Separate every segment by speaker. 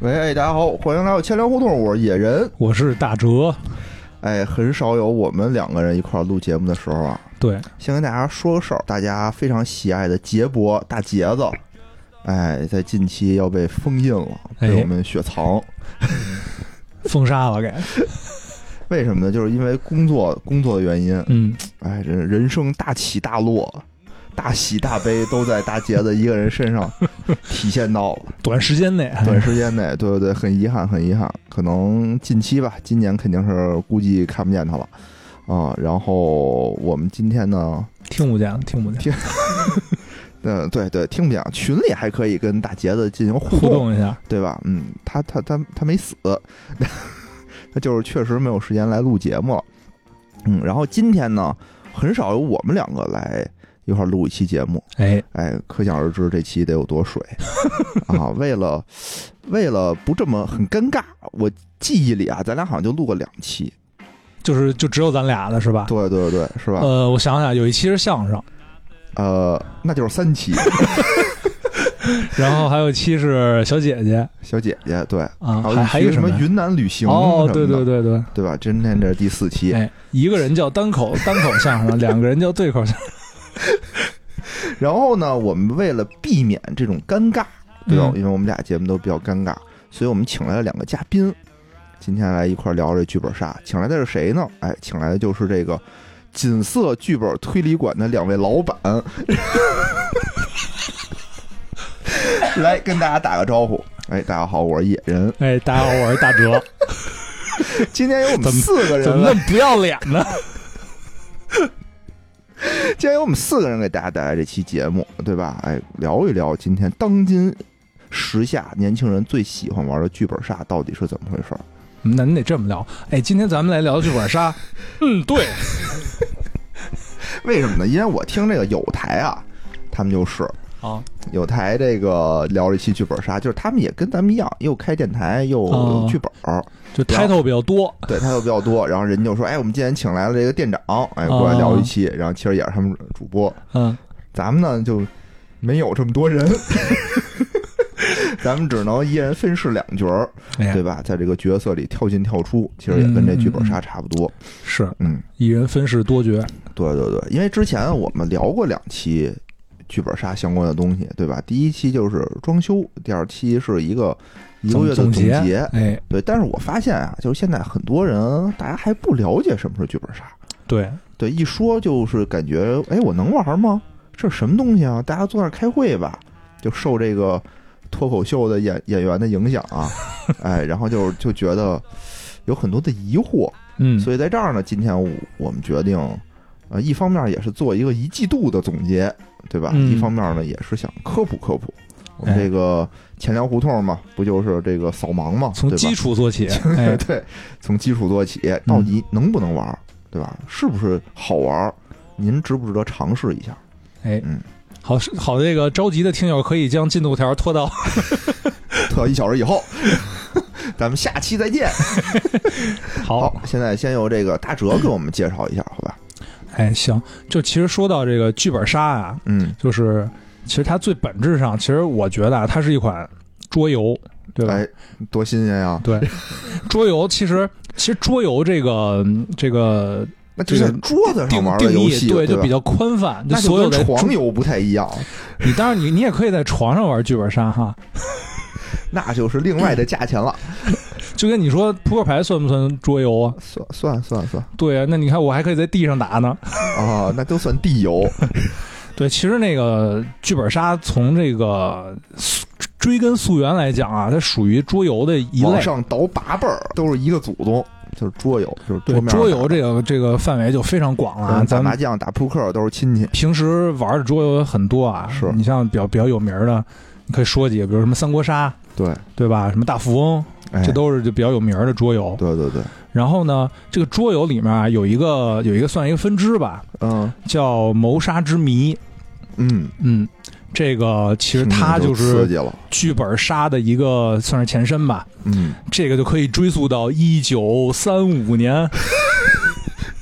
Speaker 1: 喂，哎大家好，欢迎来到千聊互动，我是野人。
Speaker 2: 我是大哲，
Speaker 1: 哎，很少有我们两个人一块儿录节目的时候啊。
Speaker 2: 对，
Speaker 1: 先跟大家说个事儿，大家非常喜爱的杰博大杰子，哎，在近期要被封印了，
Speaker 2: 哎
Speaker 1: 被我们雪藏。
Speaker 2: 封杀了给，
Speaker 1: 为什么呢？就是因为工作工作的原因，
Speaker 2: 嗯，
Speaker 1: 哎，人人生大起大落，大喜大悲都在大杰子一个人身上体现到了。
Speaker 2: 短时间内，哎
Speaker 1: 短时间内，对对对，很遗憾，很遗憾，可能近期吧，今年肯定是估计看不见他了。啊、然后我们今天呢，
Speaker 2: 听不见，听不见，
Speaker 1: 嗯，对对，听不讲，群里还可以跟大杰子进行互
Speaker 2: 互动一下，
Speaker 1: 对吧？嗯，他他他他没死， 他就是确实没有时间来录节目了。嗯，然后今天呢，很少有我们两个来一块儿录一期节目，
Speaker 2: 哎，
Speaker 1: 哎，可想而知这期得有多水 啊！为了为了不这么很尴尬，我记忆里啊，咱俩好像就录过两期，
Speaker 2: 就是就只有咱俩了，是吧？
Speaker 1: 对对对，是吧？
Speaker 2: 呃，我想想，有一期是 相声，
Speaker 1: 呃，那就是三期，
Speaker 2: 然后还有一期是小姐姐
Speaker 1: 小姐姐对，
Speaker 2: 啊，
Speaker 1: 哦还有
Speaker 2: 还
Speaker 1: 一
Speaker 2: 还
Speaker 1: 期
Speaker 2: 有
Speaker 1: 什么
Speaker 2: 呀
Speaker 1: 云南旅行
Speaker 2: 哦，
Speaker 1: 什
Speaker 2: 对
Speaker 1: 么
Speaker 2: 对
Speaker 1: 的，
Speaker 2: 对对，
Speaker 1: 对吧？今天这是第四期，
Speaker 2: 哎，一个人叫单口 单口相声，两个人叫对口相声，
Speaker 1: 然后呢，我们为了避免这种尴尬，对吧？
Speaker 2: 嗯
Speaker 1: 因为我们俩节目都比较尴尬，所以我们请来了两个嘉宾，今天来一块儿聊这剧本杀。请来的是谁呢？哎，请来的就是这个锦瑟剧本推理馆的两位老板， 来跟大家打个招呼。哎，大家好，我是野人。
Speaker 2: 哎，大家好，我是大 哲，
Speaker 1: 今天有我们
Speaker 2: 怎么
Speaker 1: 四个人
Speaker 2: 怎么
Speaker 1: 来
Speaker 2: 那么不要脸 呢？
Speaker 1: 今天由我们四个人给大家带来这期节目，对吧？哎，聊一聊今天当今时下年轻人最喜欢玩的剧本杀到底是怎么回事儿？
Speaker 2: 那你得这么聊，哎，今天咱们来聊剧本杀，嗯，对，
Speaker 1: 为什么呢？因为我听这个有台啊，他们就是
Speaker 2: 啊，
Speaker 1: 有台这个聊了一期剧本杀，就是他们也跟咱们一样，又开电台又
Speaker 2: 哦
Speaker 1: 有剧本儿，
Speaker 2: 啊就
Speaker 1: 聊
Speaker 2: title 比较多，
Speaker 1: 对，他又比较多。然后人就说：“哎，我们今天请来了这个店长，哎，过来聊一期。然后其实也是他们主播，
Speaker 2: 嗯，
Speaker 1: 咱们呢就没有这么多人， 咱们只能一人分饰两角儿。
Speaker 2: 哎嗯呀
Speaker 1: 对，吧？在这个角色里跳进跳出，其实也跟这剧本杀差不多。
Speaker 2: 是
Speaker 1: 嗯，
Speaker 2: 一人分饰多角，
Speaker 1: 对对对，因为之前我们聊过两期剧本杀相关的东西，对吧？第一期就是装修，第二期是一个一个月的
Speaker 2: 总
Speaker 1: 总
Speaker 2: 结
Speaker 1: 结。
Speaker 2: 哎，
Speaker 1: 对，但是我发现啊，就是现在很多人大家还不了解什么是剧本杀。
Speaker 2: 对，
Speaker 1: 对，一说就是感觉，哎，我能玩吗？这是什么东西啊？大家坐那儿开会吧，就受这个脱口秀的演演员的影响 啊，哎，然后就就觉得有很多的疑惑，
Speaker 2: 嗯，
Speaker 1: 所以在这儿呢，今天我我们决定，呃，一方面也是做一个一季度的总结，对吧？
Speaker 2: 嗯
Speaker 1: 一方面呢，也是想科普科普。我们
Speaker 2: 哎
Speaker 1: 这个钱粮胡同嘛，不就是这个扫盲嘛，
Speaker 2: 从
Speaker 1: 对吧
Speaker 2: 基础 做起，哎，嗯
Speaker 1: 对，从基础做起，到底能不能玩儿，对吧？是不是好玩儿？您值不值得尝试一下？
Speaker 2: 好好，这个着急的听友可以将进度条 拖到
Speaker 1: 特一小时以后， 咱们下期再见。
Speaker 2: 好，
Speaker 1: 好，现在先由这个大哲给我们介绍一下，好吧？
Speaker 2: 哎，行，就其实说到这个剧本杀啊，
Speaker 1: 嗯，
Speaker 2: 就是其实它最本质上，其实我觉得啊，它是一款桌游，对吧？
Speaker 1: 哎，多新鲜呀！
Speaker 2: 对，桌游其实其实桌游这个嗯这个
Speaker 1: 那就在
Speaker 2: 这个
Speaker 1: 桌子上
Speaker 2: 定
Speaker 1: 玩的
Speaker 2: 定
Speaker 1: 游
Speaker 2: 义
Speaker 1: 戏，对吧，
Speaker 2: 就比较宽泛，
Speaker 1: 那
Speaker 2: 所有
Speaker 1: 就
Speaker 2: 的
Speaker 1: 跟床
Speaker 2: 桌
Speaker 1: 游不太一样，
Speaker 2: 你当然你你也可以在床上玩剧本杀哈，
Speaker 1: 那就是另外的价钱了。
Speaker 2: 就跟你说扑克牌算不 算桌游啊？
Speaker 1: 算算算算
Speaker 2: 对啊，那你看我还可以在地上打呢。
Speaker 1: 啊，那都算地游。
Speaker 2: 对，其实那个剧本杀从这个溯追根溯源来讲啊，它属于桌游的一
Speaker 1: 往
Speaker 2: 类。
Speaker 1: 上倒八辈儿，都是一个祖宗，就是桌游，就是
Speaker 2: 对
Speaker 1: 面上
Speaker 2: 桌
Speaker 1: 打
Speaker 2: 游这个这个范围就非常广了
Speaker 1: 嗯
Speaker 2: 啊，
Speaker 1: 打
Speaker 2: 咱
Speaker 1: 麻
Speaker 2: 们
Speaker 1: 将、打扑克都是亲戚。
Speaker 2: 平时玩的桌游有很多啊，
Speaker 1: 是
Speaker 2: 你像比较比较有名儿的，你可以说几个，比如什么三国杀，
Speaker 1: 对，
Speaker 2: 对吧？什么大富翁，
Speaker 1: 哎
Speaker 2: 这都是就比较有名儿的桌游。
Speaker 1: 对对对，
Speaker 2: 然后呢，这个桌游里面啊，有一个有一个算一个分支吧，
Speaker 1: 嗯
Speaker 2: 叫谋杀之谜。
Speaker 1: 嗯，
Speaker 2: 嗯，这个其实
Speaker 1: 听着
Speaker 2: 它
Speaker 1: 就
Speaker 2: 就是
Speaker 1: 刺激 了，
Speaker 2: 剧本杀的一个算是前身吧。
Speaker 1: 嗯，
Speaker 2: 这个就可以追溯到一九三五年，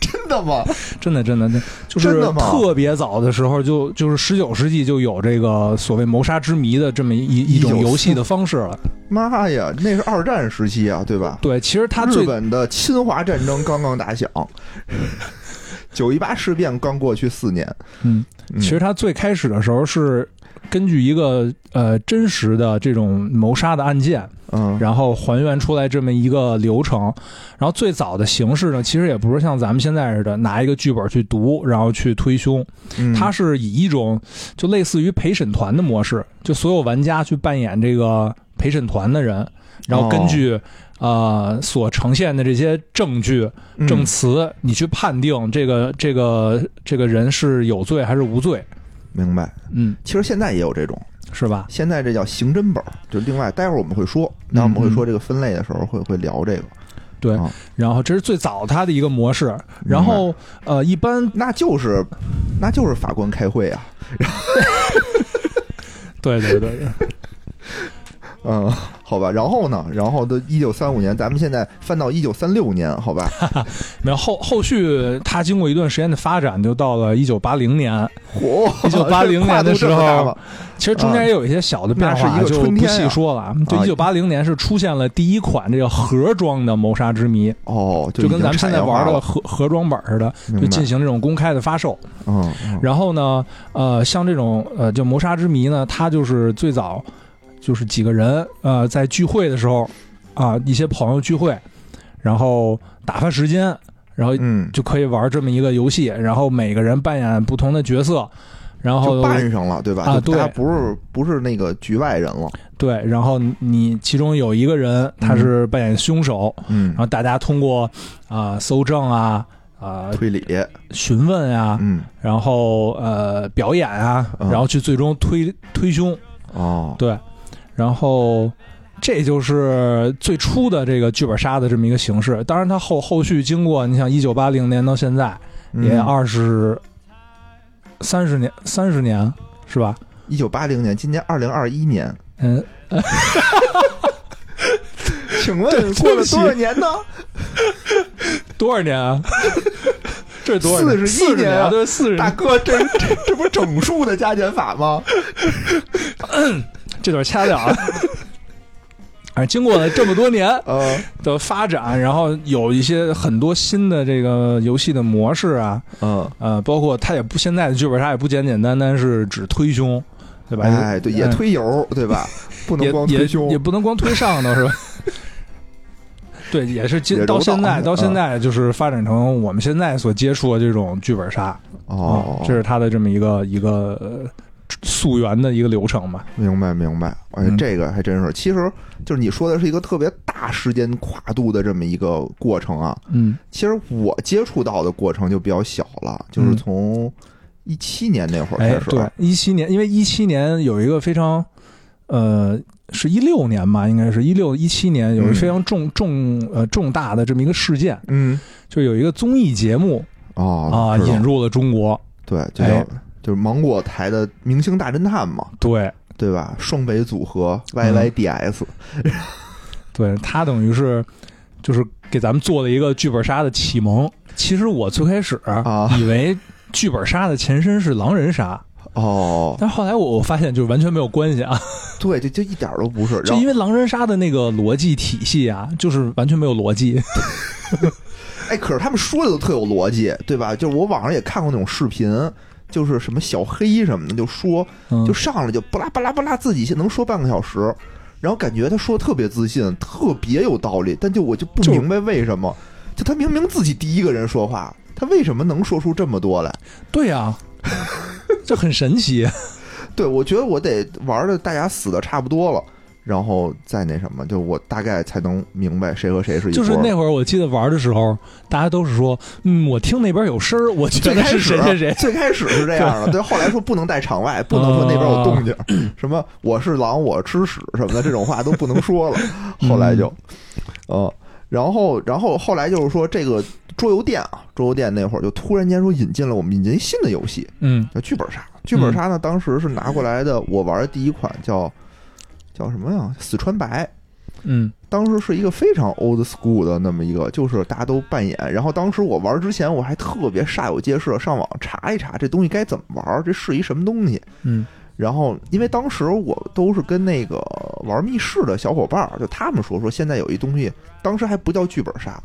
Speaker 1: 真的吗？
Speaker 2: 真的真的，真就是
Speaker 1: 真的吗
Speaker 2: 特别早的时候就，就是十九世纪就有这个所谓谋杀之谜的这么一一种游戏的方式了。
Speaker 1: 妈呀，那是二战时期啊，对吧？
Speaker 2: 对，其实他
Speaker 1: 日
Speaker 2: 最
Speaker 1: 本的侵华战争刚刚打响，九一八事变刚过去四年。
Speaker 2: 嗯，
Speaker 1: 嗯
Speaker 2: 其实他最开始的时候是根据一个呃真实的这种谋杀的案件，
Speaker 1: 嗯，
Speaker 2: 然后还原出来这么一个流程。然后最早的形式呢，其实也不是像咱们现在似的拿一个剧本去读，然后去推凶，
Speaker 1: 嗯
Speaker 2: 它是以一种就类似于陪审团的模式，就所有玩家去扮演这个陪审团的人，然后根据、呃所呈现的这些证据
Speaker 1: 哦嗯
Speaker 2: 证词，你去判定这个这个这个人是有罪还是无罪，
Speaker 1: 嗯明白。
Speaker 2: 嗯，
Speaker 1: 其实现在也有这种，
Speaker 2: 是吧？
Speaker 1: 现在这叫刑侦本儿，就另外，待会儿我们会说，那我们
Speaker 2: 嗯
Speaker 1: 会说这个分类的时候会会聊这个。
Speaker 2: 对
Speaker 1: 啊
Speaker 2: 然后这是最早它的一个模式，
Speaker 1: 明白
Speaker 2: 然后呃一般
Speaker 1: 那就是那就是法官开会啊，
Speaker 2: 对对对对，
Speaker 1: 嗯，好吧。然后呢，然后到一九三五年，咱们现在翻到一九三六年，好 吧？
Speaker 2: 没有后后续它经过一段时间的发展，就到了一九八零年，
Speaker 1: 嚯，
Speaker 2: 1980年的时候
Speaker 1: 跨度这么大吗
Speaker 2: 其实中间也有一些小的变化，
Speaker 1: 那是一个
Speaker 2: 就
Speaker 1: 春
Speaker 2: 不
Speaker 1: 天啊
Speaker 2: 细说了。啊就
Speaker 1: 啊
Speaker 2: 一九八零年是出现了第一款这个盒装的谋杀之谜，
Speaker 1: 哦，
Speaker 2: 就跟咱们现在玩的
Speaker 1: 的，
Speaker 2: 盒盒装本似的，就
Speaker 1: 明白
Speaker 2: 进行这种公开的发售。
Speaker 1: 嗯，嗯
Speaker 2: 然后呢，呃，像这种呃，就谋杀之谜呢，它就是最早就是几个人呃在聚会的时候啊、一些朋友聚会，然后打发时间，然后
Speaker 1: 嗯，
Speaker 2: 就可以玩这么一个游戏，然后每个人扮演不同的角色，然后
Speaker 1: 就办上了，对吧？就大家
Speaker 2: 啊对啊
Speaker 1: 不是不是那个局外人了，
Speaker 2: 对，然后你其中有一个人他是扮演凶手，
Speaker 1: 嗯
Speaker 2: 然后大家通过啊、呃搜证啊、啊、
Speaker 1: 推理，
Speaker 2: 询问啊，
Speaker 1: 嗯，
Speaker 2: 然后呃表演啊，
Speaker 1: 嗯
Speaker 2: 然后去最终推推凶，
Speaker 1: 哦，
Speaker 2: 对，然后。这就是最初的这个剧本杀的这么一个形式，当然它后后续经过，你想一九八零年到现在也
Speaker 1: 嗯
Speaker 2: 二十三十年三十年是吧？
Speaker 1: 一九八零年，今年二零二一 年，
Speaker 2: 嗯，
Speaker 1: 请
Speaker 2: 对
Speaker 1: 问过
Speaker 2: 对不
Speaker 1: 了
Speaker 2: 起
Speaker 1: 多少年呢？
Speaker 2: 多少年 啊？这是多少年？
Speaker 1: 41
Speaker 2: 40
Speaker 1: 年啊
Speaker 2: 对，四十
Speaker 1: 大
Speaker 2: 年。
Speaker 1: 哥，这这这不是整数的加减法吗？
Speaker 2: 这段掐掉啊。 啊，经过了这么多年
Speaker 1: 呃
Speaker 2: 的发展，然后有一些很多新的这个游戏的模式啊，
Speaker 1: 嗯，
Speaker 2: 呃，包括它也不现在的剧本杀也不简简单单是只推凶，对吧？
Speaker 1: 哎，对，也
Speaker 2: 嗯
Speaker 1: 推油，对吧？不能光
Speaker 2: 也
Speaker 1: 推
Speaker 2: 也
Speaker 1: 胸
Speaker 2: 也，不能光推上头是吧？ 对，也是
Speaker 1: 也
Speaker 2: 今
Speaker 1: 柔
Speaker 2: 到现在
Speaker 1: 道
Speaker 2: 到现
Speaker 1: 嗯
Speaker 2: 在就是发展成我们现在所接触的这种剧本杀，
Speaker 1: 哦
Speaker 2: 嗯，这是它的这么一个一个呃溯源的一个流程吧。
Speaker 1: 明白明白，哎
Speaker 2: 嗯，
Speaker 1: 这个还真是，其实就是你说的是一个特别大时间跨度的这么一个过程啊。
Speaker 2: 嗯，
Speaker 1: 其实我接触到的过程就比较小了，就是
Speaker 2: 嗯
Speaker 1: 从一七年那会儿
Speaker 2: 哎
Speaker 1: 开，始，
Speaker 2: 对，一七年，因为一七年有一个非常，呃，是一六年吧，应该是一六一七年有一
Speaker 1: 嗯
Speaker 2: 个非常重、重呃重大的这么一个事件，
Speaker 1: 嗯，
Speaker 2: 就有一个综艺节目啊、
Speaker 1: 哦，知道
Speaker 2: 引入了中国，
Speaker 1: 对，就叫、
Speaker 2: 哎
Speaker 1: 就是芒果台的《明星大侦探》嘛，
Speaker 2: 对
Speaker 1: 对吧？双北组合
Speaker 2: 嗯
Speaker 1: YYDS，、
Speaker 2: 对，它等于是就是给咱们做了一个剧本杀的启蒙。其实我最开始
Speaker 1: 啊
Speaker 2: 以为剧本杀的前身是狼人杀，
Speaker 1: 哦，
Speaker 2: 但是后来我我发现就是完全没有关系啊，
Speaker 1: 对，这就一点儿都不是，
Speaker 2: 就
Speaker 1: 然后
Speaker 2: 因为狼人杀的那个逻辑体系啊，就是完全没有逻辑。
Speaker 1: 哎，可是他们说的都特有逻辑，对吧？就是我网上也看过那种视频，就是什么小黑什么的，就说
Speaker 2: 嗯
Speaker 1: 就上来就巴拉巴拉巴拉，自己能说半个小时，然后感觉他说得特别自信，特别有道理，但就我就不
Speaker 2: 就是
Speaker 1: 明白为什么，就他明明自己第一个人说话，他为什么能说出这么多来？
Speaker 2: 对呀、 这很神奇。
Speaker 1: 对，我觉得我得玩的大家死的差不多了。然后再那什么，就我大概才能明白谁和谁是一
Speaker 2: 就
Speaker 1: 波。
Speaker 2: 是那会儿我记得玩的时候，大家都是说，嗯，我听那边有声儿，我觉
Speaker 1: 最
Speaker 2: 得
Speaker 1: 开
Speaker 2: 是
Speaker 1: 始啊
Speaker 2: 谁谁谁。
Speaker 1: 最开始是这样的，对，后来说不能在场外，不能说那边有动静，
Speaker 2: 哦
Speaker 1: 什么我是狼，我吃屎什么的，这种话都不能说了。
Speaker 2: 嗯
Speaker 1: 后来就，呃，然后然后后来就是说这个桌游店啊，桌游店那会儿就突然间说引进了我们引进一新的游戏
Speaker 2: 嗯
Speaker 1: 叫剧本杀，剧本杀呢当时是拿过来的，我玩的第一款叫叫什么呀？死川白。
Speaker 2: 嗯
Speaker 1: 当时是一个非常 old school 的那么一个，就是大家都扮演。然后当时我玩之前，我还特别煞有介事，上网查一查这东西该怎么玩，这是一什么东西。
Speaker 2: 嗯
Speaker 1: 然后，因为当时我都是跟那个玩密室的小伙伴儿，就他们说说现在有一东西，当时还不叫剧本杀，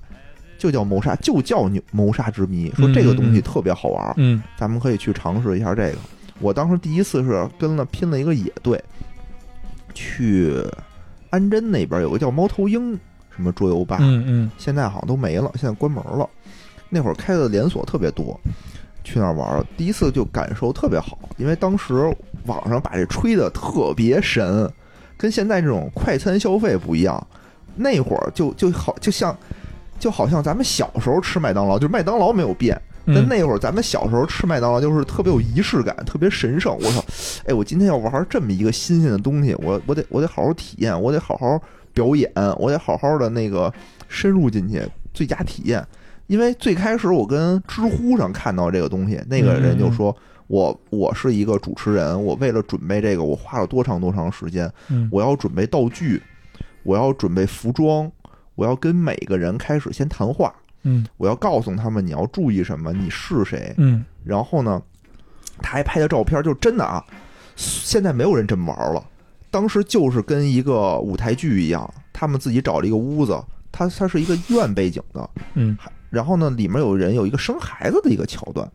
Speaker 1: 就叫谋杀，就叫你谋杀之谜，说这个东西特别好玩儿，
Speaker 2: 嗯
Speaker 1: 咱们可以去尝试一下这个。我当时第一次是跟了拼了一个野队，去安贞那边有个叫猫头鹰什么桌游吧，
Speaker 2: 嗯嗯
Speaker 1: 现在好像都没了，现在关门了。那会儿开的连锁特别多，去那儿玩儿，第一次就感受特别好，因为当时网上把这吹的特别神，跟现在这种快餐消费不一样。那会儿就就好，就像就好像咱们小时候吃麦当劳，就是麦当劳没有变，
Speaker 2: 嗯，
Speaker 1: 但那会儿咱们小时候吃麦当劳就是特别有仪式感，特别神圣。我操，哎，我今天要玩这么一个新鲜的东西，我我得我得好好体验，我得好好表演，我得好好的那个深入进去，最佳体验。因为最开始我跟知乎上看到这个东西，那个人就说。我我是一个主持人，我为了准备这个，我花了多长多长时间？
Speaker 2: 嗯
Speaker 1: 我要准备道具，我要准备服装，我要跟每个人开始先谈话，
Speaker 2: 嗯
Speaker 1: 我要告诉他们你要注意什么，你是谁，
Speaker 2: 嗯
Speaker 1: 然后呢，他还拍的照片，就真的啊，现在没有人这么玩了。当时就是跟一个舞台剧一样，他们自己找了一个屋子，它它是一个医院背景的，
Speaker 2: 嗯
Speaker 1: 然后呢，里面有人有一个生孩子的一个桥段，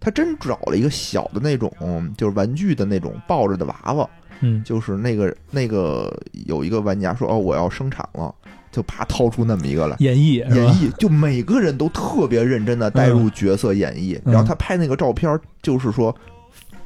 Speaker 1: 他真找了一个小的那种，就是玩具的那种抱着的娃娃，
Speaker 2: 嗯
Speaker 1: 就是那个那个有一个玩家说哦，我要生产了，就啪掏出那么一个来，
Speaker 2: 演绎是
Speaker 1: 演
Speaker 2: 吧？
Speaker 1: 绎，就每个人都特别认真的带入角色演绎。
Speaker 2: 嗯
Speaker 1: 然后他拍那个照片儿，就是说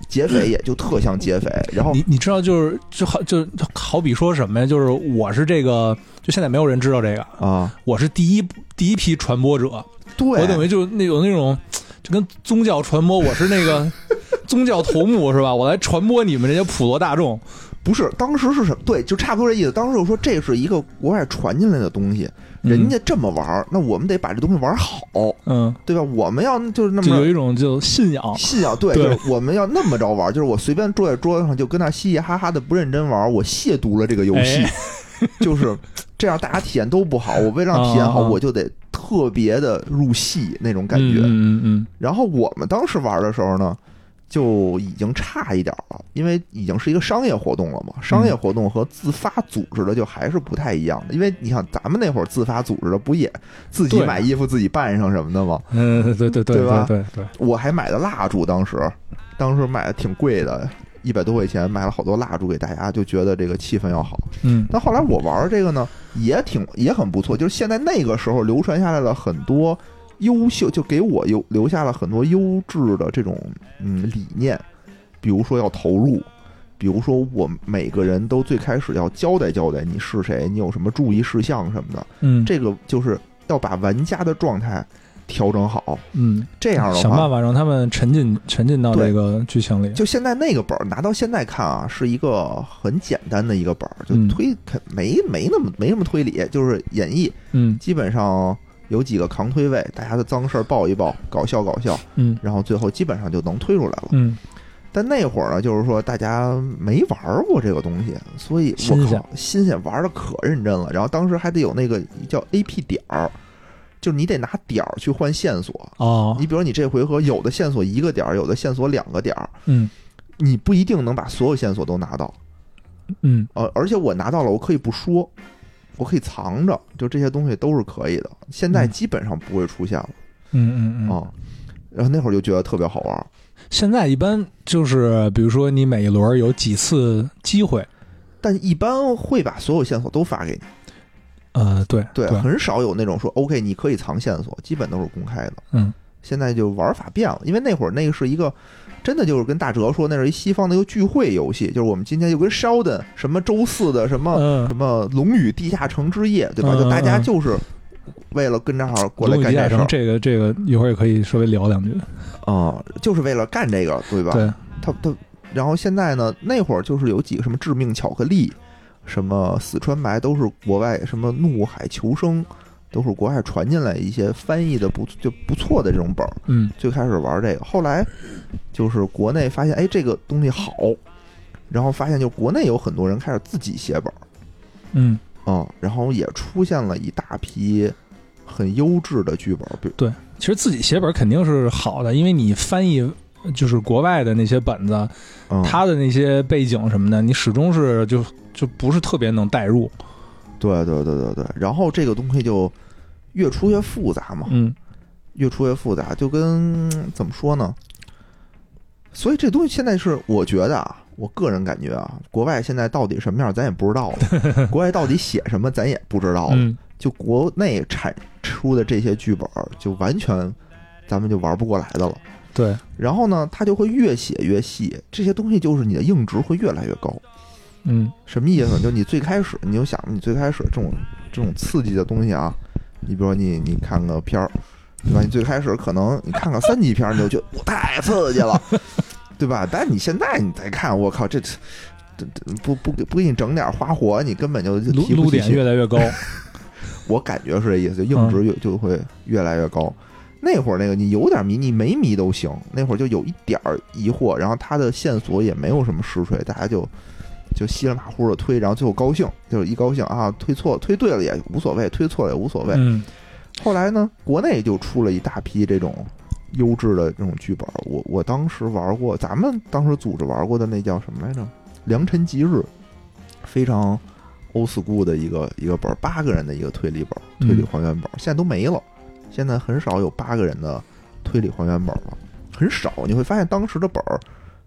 Speaker 1: 劫匪也就特像劫匪，然后
Speaker 2: 你你知道就是就好就就好比说什么呀？就是我是这个，就现在没有人知道这个，
Speaker 1: 啊，
Speaker 2: 我是第一第一批传播者，
Speaker 1: 对，
Speaker 2: 我等于就那有那种就跟宗教传播，我是那个 宗教头目是吧？我来传播你们这些普罗大众，
Speaker 1: 不是当时是什么？对，就差不多这意思。当时我说这是一个国外传进来的东西，
Speaker 2: 嗯
Speaker 1: 人家这么玩儿，那我们得把这东西玩儿好，
Speaker 2: 嗯，
Speaker 1: 对吧？我们要就是那
Speaker 2: 就有
Speaker 1: 么。
Speaker 2: 一种就信仰，
Speaker 1: 信仰对，
Speaker 2: 对
Speaker 1: 就是我们要那么着玩儿，就是我随便坐在桌子上就跟那嘻嘻哈哈的不认真玩儿，我亵渎了这个游戏。
Speaker 2: 哎
Speaker 1: 就是这样，大家体验都不好。我为了让体验好，
Speaker 2: 啊啊啊
Speaker 1: 我就得特别的入戏那种感觉。
Speaker 2: 嗯嗯嗯
Speaker 1: 然后我们当时玩的时候呢，就已经差一点了，因为已经是一个商业活动了嘛。商
Speaker 2: 嗯
Speaker 1: 业活动和自发组织的就还是不太一样的，因为你想咱们那会儿自发组织的不也自己
Speaker 2: 对
Speaker 1: 买衣服、自己扮上什么的吗？
Speaker 2: 嗯，嗯对对对
Speaker 1: 对吧
Speaker 2: 对对，
Speaker 1: 我还买的蜡烛，当时，当时买的挺贵的，一百多块钱买了好多蜡烛给大家，就觉得这个气氛要好。
Speaker 2: 嗯
Speaker 1: 但后来我玩这个呢，也挺也很不错，就是现在那个时候流传下来了很多优秀，就给我有留下了很多优质的这种嗯理念，比如说要投入，比如说我每个人都最开始要交代交代你是谁，你有什么注意事项什么的，
Speaker 2: 嗯
Speaker 1: 这个就是要把玩家的状态调整好，
Speaker 2: 嗯，
Speaker 1: 这样的
Speaker 2: 想
Speaker 1: 话
Speaker 2: 办。法让他们沉浸沉浸到
Speaker 1: 对
Speaker 2: 这个剧情里，
Speaker 1: 就现在那个本儿拿到现在看啊，是一个很简单的一个本儿，就
Speaker 2: 嗯
Speaker 1: 推没没那么没什么推理，就是演绎，
Speaker 2: 嗯
Speaker 1: 基本上有几个扛推位，大家的脏事儿报一报，搞笑搞笑，
Speaker 2: 嗯
Speaker 1: 然后最后基本上就能推出来了。
Speaker 2: 嗯，
Speaker 1: 但那会儿呢，就是说大家没玩儿过这个东西，所以我
Speaker 2: 新鲜
Speaker 1: 靠，新鲜玩的可认真了。然后当时还得有那个叫 AP 点儿，就是你得拿点儿去换线索。
Speaker 2: 哦，
Speaker 1: 你比如你这回合有的线索一个点儿，有的线索两个点儿，
Speaker 2: 嗯
Speaker 1: 你不一定能把所有线索都拿到。
Speaker 2: 嗯
Speaker 1: 呃，而且我拿到了，我可以不说，我可以藏着，就这些东西都是可以的。现在
Speaker 2: 嗯
Speaker 1: 基本上不会出现了
Speaker 2: 嗯嗯嗯，
Speaker 1: 啊、然后那会儿就觉得特别好玩儿，
Speaker 2: 现在一般就是比如说你每一轮有几次机会，
Speaker 1: 但一般会把所有线索都发给你，
Speaker 2: 呃，对
Speaker 1: 对，很少有那种说 OK 你可以藏线索，基本都是公开的。
Speaker 2: 嗯，
Speaker 1: 现在就玩法变了，因为那会儿那个是一个真的就是跟大哲说，那是一西方的一个聚会游戏，就是我们今天就跟 Sheldon 什么周四的什么、
Speaker 2: 嗯
Speaker 1: 什么龙与地下城之夜，对吧？
Speaker 2: 嗯
Speaker 1: 就大家
Speaker 2: 嗯嗯
Speaker 1: 就是为了跟这儿过来
Speaker 2: 龙与
Speaker 1: 干
Speaker 2: 地下
Speaker 1: 这事
Speaker 2: 城
Speaker 1: 儿，
Speaker 2: 这个这个一会儿也可以稍微聊两句。
Speaker 1: 啊、就是为了干这个，对吧？
Speaker 2: 对，
Speaker 1: 他他，然后现在呢，那会儿就是有几个什么致命巧克力，什么四川白都是国外，什么怒海求生都是国外传进来一些翻译的不就不错的这种本儿。
Speaker 2: 嗯
Speaker 1: 最开始玩这个，后来就是国内发现，哎，这个东西好，然后发现就国内有很多人开始自己写本儿，
Speaker 2: 嗯，
Speaker 1: 嗯，然后也出现了一大批很优质的剧本，比
Speaker 2: 其实自己写本肯定是好的，因为你翻译就是国外的那些本子，
Speaker 1: 嗯，
Speaker 2: 它的那些背景什么的，你始终是就就不是特别能代入。
Speaker 1: 对对对对对，然后这个东西就越出越复杂嘛，
Speaker 2: 嗯
Speaker 1: 越出越复杂，就跟怎么说呢？所以这东西现在是，我觉得啊，我个人感觉啊，国外现在到底什么样，咱也不知道了。国外到底写什么，咱也不知道了。
Speaker 2: 嗯，
Speaker 1: 就国内产出的这些剧本儿，就完全咱们就玩不过来的了。
Speaker 2: 对，
Speaker 1: 然后呢，它就会越写越细，这些东西就是你的硬值会越来越高。
Speaker 2: 嗯
Speaker 1: 什么意思呢？就是你最开始，你就想你最开始这种这种刺激的东西啊，你比如说你你看个片儿，对吧？你最开始可能你看个三级片儿，你就觉得我太刺激了，对吧？但你现在你再看，我靠，这这这不不给不给你整点花活，你根本就
Speaker 2: 撸
Speaker 1: 提不
Speaker 2: 撸
Speaker 1: 起
Speaker 2: 点
Speaker 1: 劲。
Speaker 2: 越来越高。
Speaker 1: 我感觉是这意思，就硬值越就会越来越高。那会儿那个你有点迷，你没迷都行。那会儿就有一点儿疑惑，然后他的线索也没有什么实锤，大家就就稀里马虎的推，然后最后高兴，就是一高兴啊，推错推对了也无所谓，推错了也无所谓。
Speaker 2: 嗯
Speaker 1: 后来呢，国内就出了一大批这种优质的这种剧本。我我当时玩过，咱们当时组织玩过的那叫什么来着，《良辰吉日》，非常 old school 的一个一个本儿，八个人的一个推理本儿，
Speaker 2: 嗯
Speaker 1: 推理还原本儿，现在都没了，现在很少有八个人的推理还原本儿了，很少。你会发现当时的本儿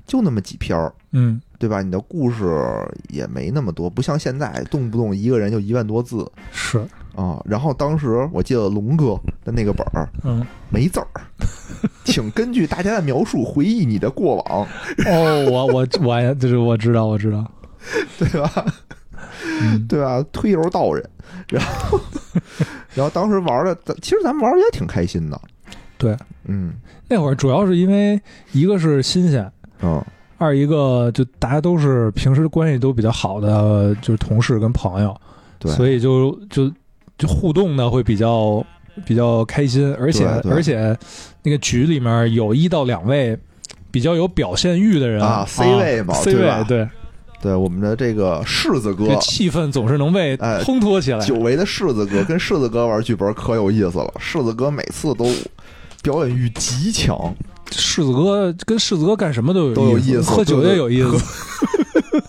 Speaker 1: 就那么几篇儿。
Speaker 2: 嗯，
Speaker 1: 对吧？你的故事也没那么多，不像现在动不动一个人就一万多字，
Speaker 2: 是，
Speaker 1: 啊，然后当时我记得龙哥的那个本儿
Speaker 2: 嗯，
Speaker 1: 没字儿，请根据大家的描述回忆你的过往，
Speaker 2: 哦，我我我也就是我知道我知道，
Speaker 1: 对吧？
Speaker 2: 嗯
Speaker 1: 对吧？推油道人，然后 然后当时玩的，其实咱们玩的也挺开心的，
Speaker 2: 对，
Speaker 1: 嗯
Speaker 2: 那会儿主要是因为一个是新鲜，
Speaker 1: 嗯
Speaker 2: 二一个就大家都是平时关系都比较好的，就是同事跟朋友，
Speaker 1: 对，
Speaker 2: 所以就就就互动呢会比较比较开心，而且
Speaker 1: 对对
Speaker 2: 而且那个局里面有一到两位比较有表现欲的人
Speaker 1: 啊，C 位嘛
Speaker 2: ，C
Speaker 1: 对
Speaker 2: 位
Speaker 1: 吧
Speaker 2: 对，
Speaker 1: 对我们的这个柿子哥
Speaker 2: 这。气氛总是能被
Speaker 1: 哎
Speaker 2: 烘托起来。
Speaker 1: 久违的柿子哥跟柿子哥玩剧本可有意思了，柿子哥每次都表演欲极强，
Speaker 2: 柿子哥跟柿子哥干什么都
Speaker 1: 都有
Speaker 2: 有
Speaker 1: 意思
Speaker 2: 喝酒
Speaker 1: 对对
Speaker 2: 也有意思。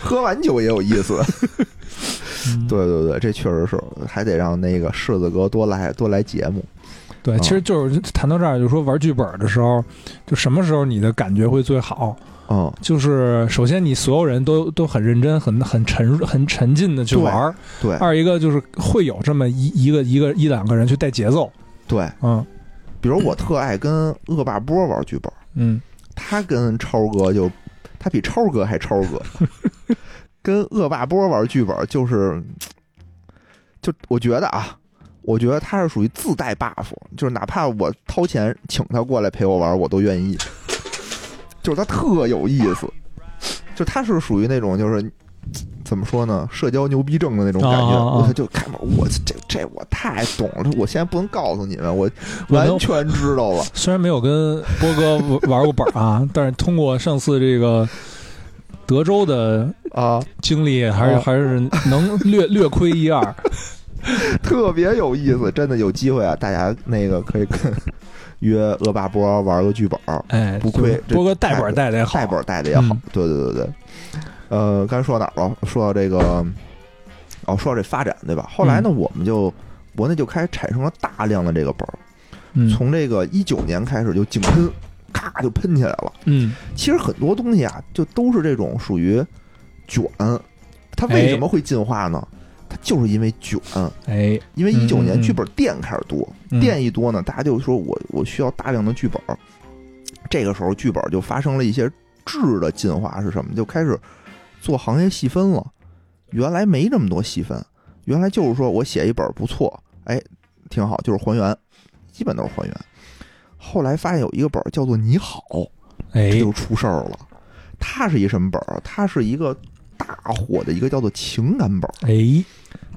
Speaker 1: 喝完酒也有意思。
Speaker 2: 嗯
Speaker 1: 对对对，这确实是，还得让那个柿子哥多来多来节目。啊
Speaker 2: 对，其实就是谈到这儿，就说玩剧本的时候，就什么时候你的感觉会最好？
Speaker 1: 嗯，
Speaker 2: 就是首先你所有人都都很认真、很很沉入、很沉浸的去
Speaker 1: 对
Speaker 2: 玩儿，
Speaker 1: 对
Speaker 2: 二一个就是会有这么一一个一个一两个人去带节奏，
Speaker 1: 对，
Speaker 2: 嗯
Speaker 1: 比如我特爱跟恶霸波玩剧本，
Speaker 2: 嗯，
Speaker 1: 他跟超哥就他比超哥还超哥， 跟恶霸波玩剧本就是，就我觉得啊。我觉得他是属于自带 buff，就是哪怕我掏钱请他过来陪我玩，我都愿 意。就是他特有意思，就他是属于那种就是怎么说呢，社交牛逼症的那种感觉。
Speaker 2: 啊啊啊
Speaker 1: 我就看门，我这这我太懂了，我现在不能告诉你们，我
Speaker 2: 我能
Speaker 1: 完全知道了。
Speaker 2: 虽然没有跟波哥玩 玩过本儿啊，但是通过上次这个德州的
Speaker 1: 啊，
Speaker 2: 经历，还是、
Speaker 1: 哦
Speaker 2: 还是能略略窥 一二。
Speaker 1: 特别有意思，真的有机会啊，大家那个可以 跟约恶霸波玩个剧本儿，
Speaker 2: 哎，
Speaker 1: 不愧
Speaker 2: 就是波哥带本儿带的也好，
Speaker 1: 带本儿带的也好
Speaker 2: 嗯。
Speaker 1: 对对对对，呃，刚才说到哪儿了？说到这个，哦，说到这发展对吧？后来
Speaker 2: 嗯
Speaker 1: 呢，我们就国内就开始产生了大量的这个本儿，
Speaker 2: 嗯
Speaker 1: 从这个一九年开始就井喷，咔就喷起来了。
Speaker 2: 嗯，
Speaker 1: 其实很多东西啊，就都是这种属于卷，它为什么会进化呢？它就是因为卷，
Speaker 2: 哎，
Speaker 1: 因为一九
Speaker 2: 嗯嗯
Speaker 1: 年
Speaker 2: 嗯
Speaker 1: 剧本店开始多。
Speaker 2: 嗯
Speaker 1: 店一多呢，大家就说我我需要大量的剧本儿。这个时候，剧本儿就发生了一些质的进化，是什么？就开始做行业细分了。原来没这么多细分，原来就是说我写一本儿不错，哎，挺好，就是还原，基本都是还原。后来发现有一个本儿叫做《你好》，这
Speaker 2: 哎
Speaker 1: 就出事儿了。它是一什么本儿啊？它是一个大火的一个叫做情感本儿。
Speaker 2: 哎，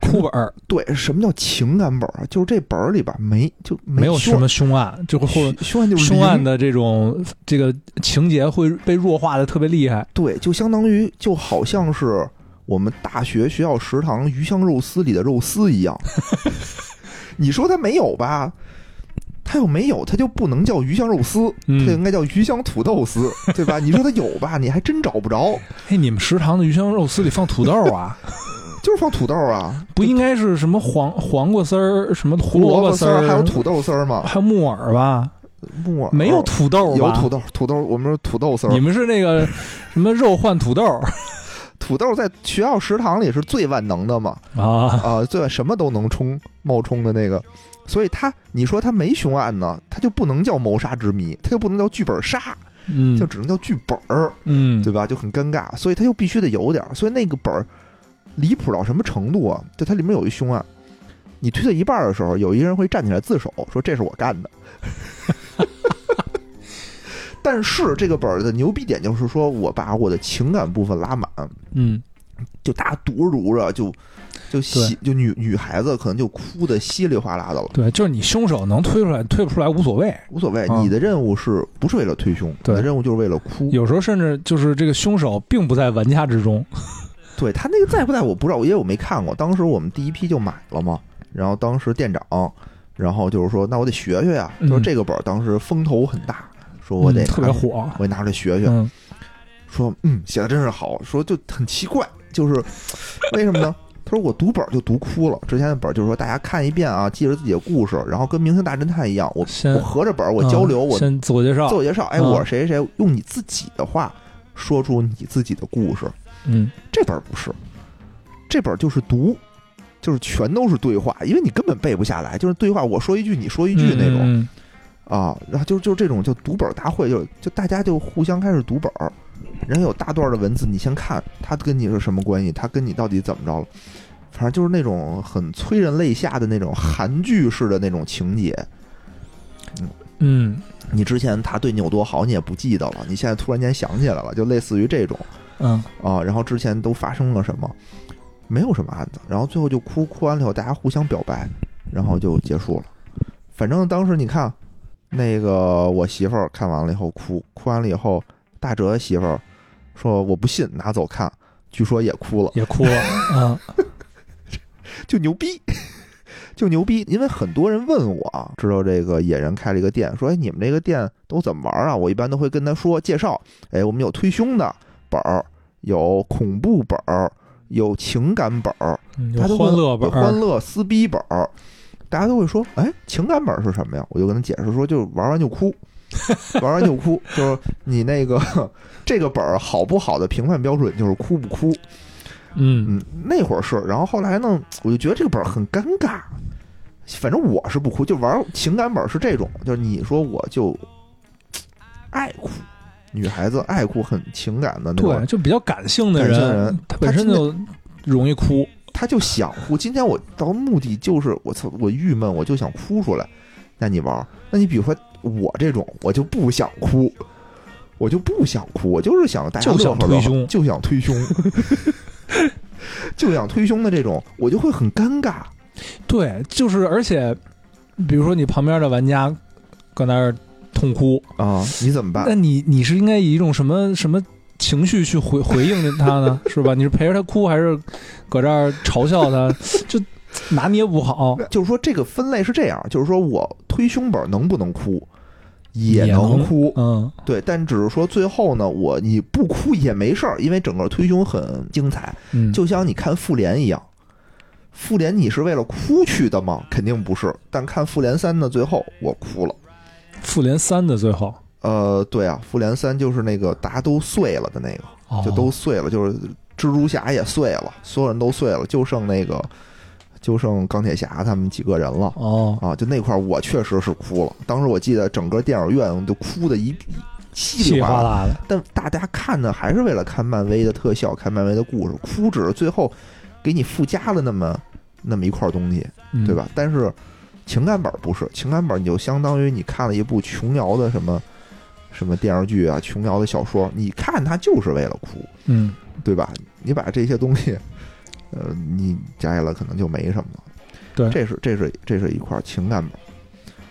Speaker 2: 哭本儿
Speaker 1: 对，什么叫情感本儿啊？就是这本儿里边儿没就
Speaker 2: 没有
Speaker 1: 凶
Speaker 2: 什么凶案，就会或
Speaker 1: 凶凶案就是
Speaker 2: 凶案
Speaker 1: 零
Speaker 2: 的这种这个情节会被弱化的特别厉害。
Speaker 1: 对，就相当于就好像是我们大学学校食堂 鱼香肉丝里的肉丝一样。你说它没有吧？它它要没有，它就不能叫鱼香肉丝，它
Speaker 2: 嗯，
Speaker 1: 应该叫鱼香土豆丝，对吧？你说它有吧，你还真找不着，
Speaker 2: 哎，你们食堂的鱼香肉丝里放土豆啊？
Speaker 1: 就是放土豆啊，
Speaker 2: 不应该是什么黄黄瓜丝儿、什么胡萝
Speaker 1: 萝
Speaker 2: 卜
Speaker 1: 卜丝
Speaker 2: 丝儿
Speaker 1: 儿，还有土豆丝儿嘛，
Speaker 2: 还有木耳吧？
Speaker 1: 木耳哦
Speaker 2: 没有土豆吧？
Speaker 1: 有土豆，土豆我们说土豆丝儿
Speaker 2: 你，们是那个什么肉换土豆
Speaker 1: 土豆在学校食堂里是最万能的嘛，
Speaker 2: 啊？
Speaker 1: 啊、最什么都能冲冒充的那个，所以它你说它没凶案呢，它就不能叫谋杀之谜，它就不能叫剧本杀，
Speaker 2: 嗯
Speaker 1: 就只能叫剧本儿，
Speaker 2: 嗯，
Speaker 1: 对吧？就很尴尬，所以它又必须得有点儿，所以那个本儿离谱到什么程度啊？就它里面有一凶案，你推到一半儿的时候，有一个人会站起来自首，说这是我干 的。但是这个本儿的牛逼点就是说，我把我的情感部分拉满，
Speaker 2: 嗯，
Speaker 1: 就大家读着读着就就稀就女女孩子可能就哭的稀里哗啦的了，
Speaker 2: 对，就是你凶手能推出来，推不出来无所谓。
Speaker 1: 无所谓。
Speaker 2: 嗯
Speaker 1: 你的任务是不是为了推凶？你
Speaker 2: 对
Speaker 1: 的任务就是为了哭。
Speaker 2: 有时候甚至就是这个凶手并不在玩家之中。
Speaker 1: 对他那个在不在我不知道，因为我没看过。当时我们第一批就买了嘛，然后当时店长，然后就是说，那我得学学呀、
Speaker 2: 嗯
Speaker 1: 说这个本儿当时风头很大，说我得
Speaker 2: 嗯
Speaker 1: 拿、
Speaker 2: 特别火。
Speaker 1: 我得拿出来学学。
Speaker 2: 嗯
Speaker 1: 说嗯，写的真是好，说就很奇怪，就是为什么呢？他说我读本儿就读哭了，之前的本儿就是说大家看一遍啊，记着自己的故事，然后跟《明星大侦探》一样，我
Speaker 2: 先
Speaker 1: 我合着本儿我交流，
Speaker 2: 嗯
Speaker 1: 我自
Speaker 2: 先自我介绍。
Speaker 1: 我介绍，哎，
Speaker 2: 嗯
Speaker 1: 我是谁谁谁，用你自己的话说出你自己的故事。
Speaker 2: 嗯，
Speaker 1: 这本儿不是，这本儿就是读，就是全都是对话，因为你根本背不下来，就是对话，我说一句你说一句那种、
Speaker 2: 嗯。嗯
Speaker 1: 啊。然后就就这种就读本儿大会，就就大家就互相开始读本儿，人有大段的文字，你先看他跟你是什么关系，他跟你到底怎么着了。反正就是那种很催人泪下的那种韩剧式的那种情节，
Speaker 2: 嗯
Speaker 1: 你之前他对你有多好，你也不记得了，你现在突然间想起来了，就类似于这种。
Speaker 2: 嗯
Speaker 1: 啊，然后之前都发生了什么，没有什么案子，然后最后就哭，哭完了以后大家互相表白，然后就结束了。反正当时你看，那个我媳妇儿看完了以后哭，哭完了以后，大哲的媳妇儿说我不信，拿走看，据说也哭了，
Speaker 2: 也 哭了。嗯
Speaker 1: 就牛逼。 就牛逼，因为很多人问我啊，知道这个野人开了一个店，说哎你们这个店都怎么玩啊？我一般都会跟他说介绍，哎我们有推凶的本儿，有恐怖本儿，有情感本儿，
Speaker 2: 嗯，
Speaker 1: 他
Speaker 2: 有
Speaker 1: 都
Speaker 2: 欢
Speaker 1: 会
Speaker 2: 乐本
Speaker 1: 有欢
Speaker 2: 儿。
Speaker 1: 乐撕逼本儿，大家都会说，哎，情感本儿是什么呀？我就跟他解释说，就玩完就哭， 玩完就哭，就是你那个 这个本儿好不好的评判标准就是哭不哭。
Speaker 2: 嗯
Speaker 1: 嗯，那会儿是，然后后来呢，我就觉得这个本儿很尴尬。反正我是不哭，就玩情感本儿是这种，就是你说我就爱哭，女孩子爱哭很情感的那种
Speaker 2: 对，就比较感性的
Speaker 1: 感性的人
Speaker 2: 他本身
Speaker 1: 他
Speaker 2: 就容易哭。
Speaker 1: 他就想哭。今天我到目的就是我操，我郁闷，我就想哭出来。那你玩儿，那你比如说我这种，我就不想哭，我就不想哭，我就是想大家
Speaker 2: 就
Speaker 1: 乐
Speaker 2: 想
Speaker 1: 呵
Speaker 2: 推
Speaker 1: 乐
Speaker 2: 胸
Speaker 1: 呵，就想推胸， 就想推胸的这种，我就会很尴尬。
Speaker 2: 对，就是而且，比如说你旁边的玩家搁那儿痛哭，
Speaker 1: 啊，你怎么办
Speaker 2: 那？你你是应该以一种什么什么情绪去回回应他呢？是吧？你是陪着他哭，还是搁这儿嘲笑他？就拿捏不好。
Speaker 1: 就是说这个分类是这样，就是说我推胸本能不能哭，也
Speaker 2: 也能
Speaker 1: 能哭，
Speaker 2: 嗯
Speaker 1: 对，但只是说最后呢，我你不哭也没事儿，因为整个推胸很精彩，
Speaker 2: 嗯，
Speaker 1: 就像你看复联一样，复联你是为了哭去的吗？肯定不是。但看复联三的最后，我哭了。
Speaker 2: 复联三的最后，
Speaker 1: 呃，对啊，复联三就是那个大家都碎了的那个，
Speaker 2: 哦
Speaker 1: 就都碎了，就是蜘蛛侠也碎了，所有人都碎了，就剩那个，就剩钢铁侠他们几个人了。
Speaker 2: 哦，
Speaker 1: 啊，就那块儿我确实是哭了，当时我记得整个电影院就哭的一一稀
Speaker 2: 稀
Speaker 1: 里
Speaker 2: 里
Speaker 1: 哗
Speaker 2: 哗
Speaker 1: 啦，
Speaker 2: 啦的。
Speaker 1: 但大家看呢，还是为了看漫威的特效，看漫威的故事，哭只是最后给你附加了那么那么一块东西，
Speaker 2: 嗯
Speaker 1: 对吧？？但是情感本儿不是，情感本儿你就相当于你看了一部琼瑶的什么什么电视剧啊，琼瑶的小说，你看它就是为了哭，
Speaker 2: 嗯，
Speaker 1: 对吧？你把这些东西，呃，你摘了可能就没什么了。
Speaker 2: 对
Speaker 1: 这是这是这是一块情感本儿。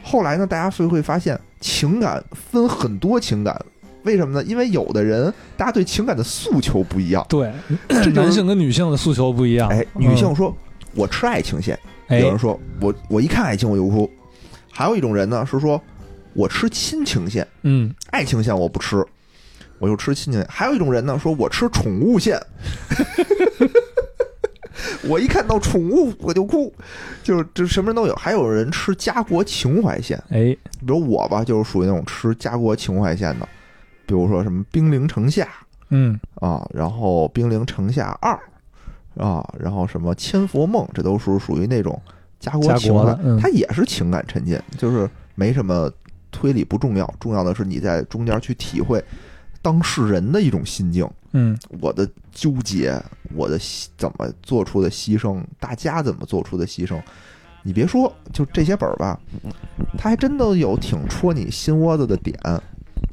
Speaker 1: 后来呢，大家会会发现情感分很多情感，为什么呢？因为有的人大家对情感的诉求不一样。
Speaker 2: 对，
Speaker 1: 这就是
Speaker 2: 男性跟女性的诉求不一样。
Speaker 1: 哎，
Speaker 2: 嗯
Speaker 1: 女性说、我吃爱情线，
Speaker 2: 哎
Speaker 1: 有人说我我一看爱情我就哭。还有一种人呢是说，我吃亲情线，
Speaker 2: 嗯，
Speaker 1: 爱情线我不吃，我就吃亲情线。还有一种人呢，说我吃宠物线， 我一看到宠物我就哭，就是就什么人都有。还有人吃家国情怀线，
Speaker 2: 哎，
Speaker 1: 比如我吧，就是属于那种吃家国情怀线的，比如说什么《兵临城下
Speaker 2: 嗯，》
Speaker 1: 啊，然后《兵临城下二》啊，然后什么《千佛梦》，这都是属于那种家国
Speaker 2: 家
Speaker 1: 情
Speaker 2: 国
Speaker 1: 怀
Speaker 2: 的，嗯
Speaker 1: 它也是情感沉浸，就是没什么推理不重要，重要的是你在中间去体会当事人的一种心境，
Speaker 2: 嗯，
Speaker 1: 我的纠结，我的牺怎么做出的牺牲，大家怎么做出的牺牲。你别说，就这些本儿吧，它还真的有挺戳你心窝子的点。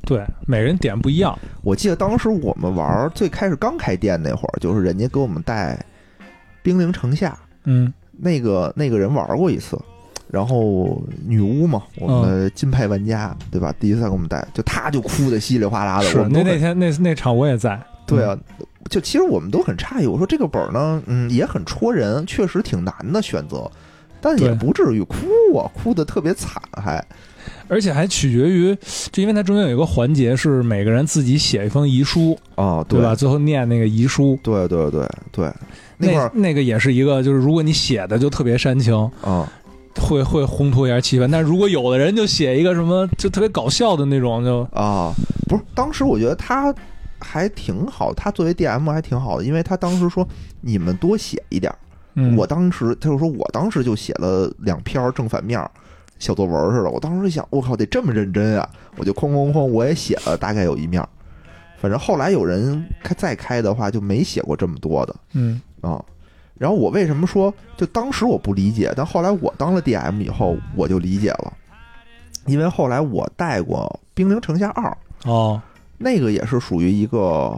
Speaker 2: 对，每人点不一样，
Speaker 1: 我记得当时我们玩儿最开始刚开店那会儿，就是人家给我们带《兵临城下》，
Speaker 2: 嗯
Speaker 1: 那个那个人玩过一次，然后女巫嘛，
Speaker 2: 嗯
Speaker 1: 我们的金牌玩家、对吧？第一次给我们带，就她就哭的稀里哗啦的，
Speaker 2: 是
Speaker 1: 我们
Speaker 2: 那嗯
Speaker 1: 都
Speaker 2: 那
Speaker 1: 很
Speaker 2: 天那那场我也在，嗯
Speaker 1: 对啊，就其实我们都很诧异。我说这个本儿呢，嗯，也很戳人，确实挺难的选择，但也
Speaker 2: 对
Speaker 1: 不至于哭啊，哭的特别惨还。
Speaker 2: 嗯，而且还取决于，就因为它中间有一个环节是每个人自己写一封遗书，
Speaker 1: 哦，
Speaker 2: 对吧？最后念那个遗书，
Speaker 1: 对对对对，那
Speaker 2: 那
Speaker 1: 块儿
Speaker 2: 那个也是一个，就是如果你写的就特别煽情，
Speaker 1: 啊、
Speaker 2: 会会烘托一下气氛。但是如果有的人就写一个什么就特别搞笑的那种，就
Speaker 1: 啊，不是，当时我觉得他还挺好，他作为 DM 还挺好的，因为他当时说你们多写一点儿。
Speaker 2: 嗯，
Speaker 1: 我当时他就说我当时就写了两篇正反面儿小作文似的，我当时就想我靠得这么认真啊，我就哐哐哐我也写了大概有一面儿，反正后来有人开再开的话就没写过这么多的
Speaker 2: 嗯
Speaker 1: 啊。然后我为什么说就当时我不理解，但后来我当了 DM 以后我就理解了，因为后来我带过《兵临城下二》，
Speaker 2: 哦，
Speaker 1: 那个也是属于一个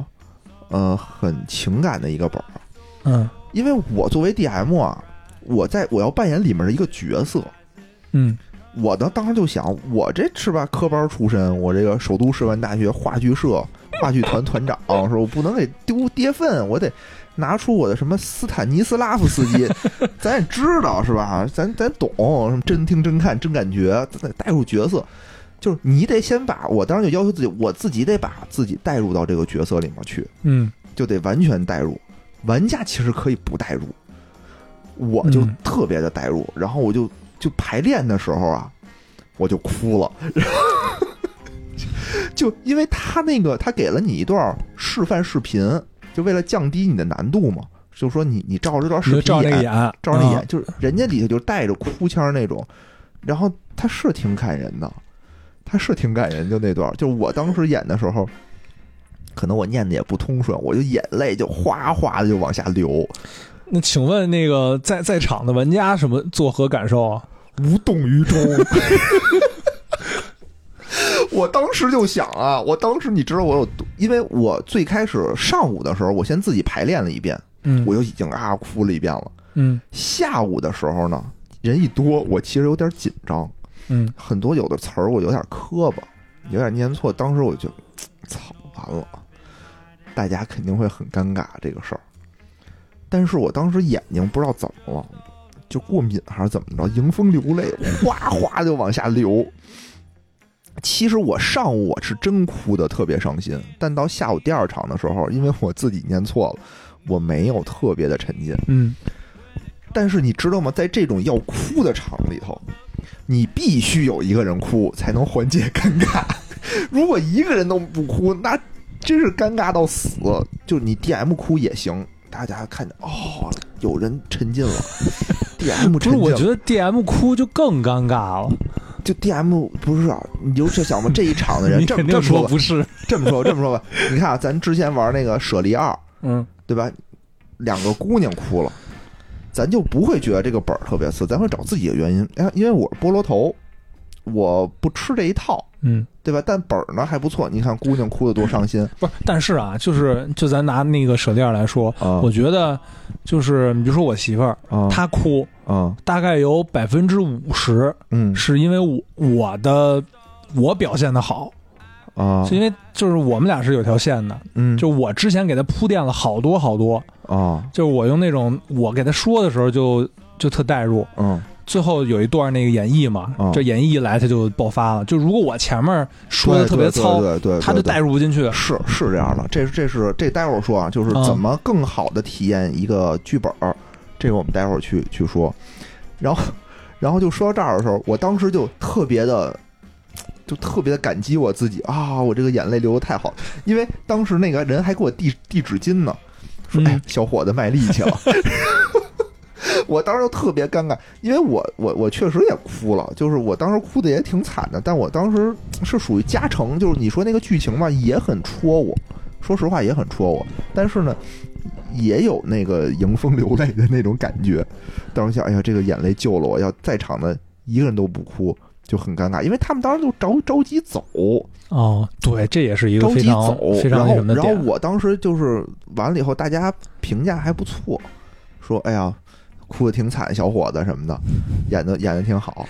Speaker 1: 呃很情感的一个本儿。
Speaker 2: 嗯
Speaker 1: 因为我作为 DM 啊，我在我要扮演里面的一个角色，
Speaker 2: 嗯
Speaker 1: 我呢当时就想，我这是吧科班出身，我这个首都师范大学话剧社话剧团团长，说我不能给丢跌份，我得拿出我的什么斯坦尼斯拉夫斯基，咱也知道是吧？咱咱懂什么真听真看真感觉，咱得带入角色。就是你得先把我当时就要求自己，我自己得把自己带入到这个角色里面去。
Speaker 2: 嗯，
Speaker 1: 就得完全代入。玩家其实可以不代入，我就
Speaker 2: 嗯
Speaker 1: 特别的代入，然后我就就排练的时候啊，我就哭了， 然后就就因为他那个他给了你一段示范视频，就为了降低你的难度嘛，就说你你照着这段
Speaker 2: 你
Speaker 1: 视
Speaker 2: 就
Speaker 1: 频
Speaker 2: 照那个
Speaker 1: 演
Speaker 2: 演，
Speaker 1: 照着那演，
Speaker 2: 啊
Speaker 1: 就是人家里头就是带着哭腔儿那种，然后他是挺感人的，他是挺感人，就那段儿，就是我当时演的时候，可能我念的也不通顺，我就眼泪就哗哗的就往下流，
Speaker 2: 那请问那个在在场的玩家什么作何感受啊？
Speaker 1: 无动于衷。 我当时就想啊，我当时你知道我有多，因为我最开始上午的时候，我先自己排练了一遍，
Speaker 2: 嗯
Speaker 1: 我就已经啊哭了一遍了。
Speaker 2: 嗯
Speaker 1: 下午的时候呢，人一多，我其实有点紧张，
Speaker 2: 嗯
Speaker 1: 很多有的词儿我有点磕巴，有点念错，当时我就，操，完了，大家肯定会很尴尬这个事儿。但是我当时眼睛不知道怎么了，就过敏还是怎么着，迎风流泪，哗哗就往下流。其实我上午我是真哭的特别伤心，但到下午第二场的时候，因为我自己念错了，我没有特别的沉浸。
Speaker 2: 嗯，
Speaker 1: 但是你知道吗？在这种要哭的场里头，你必须有一个人哭才能缓解尴尬。如果一个人都不哭，那真是尴尬到死。就你 DM 哭也行，大家看着哦，有人沉浸 了，DM
Speaker 2: 不
Speaker 1: 沉
Speaker 2: 是，
Speaker 1: 浸
Speaker 2: 我
Speaker 1: 了
Speaker 2: 觉得 DM 哭就更尴尬了，
Speaker 1: 就 DM 不是啊？你就是想嘛，这一场的 人
Speaker 2: 你
Speaker 1: 这
Speaker 2: 肯
Speaker 1: 么
Speaker 2: 定
Speaker 1: 这么说
Speaker 2: 说
Speaker 1: 吧，
Speaker 2: 不是，
Speaker 1: 这么说吧这么说吧，你看啊，咱之前玩那个舍利二，
Speaker 2: 嗯
Speaker 1: 对吧？两个姑娘哭了，咱就不会觉得这个本儿特别次，咱会找自己的原因。哎，因为我是菠萝头，我不吃这一套，
Speaker 2: 嗯。
Speaker 1: 对吧？但本儿呢还不错，你看姑娘哭的多伤心
Speaker 2: 不是，但是啊，就是就咱拿那个舍利儿来说，
Speaker 1: 啊
Speaker 2: 我觉得就是你比如说我媳妇儿，
Speaker 1: 啊
Speaker 2: 她哭
Speaker 1: 啊
Speaker 2: 大概有百分之五十
Speaker 1: 嗯
Speaker 2: 是因为我我的我表现的好，
Speaker 1: 啊
Speaker 2: 是因为就是我们俩是有条线的，
Speaker 1: 嗯
Speaker 2: 就我之前给她铺垫了好多好多，
Speaker 1: 啊
Speaker 2: 就是我用那种我给她说的时候就就特代入，
Speaker 1: 嗯
Speaker 2: 最后有一段那个演绎嘛，
Speaker 1: 嗯
Speaker 2: 这演绎一来他就爆发了。就如果我前面说
Speaker 1: 对
Speaker 2: 的特别糙，
Speaker 1: 对对对对，
Speaker 2: 他就代入不进去。
Speaker 1: 是是这样的，这这是这待会儿说啊，就是
Speaker 2: 嗯
Speaker 1: 怎么更好的体验一个剧本，儿，这个我们待会儿去去说。然后，然后就说到这儿的时候，我当时就特别的，就特别的感激我自己啊，我这个眼泪流的太好了，因为当时那个人还给我递递纸巾呢，说、哎
Speaker 2: 嗯，
Speaker 1: 小伙子卖力气了。 我当时就特别尴尬，因为我我我确实也哭了，就是我当时哭的也挺惨的，但我当时是属于加成，就是你说那个剧情吧，也很戳我，说实话也很戳我，但是呢，也有那个迎风流泪的那种感觉。当时想，哎呀，这个眼泪救了我，要在场的一个人都不哭。就很尴尬，因为他们当时就着着急走，
Speaker 2: 哦，对，这也是一个
Speaker 1: 着
Speaker 2: 非
Speaker 1: 急
Speaker 2: 常
Speaker 1: 走，
Speaker 2: 非
Speaker 1: 然
Speaker 2: 常那
Speaker 1: 后
Speaker 2: 什么的
Speaker 1: 然后
Speaker 2: 点。
Speaker 1: 我当时就是完了以后，大家评价还不错，说哎呀，哭的挺惨，小伙子什么的，演的演的挺好。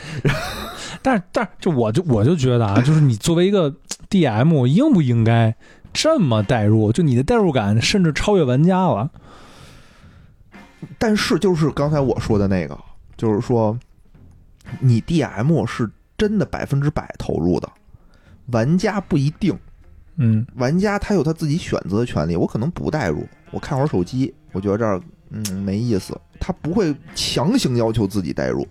Speaker 2: 但是但是，就我就我就 觉得啊，就是你作为一个 DM，应不应该这么代入？就你的代入感甚至超越玩家了。
Speaker 1: 但是就是刚才我说的那个，就是说，你 DM 是真的百分之百投入的，玩家不一定。
Speaker 2: 嗯
Speaker 1: 玩家他有他自己选择的权利，我可能不代入，我看会儿手机，我觉得这儿嗯没意思，他不会强行要求自己代入，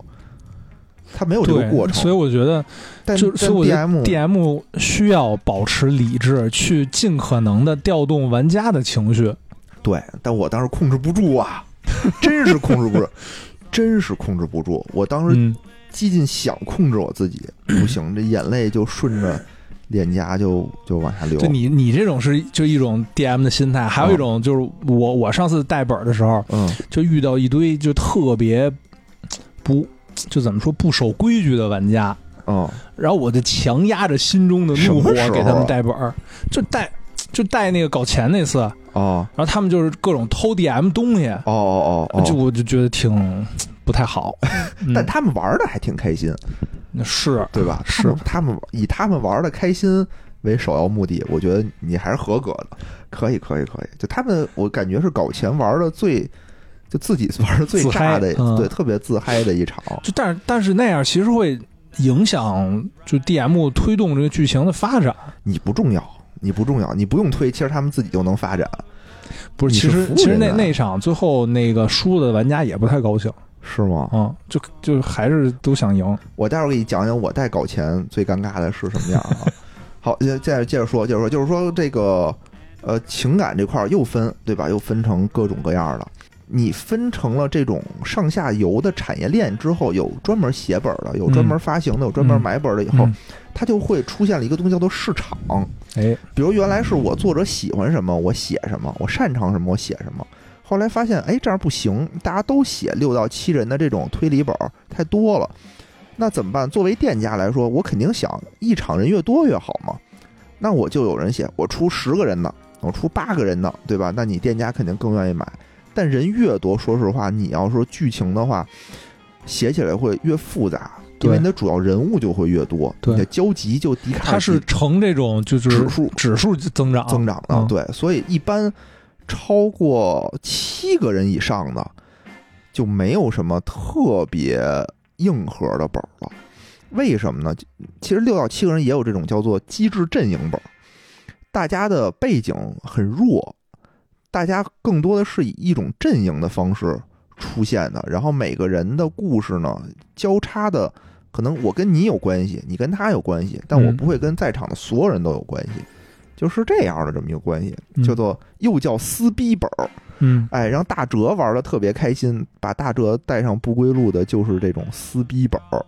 Speaker 1: 他没有这个
Speaker 2: 对
Speaker 1: 过嗯程。
Speaker 2: 所以我觉得
Speaker 1: 但
Speaker 2: 就
Speaker 1: 但
Speaker 2: 所以我觉得
Speaker 1: DM
Speaker 2: DM 需要保持理智，去尽可能的调动玩家的情绪。
Speaker 1: 对，但我当时控制不住啊，真是控制不住，真是控制不住。我当时
Speaker 2: 嗯，
Speaker 1: 几近想控制我自己，不行，这眼泪就顺着脸颊就就往下流
Speaker 2: 就。你你这种是就一种 DM 的心态，还有一
Speaker 1: 啊
Speaker 2: 种就是我我上次带本的时候，
Speaker 1: 嗯，
Speaker 2: 就遇到一堆就特别不就怎么说不守规矩的玩家，
Speaker 1: 哦，
Speaker 2: 然后我就强压着心中的怒
Speaker 1: 什
Speaker 2: 火
Speaker 1: 么时候啊
Speaker 2: 给他们带本儿，就带就带那个搞钱那次，
Speaker 1: 哦，
Speaker 2: 然后他们就是各种偷 DM 东西，
Speaker 1: 哦哦哦哦，
Speaker 2: 就我就觉得挺不太 好。嗯
Speaker 1: 但他们玩的还挺开心，
Speaker 2: 那是
Speaker 1: 对吧？
Speaker 2: 是
Speaker 1: 他们他们以他们玩的开心为首要目的，我觉得你还是合格的，可以可以可以。就他们，我感觉是搞钱玩的最，就自己玩的最
Speaker 2: 自嗨
Speaker 1: 炸的，
Speaker 2: 嗯
Speaker 1: 对，特别自嗨的一场。
Speaker 2: 就但是但是那样其实会影响就 DM 推动这个剧情的发展。
Speaker 1: 你不重要，你不重要，你不用推，其实他们自己就能发展。
Speaker 2: 不是，
Speaker 1: 你
Speaker 2: 其
Speaker 1: 是
Speaker 2: 实
Speaker 1: 服务
Speaker 2: 其实那
Speaker 1: 人员
Speaker 2: 那场最后那个输的玩家也不太高兴，
Speaker 1: 是吗？
Speaker 2: 嗯，就就还是都想赢。
Speaker 1: 我待会儿给你讲讲我带搞钱最尴尬的是什么样 啊。好，接接着接着说，接着说，就是说这个呃情感这块儿又分对吧？又分成各种各样的。你分成了这种上下游的产业链之后，有专门写本的，有专门发行的，有专门买本的。以后，
Speaker 2: 嗯
Speaker 1: 它就会出现了一个东西叫做市场。
Speaker 2: 哎，
Speaker 1: 比如原来是我作者喜欢什么，我写什么，我擅长什么，我写什么。后来发现，哎，这样不行，大家都写六到七人的这种推理本儿太多了，那怎么办？作为店家来说，我肯定想一场人越多越好嘛。那我就有人写，我出十个人的，我出八个人的，对吧？那你店家肯定更愿意买。但人越多，说实话，你要说剧情的话，写起来会越复杂，因为
Speaker 2: 对
Speaker 1: 你的主要人物就会越多，
Speaker 2: 对
Speaker 1: 你的交集就迪卡
Speaker 2: 它
Speaker 1: 尔
Speaker 2: 是
Speaker 1: 基
Speaker 2: 呈这种就是
Speaker 1: 指数
Speaker 2: 指数增长，
Speaker 1: 增长的，
Speaker 2: 嗯
Speaker 1: 对，所以一般超过七个人以上的就没有什么特别硬核的本儿了。为什么呢？其实六到七个人也有这种叫做机制阵营本儿，大家的背景很弱，大家更多的是以一种阵营的方式出现的，然后每个人的故事呢交叉的。可能我跟你有关系，你跟他有关系，但我
Speaker 2: 嗯
Speaker 1: 不会跟在场的所有人都有关系。就是这样的这么一个关系，
Speaker 2: 嗯
Speaker 1: 叫做又叫撕逼本儿。
Speaker 2: 嗯，
Speaker 1: 哎，让大哲玩的特别开心，把大哲带上不归路的就是这种撕逼本儿。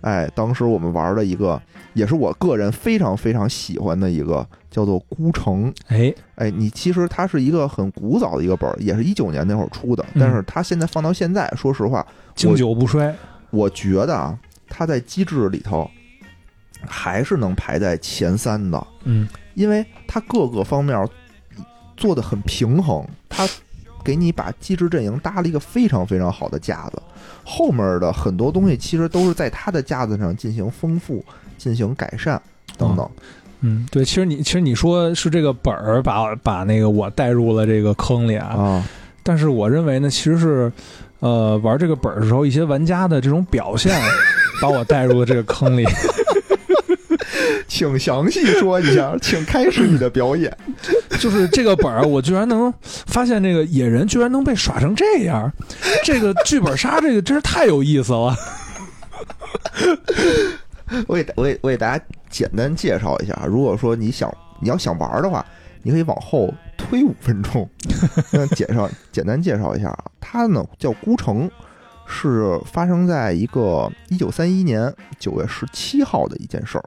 Speaker 1: 哎，当时我们玩的一个，也是我个人非常非常喜欢的一个，叫做《孤城》。
Speaker 2: 哎，
Speaker 1: 哎，你其实它是一个很古早的一个本儿，也是一九年那会儿出的，但是它现在放到现在，说实话，
Speaker 2: 经久不衰，
Speaker 1: 我觉得啊，它在机制里头还是能排在前三的。
Speaker 2: 嗯，
Speaker 1: 因为它各个方面做的很平衡，它给你把机制阵营搭了一个非常非常好的架子。后面的很多东西其实都是在它的架子上进行丰富、进行改善等等。
Speaker 2: 嗯，对，其实你其实你说是这个本儿把把那个我带入了这个坑里啊，
Speaker 1: 啊
Speaker 2: 但是我认为呢，其实是呃玩这个本儿的时候，一些玩家的这种表现， 把我带入了这个坑里。
Speaker 1: 请详细说一下，请开始你的表演。
Speaker 2: 就是这个本儿，我居然能发现这个野人居然能被耍成这样，这个剧本杀这个真是太有意思了。
Speaker 1: 我给我给我给大家简单介绍一下，啊如果说你想你要想玩的话，你可以往后推五分钟，那介绍简单介绍一下啊，它呢叫孤城，是发生在一个一九三一年九月十七号的一件事儿。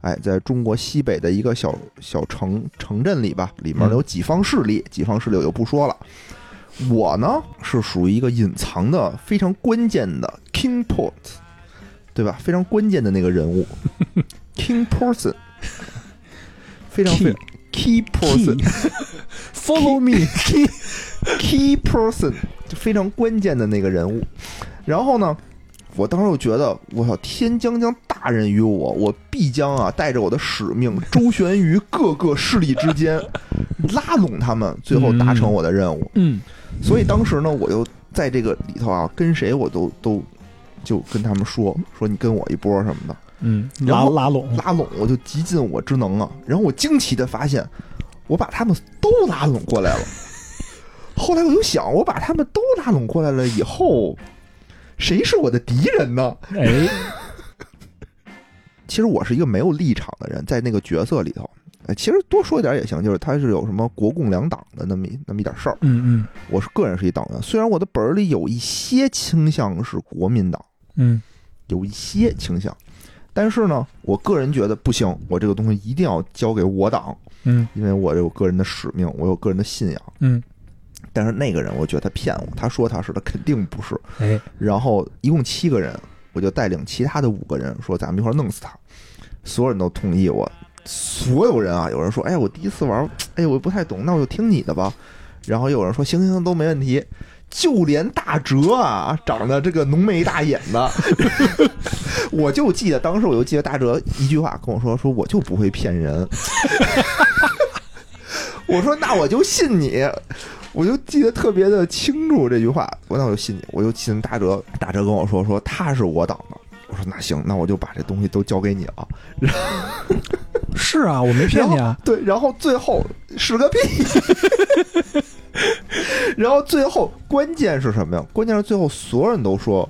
Speaker 1: 哎，在中国西北的一个小小城城镇里吧，里面有几方势力，几方势力我就不说了。我呢是属于一个隐藏的非常关键的 King Port，对吧？非常关键的那个人物 King Person，非常非 Key Person
Speaker 2: Follow me，
Speaker 1: Key Key Person 就非常关键的那个人物。然后呢，我当时就觉得，我操，天将降大任于我，我必将啊带着我的使命周旋于各个势力之间，拉拢他们，最后达成我的任务。
Speaker 2: 嗯，
Speaker 1: 所以当时呢，我就在这个里头啊，跟谁我都都就跟他们说说你跟我一波什么的，
Speaker 2: 嗯，
Speaker 1: 然
Speaker 2: 拉
Speaker 1: 后
Speaker 2: 拉拢，
Speaker 1: 拉拢我就极尽我之能啊。然后我惊奇的发现，我把他们都拉拢过来了。后来我就想，我把他们都拉拢过来了以后，谁是我的敌人呢？
Speaker 2: 哎，
Speaker 1: 其实我是一个没有立场的人，在那个角色里头，呃其实多说一点也行，就是他是有什么国共两党的那么一那么一点事儿。
Speaker 2: 嗯嗯
Speaker 1: 我是个人是一党员，虽然我的本儿里有一些倾向是国民党，
Speaker 2: 嗯
Speaker 1: 有一些倾向，但是呢，我个人觉得不行，我这个东西一定要交给我党，
Speaker 2: 嗯
Speaker 1: 因为我有个人的使命，我有个人的信仰。
Speaker 2: 嗯，
Speaker 1: 但是那个人，我觉得他骗我，他说他是，他肯定不是。
Speaker 2: 哎，
Speaker 1: 然后一共七个人，我就带领其他的五个人说咱们一块儿弄死他，所有人都同意我，所有人啊，有人说哎我第一次玩，哎我不太懂，那我就听你的吧，然后又有人说行行行都没问题，就连大哲啊长得这个浓眉大眼的， 我就记得当时我就记得大哲一句话跟我说说我就不会骗人，我说那我就信你，我就记得特别的清楚这句话，我那我就信你，我就信大哲。大哲跟我说说他是我党的，我说那行，那我就把这东西都交给你了。
Speaker 2: 是啊，我没骗
Speaker 1: 然后
Speaker 2: 你啊，
Speaker 1: 对，然后最后是个屁。 然后最后关键是什么呀？关键是最后所有人都说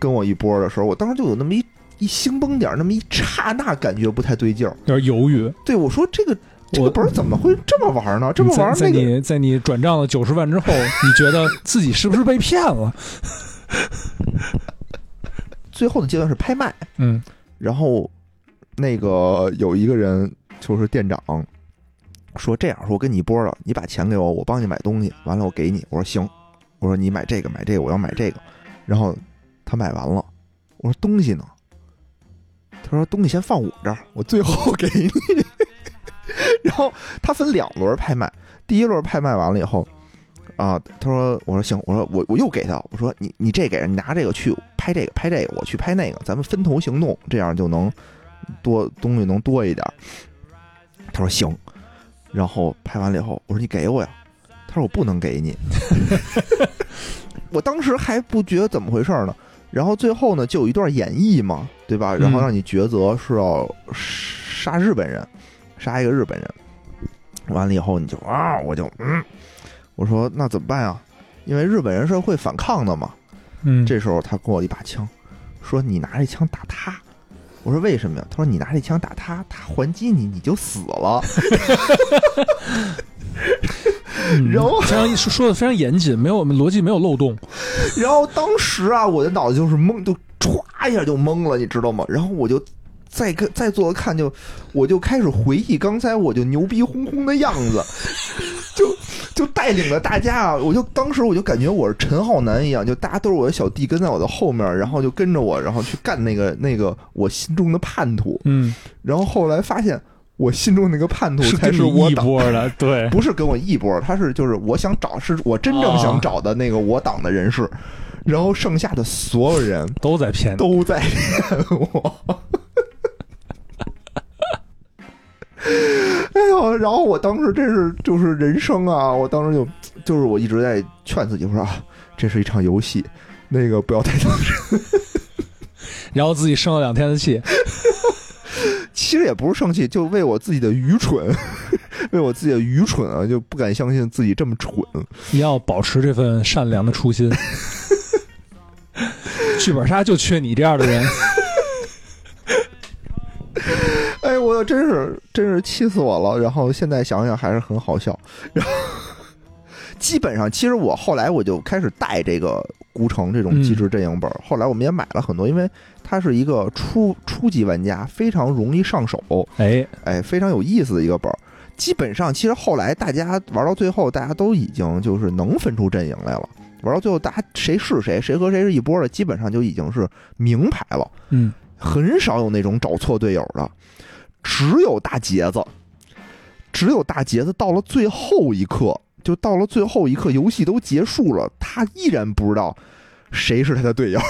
Speaker 1: 跟我一波的时候，我当时就有那么一一星崩点儿，那么一刹那感觉不太对劲儿。
Speaker 2: 有点犹豫。
Speaker 1: 对我说这个这
Speaker 2: 我
Speaker 1: 个本儿怎么会这么玩儿呢？这么玩儿
Speaker 2: 在在
Speaker 1: 那个
Speaker 2: 你在你转账了九十万之后，你觉得自己是不是被骗了？
Speaker 1: 最后的阶段是拍卖。
Speaker 2: 嗯
Speaker 1: 然后那个有一个人就是店长说这样，说我跟你一波了，你把钱给我，我帮你买东西，完了我给你。我说行，我说你买这个买这个，我要买这个。然后他买完了，我说东西呢？他说东西先放我这儿，我最后给你。然后他分两轮拍卖，第一轮拍卖完了以后，啊，他说，我说行，我说我我又给他，我说你你这给人，你拿这个去拍这个拍这个，我去拍那个，咱们分头行动，这样就能多东西能多一点。他说行，然后拍完了以后，我说你给我呀，他说我不能给你， 我当时还不觉得怎么回事呢。然后最后呢，就有一段演绎嘛，对吧？然后
Speaker 2: 嗯
Speaker 1: 让你抉择是要杀日本人，杀一个日本人。完了以后，你就啊，我就嗯，我说那怎么办呀？因为日本人是会反抗的嘛。
Speaker 2: 嗯，
Speaker 1: 这时候他给我一把枪，说你拿这枪打他。我说为什么呀？他说你拿这枪打他，他还击你，你就死了。
Speaker 2: 嗯
Speaker 1: 然后
Speaker 2: 非常说说的非常严谨，没有逻辑没有漏洞。
Speaker 1: 然后当时啊，我的脑子就是懵，就歘一下就懵了，你知道吗？然后我就再跟再做看就，我就开始回忆刚才我就牛逼哄哄的样子，就就带领着大家啊，我就当时我就感觉我是陈浩南一样，就大家都是我的小弟，跟在我的后面，然后就跟着我，然后去干那个那个我心中的叛徒。
Speaker 2: 嗯，
Speaker 1: 然后后来发现，我心中那个叛徒才
Speaker 2: 跟你
Speaker 1: 我
Speaker 2: 一
Speaker 1: 党。
Speaker 2: 波的， 对，
Speaker 1: 不是跟我一波，他是就是我想找，是我真正
Speaker 2: 啊
Speaker 1: 想找的那个我党的人士，然后剩下的所有人
Speaker 2: 都在骗你。
Speaker 1: 都在骗我。哎呦，然后我当时真是就是人生啊，我当时就就是我一直在劝自己，我说啊，这是一场游戏，那个不要太当真。
Speaker 2: 然后自己生了两天的气，
Speaker 1: 其实也不是生气，就为我自己的愚蠢， 为我自己的愚蠢啊，就不敢相信自己这么蠢。
Speaker 2: 你要保持这份善良的初 心。剧本杀就缺你这样的 人，
Speaker 1: 哎，我真是真是气死我了。然后现在想想还是很好笑。然后 基本上，其实我后来我就开始带这个孤城这种机制阵营本儿。后来我们也买了很多，因为它是一个初初级玩家非常容易上手，
Speaker 2: 哎，
Speaker 1: 哎，非常有意思的一个本儿。基本上，其实后来大家玩到最后，大家都已经就是能分出阵营来了。玩到最后，大家谁是谁，谁和谁是一波的，基本上就已经是明牌了。
Speaker 2: 嗯，
Speaker 1: 很少有那种找错队友的，只有大杰子，只有大杰子到了最后一刻，就到了最后一刻，游戏都结束了，他依然不知道谁是他的队友。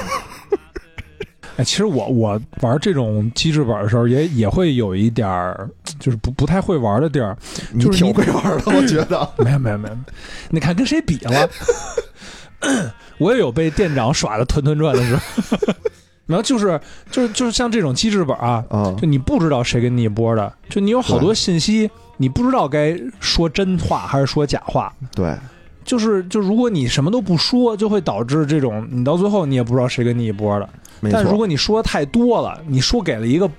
Speaker 2: 哎，其实我我玩这种机制本的时候也，也会有一点儿，就是不不太会玩的地儿。
Speaker 1: 你
Speaker 2: 就是你
Speaker 1: 挺会玩的，我觉 得。
Speaker 2: 没有没有没有，你看跟谁比 了？ 我也有被店长耍的团团转的时候。 然后就是就是就是像这种机制本啊，
Speaker 1: 啊、
Speaker 2: 就你不知道谁跟你一波的，就你有好多信息，你不知道该说真话还是说假话。
Speaker 1: 对，
Speaker 2: 就是就如果你什么都不说，就会导致这种你到最后你也不知道谁跟你一波的。
Speaker 1: 没
Speaker 2: 但如
Speaker 1: 错。
Speaker 2: 果你说太多了，你说给了一个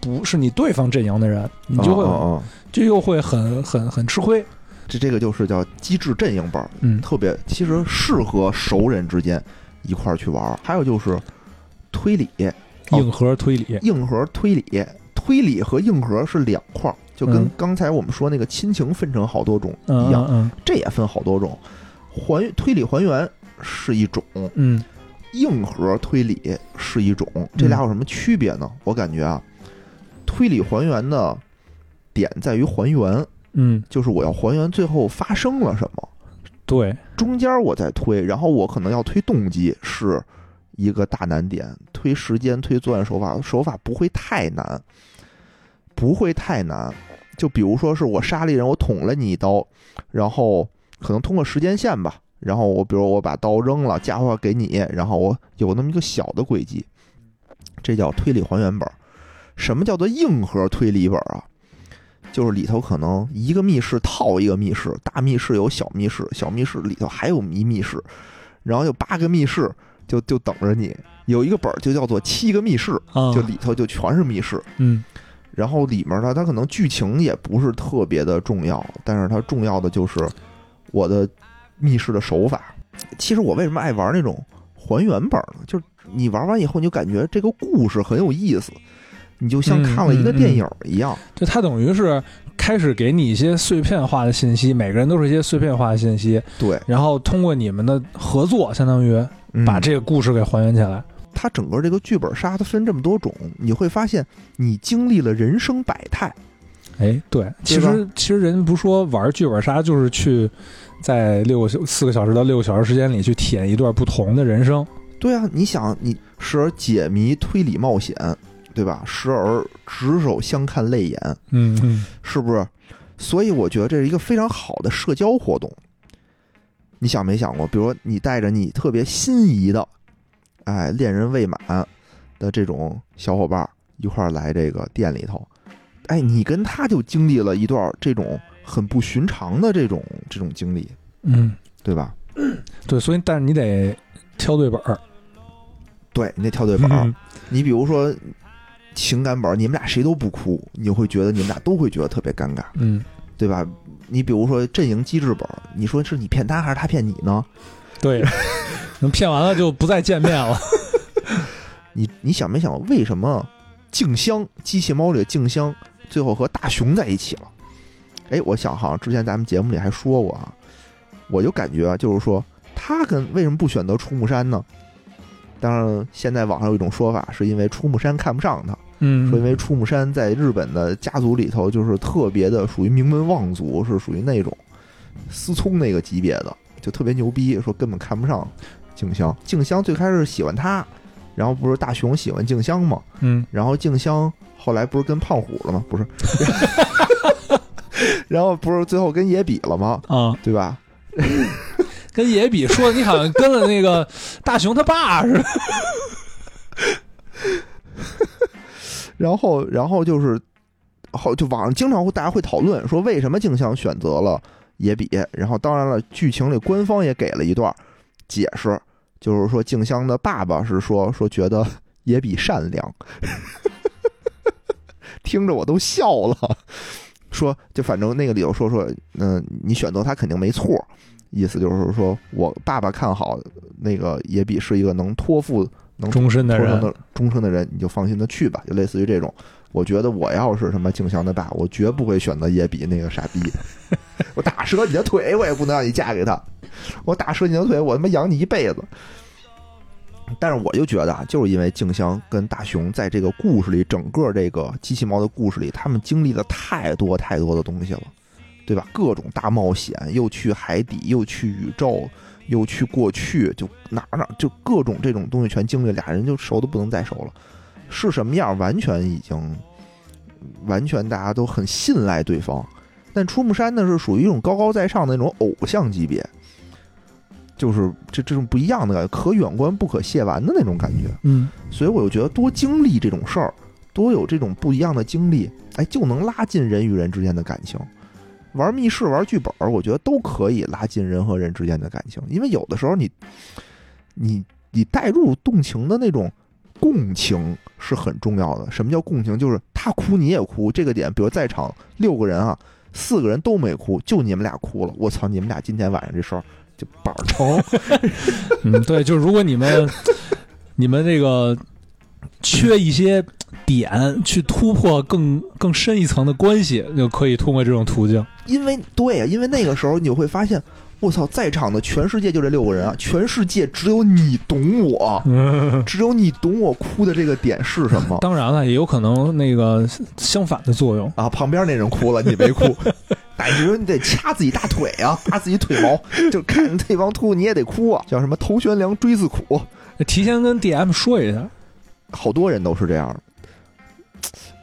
Speaker 2: 不是你对方阵营的人，你就会、
Speaker 1: 嗯嗯嗯
Speaker 2: 就又会很很很吃亏。
Speaker 1: 这这个就是叫机制阵营本儿，
Speaker 2: 嗯
Speaker 1: 特别其实适合熟人之间一块儿去玩儿。还有就是推理，哦
Speaker 2: 硬核推理，
Speaker 1: 硬核推理，推理和硬核是两块儿，就跟
Speaker 2: 嗯
Speaker 1: 刚才我们说那个亲情分成好多种
Speaker 2: 嗯
Speaker 1: 一样，
Speaker 2: 嗯
Speaker 1: 这也分好多种。还推理还原是一种，
Speaker 2: 嗯
Speaker 1: 硬核推理是一种，这俩有什么区别呢？我感觉啊，推理还原的点在于还原，
Speaker 2: 嗯，
Speaker 1: 就是我要还原最后发生了什么。
Speaker 2: 对，
Speaker 1: 中间我再推，然后我可能要推动机是一个大难点，推时间、推作案手法，手法不会太难，不会太难。就比如说是我杀了一人，我捅了你一刀，然后可能通过时间线吧，然后我比如我把刀扔了，家伙给你，然后我有那么一个小的轨迹，这叫推理还原本儿。什么叫做硬核推理本儿啊？就是里头可能一个密室套一个密室，大密室有小密室，小密室里头还有一密室，然后有八个密室就就等着你。有一个本儿就叫做《七个密室》，
Speaker 2: 啊，
Speaker 1: 就里头就全是密室。
Speaker 2: 嗯
Speaker 1: 然后里面呢，它可能剧情也不是特别的重要，但是它重要的就是我的密室的手法。其实我为什么爱玩那种还原本儿呢？就是你玩完以后，你就感觉这个故事很有意思，你就像
Speaker 2: 嗯
Speaker 1: 看了一个
Speaker 2: 嗯
Speaker 1: 电
Speaker 2: 嗯
Speaker 1: 影儿一样。
Speaker 2: 就它等于是开始给你一些碎片化的信息，每个人都是一些碎片化的信息，
Speaker 1: 对，
Speaker 2: 然后通过你们的合作，相当于
Speaker 1: 嗯
Speaker 2: 把这个故事给还原起来。
Speaker 1: 它整个这个剧本杀它分这么多种，你会发现你经历了人生百态。
Speaker 2: 哎，对，其实其实人不说玩剧本杀，就是去在六个小四个小时到六个小时时间里去体验一段不同的人生。
Speaker 1: 对啊，你想，你时而解谜、推理、冒险，对吧？时而执手相看泪眼，
Speaker 2: 嗯嗯，
Speaker 1: 是不是？所以我觉得这是一个非常好的社交活动。你想没想过，比如说你带着你特别心仪的，哎，恋人未满的这种小伙伴儿一块儿来这个店里头，哎，你跟他就经历了一段这种很不寻常的这种这种经历，
Speaker 2: 嗯，
Speaker 1: 对吧？
Speaker 2: 对，所以但是你得挑对本儿，
Speaker 1: 对你得跳对本儿，
Speaker 2: 嗯
Speaker 1: 你比如说情感本儿，你们俩谁都不哭，你会觉得你们俩都会觉得特别尴尬，
Speaker 2: 嗯，
Speaker 1: 对吧？你比如说阵营机制本儿，你说是你骗他还是他骗你呢？
Speaker 2: 对，能骗完了就不再见面 了。
Speaker 1: 你你想没想为什么静香机器猫里的静香最后和大熊在一起了？哎，我想好像之前咱们节目里还说过啊，我就感觉啊就是说他跟为什么不选择出木山呢？当然，现在网上有一种说法，是因为出木山看不上他。
Speaker 2: 嗯，
Speaker 1: 说因为出木山在日本的家族里头就是特别的属于名门望族，是属于那种思聪那个级别的，就特别牛逼，说根本看不上静香。静香最开始喜欢他，然后不是大雄喜欢静香吗？
Speaker 2: 嗯
Speaker 1: 然后静香后来不是跟胖虎了吗？不是， 然后不是最后跟野比了吗？
Speaker 2: 啊，
Speaker 1: 对吧？
Speaker 2: 跟野比说的，你好像跟了那个大雄他爸似的。
Speaker 1: 然后，然后就是，好，就网上经常会大家会讨论说，为什么静香选择了野比？然后，当然了，剧情里官方也给了一段解释，就是说静香的爸爸是说说觉得野比善良， 听着我都笑了。说，就反正那个理由说说，嗯、你选择他肯定没错，意思就是说我爸爸看好那个野比是一个能托付能
Speaker 2: 终身的
Speaker 1: 忠诚
Speaker 2: 人，
Speaker 1: 的忠诚的人，你就放心的去吧，就类似于这种。我觉得我要是什么静香的爸，我绝不会选择野比那个傻逼。 我打折你的腿，我也不能让你嫁给他。我打折你的腿，我他妈养你一辈子。但是我就觉得啊，就是因为静香跟大雄在这个故事里，整个这个机器猫的故事里，他们经历了太多太多的东西了，对吧？各种大冒险，又去海底，又去宇宙，又去过去，就哪儿哪儿就各种这种东西全经历，俩人就熟的不能再熟了。是什么样，完全已经完全大家都很信赖对方。但出木山呢，是属于一种高高在上的那种偶像级别，就是这这种不一样的感觉，可远观不可亵玩的那种感觉。
Speaker 2: 嗯，
Speaker 1: 所以我就觉得多经历这种事儿，多有这种不一样的经历，哎，就能拉近人与人之间的感情。玩密室、玩剧本儿，我觉得都可以拉近人和人之间的感情，因为有的时候你，你你带入动情的那种共情是很重要的。什么叫共情？就是他哭你也哭，这个点，比如在场六个人啊，四个人都没哭，就你们俩哭了。我操，你们俩今天晚上这事儿就板儿成。
Speaker 2: 嗯，对，就是如果你们你们这个缺一些点去突破更更深一层的关系，就可以通过这种途 径。
Speaker 1: 因为对呀，因为那个时候你会发现，我操，在场的全世界就这六个人啊，全世界只有你懂我，只有你懂我哭的这个点是什 么
Speaker 2: 当然了，也有可能那个相反的作用。
Speaker 1: 啊？旁边那人哭了，你没哭，但是你得掐自己大腿啊，扒自己腿毛，就看着对方吐你也得哭啊，叫什么头悬梁锥刺股，
Speaker 2: 提前跟 DM 说一下，
Speaker 1: 好多人都是这样的。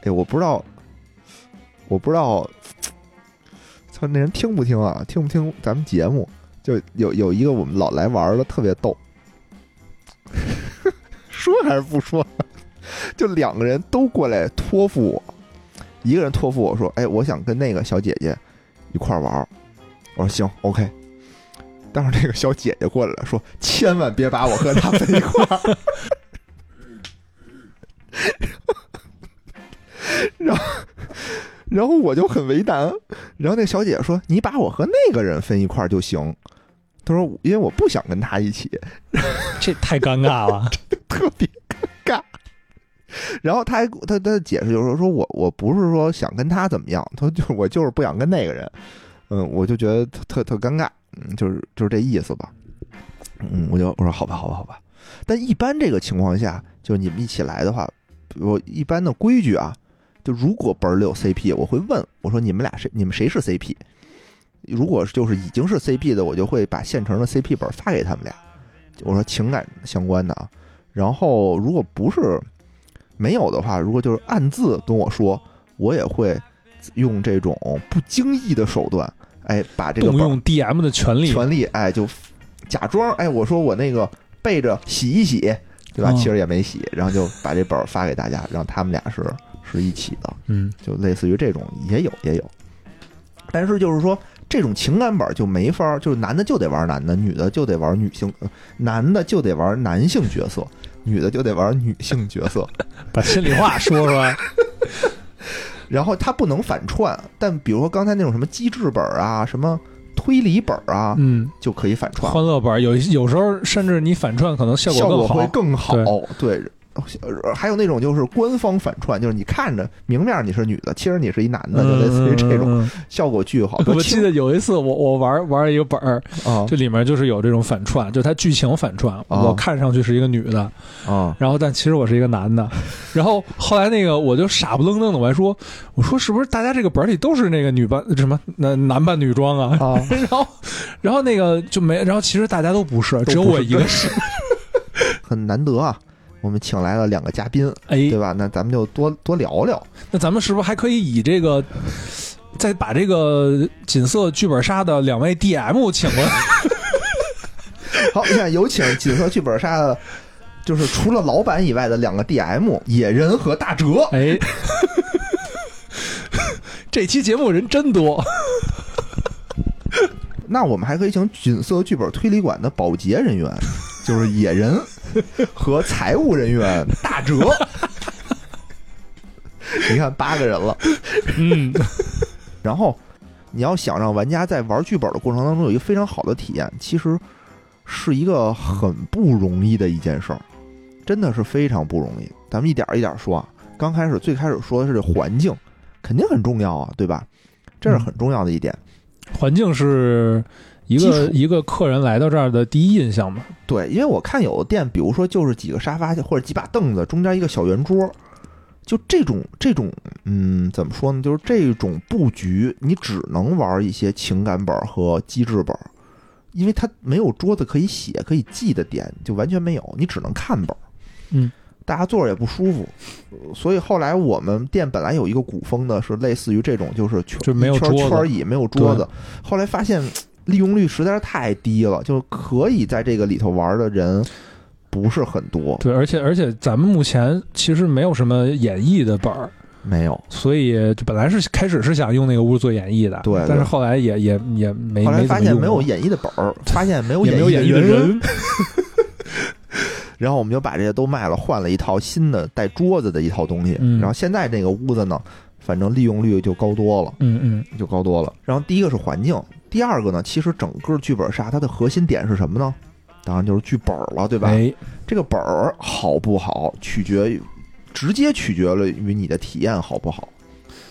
Speaker 1: 哎，我不知道，我不知道，操，那人听不听啊？听不听咱们节目？就有有一个我们老来玩儿的，特别逗， 说还是不说？就两个人都过来托付我，一个人托付我说：“哎，我想跟那个小姐姐一块儿玩儿。”我说：“行，OK。”但是那个小姐姐过来了，说：“千万别把我和她 分一块儿。”然后，然后我就很为难。然后那小姐姐说：“你把我和那个人分一块儿就行。”她说：“因为我不想跟他一起，
Speaker 2: 这太尴尬了。
Speaker 1: 特别尴尬。”然后她还她她的解释就是说：“说我我不是说想跟他怎么样，她说就是我就是不想跟那个人。”嗯，我就觉得特特特尴尬，嗯，就是就是这意思吧。嗯，我就我说好吧，好吧，好吧。但一般这个情况下，就是你们一起来的话，我一般的规矩啊，就如果本儿里有 CP，我会问我说你们俩谁，你们谁是 CP？如果就是已经是 CP 的，我就会把现成的 CP 本儿发给他们俩，我说情感相关的啊。然后如果不是没有的话，如果就是暗自跟我说，我也会用这种不经意的手段，哎，把这个
Speaker 2: 动
Speaker 1: 本儿
Speaker 2: 用 DM 的权利，
Speaker 1: 权利，哎，就假装哎，我说我那个背着洗一洗，对吧？
Speaker 2: 嗯
Speaker 1: 其实也没洗，然后就把这本儿发给大家，让他们俩是是一起的，
Speaker 2: 嗯，
Speaker 1: 就类似于这种也有也有，但是就是说这种情感本儿就没法儿，就是男的就得玩男的，女的就得玩女性，呃男的就得玩男性角色，女的就得玩女性角 色，
Speaker 2: 把心里话说出来。
Speaker 1: 然后它不能反串，但比如说刚才那种什么机制本儿啊，什么推理本儿啊，
Speaker 2: 嗯，
Speaker 1: 就可以反串。
Speaker 2: 欢乐本有有时候甚至你反串可能效
Speaker 1: 啊效
Speaker 2: 果
Speaker 1: 会
Speaker 2: 更好。
Speaker 1: 更好。对。呃还有那种就是官方反串，就是你看着明面你是女的，其实你是一男的，就类似于这种，
Speaker 2: 嗯嗯嗯
Speaker 1: 效果巨 好。
Speaker 2: 我记
Speaker 1: 得
Speaker 2: 得有一次我，我玩玩一个本儿，
Speaker 1: 啊
Speaker 2: 这里面就是有这种反串，就它剧情反串。
Speaker 1: 啊
Speaker 2: 我看上去是一个女的，
Speaker 1: 啊
Speaker 2: 然后但其实我是一个男的。 然后后来那个我就傻不愣登的，我还说，我说是不是大家这个本儿里都是那个女扮什么男男扮女装啊？
Speaker 1: 啊！
Speaker 2: 然后然后那个就没，然后其实大家都不是，只有我一个 是。
Speaker 1: 很难得啊，我们请来了两个嘉宾，
Speaker 2: 哎
Speaker 1: 对，吧？那咱们就多多聊聊。
Speaker 2: 那咱们是不是还可以以这个， 再把这个锦瑟剧本杀的两位 DM 请过来？
Speaker 1: 好，现在有请锦瑟剧本杀的，就是除了老板以外的两个 DM 野人和大哲。
Speaker 2: 哎， 这期节目人真多，
Speaker 1: 那我们还可以请锦瑟剧本推理馆的保洁人员，就是野人和财务人员大哲。你看八个人了，
Speaker 2: 嗯，
Speaker 1: 然后你要想让玩家在玩剧本的过程当中有一个非常好的体验，其实是一个很不容易的一件事儿，真的是非常不容易。咱们一点儿一点儿说啊，刚开始最开始说的是这环境，肯定很重要啊，对吧？这是很重要的一点。
Speaker 2: 环境是一
Speaker 1: 基
Speaker 2: 个
Speaker 1: 础
Speaker 2: 一个客人来到这儿的第一印象嘛，
Speaker 1: 对，因为我看有的店，比如说就是几个沙发或者几把凳子，中间一个小圆桌，就这种这种，嗯，怎么说呢？就是这种布局，你只能玩一些情感本儿和机制本儿，因为它没有桌子可以写、可以记的点，就完全没有，你只能看本儿。
Speaker 2: 嗯，
Speaker 1: 大家坐着也不舒服，呃所以后来我们店本来有一个古风的，是类似于这种，就是圈
Speaker 2: 就没有
Speaker 1: 一圈
Speaker 2: 桌子
Speaker 1: 圈椅，没有桌
Speaker 2: 对
Speaker 1: 子。后来发现利用率实在是太低了，就是可以在这个里头玩的人不是很多，
Speaker 2: 对，而且而且咱们目前其实没有什么演绎的本儿，
Speaker 1: 没有。
Speaker 2: 所以就本来是开始是想用那个屋做演绎的，
Speaker 1: 对对
Speaker 2: 但是后来也也也没
Speaker 1: 后来
Speaker 2: 没
Speaker 1: 发
Speaker 2: 怎么
Speaker 1: 现
Speaker 2: 用
Speaker 1: 没有
Speaker 2: 过
Speaker 1: 演绎的本儿，发现没有
Speaker 2: 也没
Speaker 1: 演
Speaker 2: 有
Speaker 1: 绎
Speaker 2: 演
Speaker 1: 的
Speaker 2: 绎的
Speaker 1: 人，
Speaker 2: 人，
Speaker 1: 然后我们就把这些都卖了，换了一套新的带桌子的一套东西。
Speaker 2: 嗯
Speaker 1: 然后现在这个屋子呢，反正利用率就高多了，
Speaker 2: 嗯嗯，
Speaker 1: 就高多了。然后第一个是环境，第二个呢，其实整个剧本杀它的核心点是什么呢？当然就是剧本了，对吧？
Speaker 2: 哎，
Speaker 1: 这个本儿好不好，取决于直接取决了于你的体验好不好。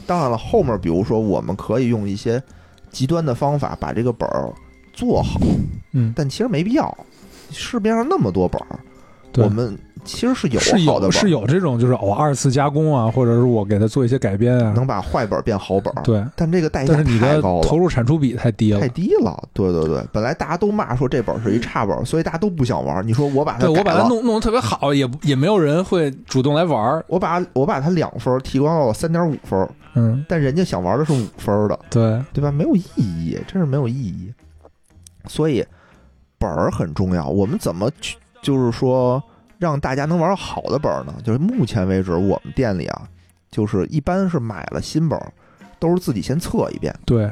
Speaker 1: 当然了，后面比如说我们可以用一些极端的方法把这个本儿做好，
Speaker 2: 嗯，
Speaker 1: 但其实没必要。市面上那么多本儿，
Speaker 2: 对
Speaker 1: 我们其实是有
Speaker 2: 是
Speaker 1: 好的本
Speaker 2: 有
Speaker 1: 儿，
Speaker 2: 是有这种就是偶二次加工啊，或者是我给它做一些改编啊，
Speaker 1: 能把坏本儿变好本儿，
Speaker 2: 对，
Speaker 1: 但这个代价
Speaker 2: 但是你
Speaker 1: 太
Speaker 2: 的
Speaker 1: 高了
Speaker 2: 投。入产出比太低了
Speaker 1: 太。低了，对对对，本来大家都骂说这本儿是一差本儿，所以大家都不想玩儿。你说我把它
Speaker 2: 对我
Speaker 1: 改
Speaker 2: 把
Speaker 1: 了
Speaker 2: 它弄弄得特别好，也不也没有人会主动来玩儿。
Speaker 1: 我把我把它两分儿提高到三点五分儿，
Speaker 2: 嗯，
Speaker 1: 但人家想玩的是五分儿的，
Speaker 2: 对，
Speaker 1: 对吧？没有意义，真是没有意义。所以本儿很重要，我们怎么去，就是说让大家能玩到好的本儿呢？就是目前为止，我们店里啊，就是一般是买了新本儿，都是自己先测一遍，
Speaker 2: 对，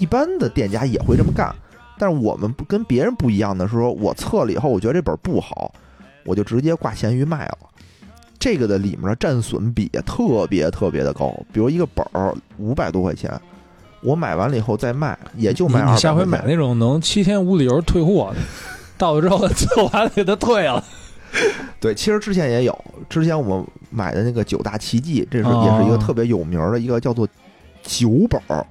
Speaker 1: 一般的店家也会这么干。但是我们不跟别人不一样的是说，我测了以后，我觉得这本儿不好，我就直接挂闲鱼卖了。这个的里面的战损比特别特别的高，比如一个本儿五百多块钱，我买完了以后再卖，也就卖
Speaker 2: 你
Speaker 1: 二
Speaker 2: 你
Speaker 1: 百。
Speaker 2: 下回买那种能七天无理由退货 的，到了之后做完了给它退了。
Speaker 1: 对，其实之前也有，之前我们买的那个九大奇迹，这是
Speaker 2: 哦
Speaker 1: 也是一个特别有名儿的一个叫做酒本儿，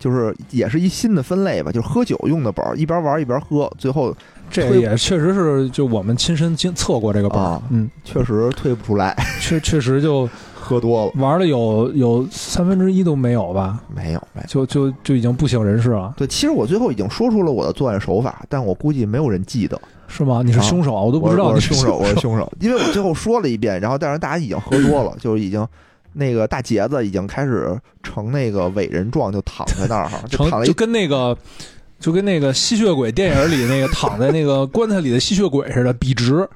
Speaker 1: 就是也是一新的分类吧，就是喝酒用的本儿，一边玩儿一边喝，最后
Speaker 2: 这
Speaker 1: 退
Speaker 2: 也确实是就我们亲身经测过这个本儿
Speaker 1: 啊，
Speaker 2: 嗯，
Speaker 1: 确实退不出来，
Speaker 2: 确确实就
Speaker 1: 喝多了
Speaker 2: 玩了有有三分之一都没有吧，
Speaker 1: 没有没有。
Speaker 2: 就就就已经不省人事了，
Speaker 1: 对，其实我最后已经说出了我的作案手法，但我估计没有人记得。
Speaker 2: 是吗？你是
Speaker 1: 啊
Speaker 2: 凶手啊，我都不
Speaker 1: 我
Speaker 2: 知道
Speaker 1: 我
Speaker 2: 你
Speaker 1: 是凶手，我是凶手，因为我最后说了一遍，然后但是大家已经喝多 了，就是已经那个大杰子已经开始成那个伟人状，就躺在那儿哈， 就
Speaker 2: 成
Speaker 1: 躺了一
Speaker 2: 就跟那个就跟那个吸血鬼电影里那个躺在那个棺材里的吸血鬼似的，笔直，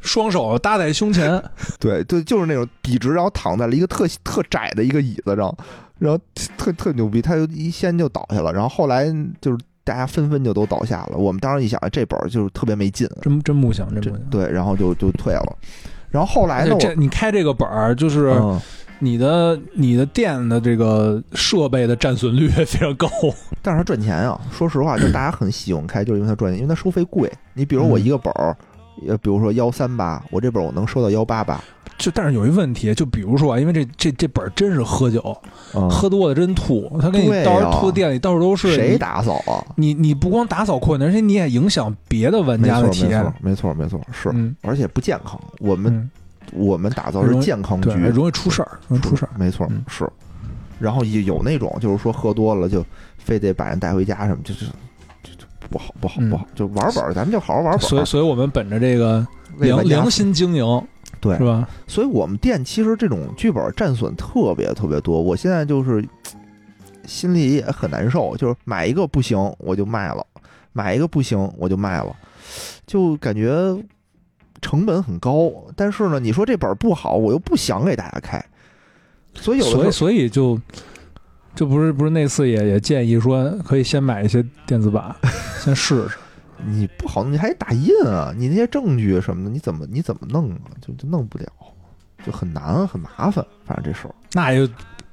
Speaker 2: 双手搭在胸前，
Speaker 1: 对对，就是那种笔直，然后躺在了一个特特窄的一个椅子上，然后特特牛逼，他就一先就倒下了，然后后来就是大家纷纷就都倒下了。我们当时一想，哎这本儿就是特别没劲，啊
Speaker 2: 真真不行，真
Speaker 1: 这啊
Speaker 2: 不行。
Speaker 1: 对，然后就就退了。然后后来
Speaker 2: 而
Speaker 1: 呢
Speaker 2: 且，哎这
Speaker 1: 我
Speaker 2: 你开这个本儿，就是
Speaker 1: 嗯
Speaker 2: 你的、你的店的这个设备的战损率 也非常高。
Speaker 1: 但是他赚钱啊，说实话，就大家很喜欢开，就是因为他赚钱，因为他收费贵。你比如我一个本儿，呃，比如说幺三八，我这本儿我能收到幺八八，
Speaker 2: 就但是有一问题，就比如说啊，因为这这这本儿真是喝酒，
Speaker 1: 嗯
Speaker 2: 喝多了真吐，他给你
Speaker 1: 对呀啊
Speaker 2: 到时候吐店里到处都是。
Speaker 1: 谁
Speaker 2: 你
Speaker 1: 打扫啊？
Speaker 2: 你你不光打扫困难，而且你也影响别的玩
Speaker 1: 没
Speaker 2: 家
Speaker 1: 错，
Speaker 2: 的
Speaker 1: 没
Speaker 2: 体验
Speaker 1: 错。，没错，没错，是，
Speaker 2: 嗯，
Speaker 1: 而且不健康。我们
Speaker 2: 嗯，
Speaker 1: 我们打造是健康局
Speaker 2: 对，，容易出事儿，容易出事儿。
Speaker 1: 没错
Speaker 2: 嗯，
Speaker 1: 是。然后也有那种就是说喝多了就非得把人带回家什么，就是就就不好不好
Speaker 2: 嗯
Speaker 1: 不好，就玩本儿，咱们就好好玩本
Speaker 2: 所以，
Speaker 1: 儿，啊
Speaker 2: 所以我们本着这个
Speaker 1: 为
Speaker 2: 良
Speaker 1: 玩家
Speaker 2: 良心经营，
Speaker 1: 对
Speaker 2: 是吧？
Speaker 1: 所以我们店其实这种剧本战损特别特别多，我现在就是心里也很难受，就是买一个不行我就卖了，买一个不行我就卖了，就感觉成本很高。但是呢，你说这本儿不好，我又不想给大家开，所以有的时
Speaker 2: 所
Speaker 1: 候
Speaker 2: 以所以就这不是不是那次也也建议说可以先买一些电子版，先试试。
Speaker 1: 你不好弄，你还得打印啊，你那些证据什么的，你怎么你怎么弄啊？就就弄不了，就很难很麻烦。反正这事儿，
Speaker 2: 那也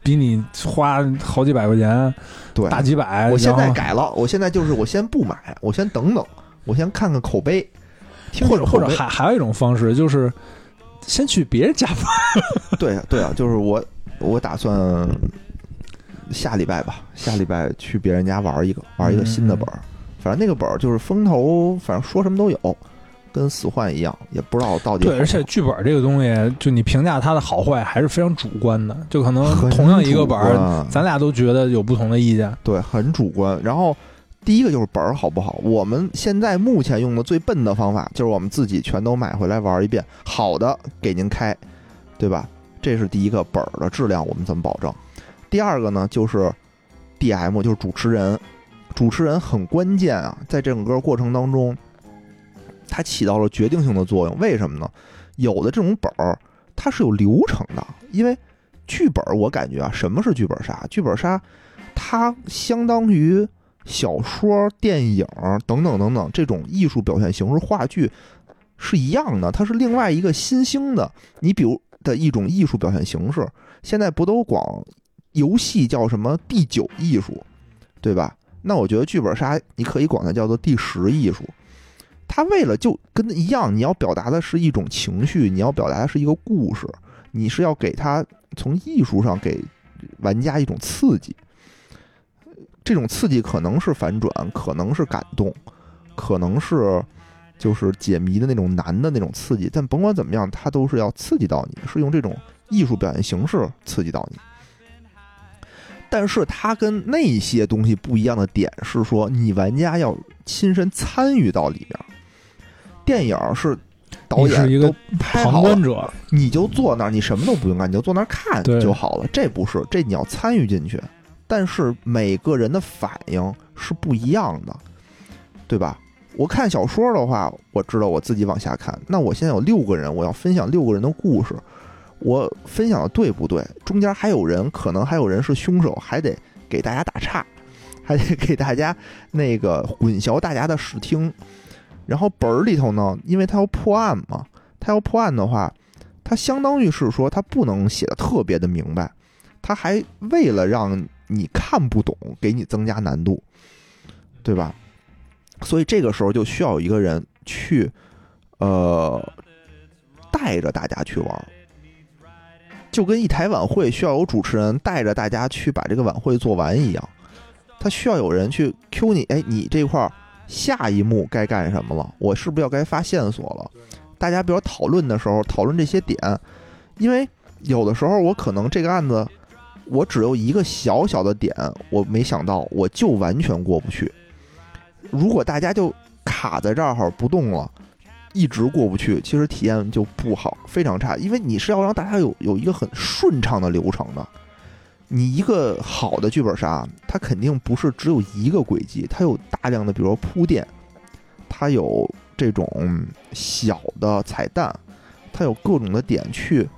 Speaker 2: 比你花好几百块钱
Speaker 1: 对，
Speaker 2: 大几百，
Speaker 1: 我现在
Speaker 2: 哎然后
Speaker 1: 改了，我现在就是我先不买，我先等等，我先看看口碑，听
Speaker 2: 或者
Speaker 1: 口
Speaker 2: 或者
Speaker 1: 碑
Speaker 2: 还还有一种方式就是先去别人家买。
Speaker 1: 对啊对啊，就是我我打算下礼拜吧，下礼拜去别人家玩一个，玩一个新的本儿，
Speaker 2: 嗯
Speaker 1: 反正那个本儿就是风头，反正说什么都有，跟死幻一样，也不知道到底
Speaker 2: 对，而且
Speaker 1: 好
Speaker 2: 剧本这个东西，就你评价它的好坏还是非常主观的，就可能
Speaker 1: 不好很啊
Speaker 2: 同样一个本
Speaker 1: 主
Speaker 2: 儿，
Speaker 1: 观
Speaker 2: 咱俩都觉得有不同的意见。
Speaker 1: 对很主观，然后。第一个就是本儿好不好？我们现在目前用的最笨的方法就是我们自己全都买回来玩一遍，好的给您开，对吧？这是第一个本儿的质量我们怎么保证？第二个呢，就是 DM 就是主持人，主持人很关键啊，在整个过程当中，它起到了决定性的作用。为什么呢？有的这种本儿它是有流程的，因为剧本儿我感觉啊，什么是剧本杀？剧本杀它相当于小说、电影等等等等这种艺术表现形式，话剧是一样的，它是另外一个新兴的，你比如的一种艺术表现形式。现在不都广游戏叫什么第九艺术，对吧？那我觉得剧本杀你可以管它叫做第十艺术。它为了就跟一样，你要表达的是一种情绪，你要表达的是一个故事，你是要给它从艺术上给玩家一种刺激。这种刺激可能是反转，可能是感动，可能是就是解谜的那种难的那种刺激，但甭管怎么样，它都是要刺激到你，是用这种艺术表现形式刺激到你。但是它跟那些东西不一样的点是说，你玩家要亲身参与到里面。电影是导
Speaker 2: 你是一
Speaker 1: 演
Speaker 2: 个
Speaker 1: 都拍
Speaker 2: 旁
Speaker 1: 好了
Speaker 2: 观，者，
Speaker 1: 你就坐那儿，你什么都不用干，你就坐那儿看
Speaker 2: 对
Speaker 1: 就好了。这不是，这你要参与进去，但是每个人的反应是不一样的，对吧？我看小说的话，我知道我自己往下看。那我现在有六个人，我要分享六个人的故事，我分享的对不对？中间还有人，可能还有人是凶手，还得给大家打岔，还得给大家那个混淆大家的视听。然后本儿里头呢，因为它要破案嘛，它要破案的话，它相当于是说它不能写的特别的明白，它还为了让你看不懂，给你增加难度，对吧？所以这个时候就需要有一个人去，呃，带着大家去玩儿，就跟一台晚会需要有主持人带着大家去把这个晚会做完一样，他需要有人去 Q 你，哎，你这块儿下一幕该干什么了？我是不是要该发线索了？大家比如讨论的时候，讨论这些点，因为有的时候我可能这个案子我只有一个小小的点我没想到，我就完全过不去。如果大家就卡在这儿不动了，一直过不去，其实体验就不好，非常差。因为你是要让大家有有一个很顺畅的流程的。你一个好的剧本杀，它肯定不是只有一个轨迹，它有大量的，比如说铺垫，它有这种小的彩蛋，它有各种的点去，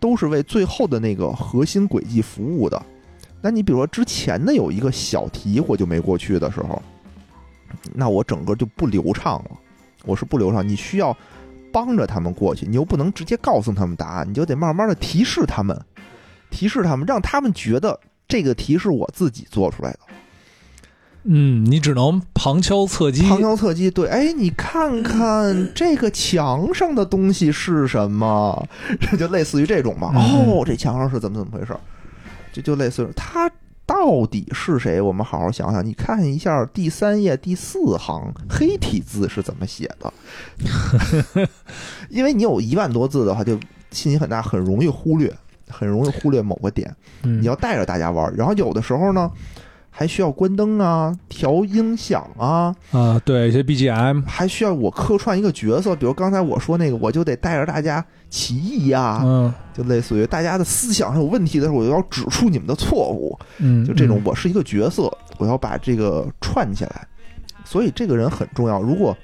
Speaker 1: 都是为最后的那个核心轨迹服务的。那你比如说之前的有一个小题我就没过去的时候，那我整个就不流畅了，我是不流畅。你需要帮着他们过去，你又不能直接告诉他们答案，你就得慢慢的提示他们，提示他们，让他们觉得这个题是我自己做出来的。
Speaker 2: 嗯，你只能旁敲侧击。
Speaker 1: 旁敲侧击，对，哎，你看
Speaker 2: 嗯
Speaker 1: 看这个墙上的东西是什么？ 这就类似于这种吧。
Speaker 2: 嗯
Speaker 1: 哦，这墙上是怎么怎么回事儿？这就类似于他到底是谁？我们好好想想。你看一下第三页第四行黑体字是怎么写的， 因为你有一万多字的话，就信息很大，很容易忽略，很容易忽略某个点。
Speaker 2: 嗯
Speaker 1: 你要带着大家玩儿，然后有的时候呢，还需要关灯啊，调音响啊。
Speaker 2: 啊，对，一些 BGM，
Speaker 1: 还需要我客串一个角色，比如刚才我说那个，我就得带着大家起义呀、
Speaker 2: 嗯
Speaker 1: 就类似于大家的思想还有问题的时候，我就要指出你们的错误，
Speaker 2: 嗯，
Speaker 1: 就这种
Speaker 2: 嗯，
Speaker 1: 我是一个角色，我要把这个串起来，所以这个人很重要。如果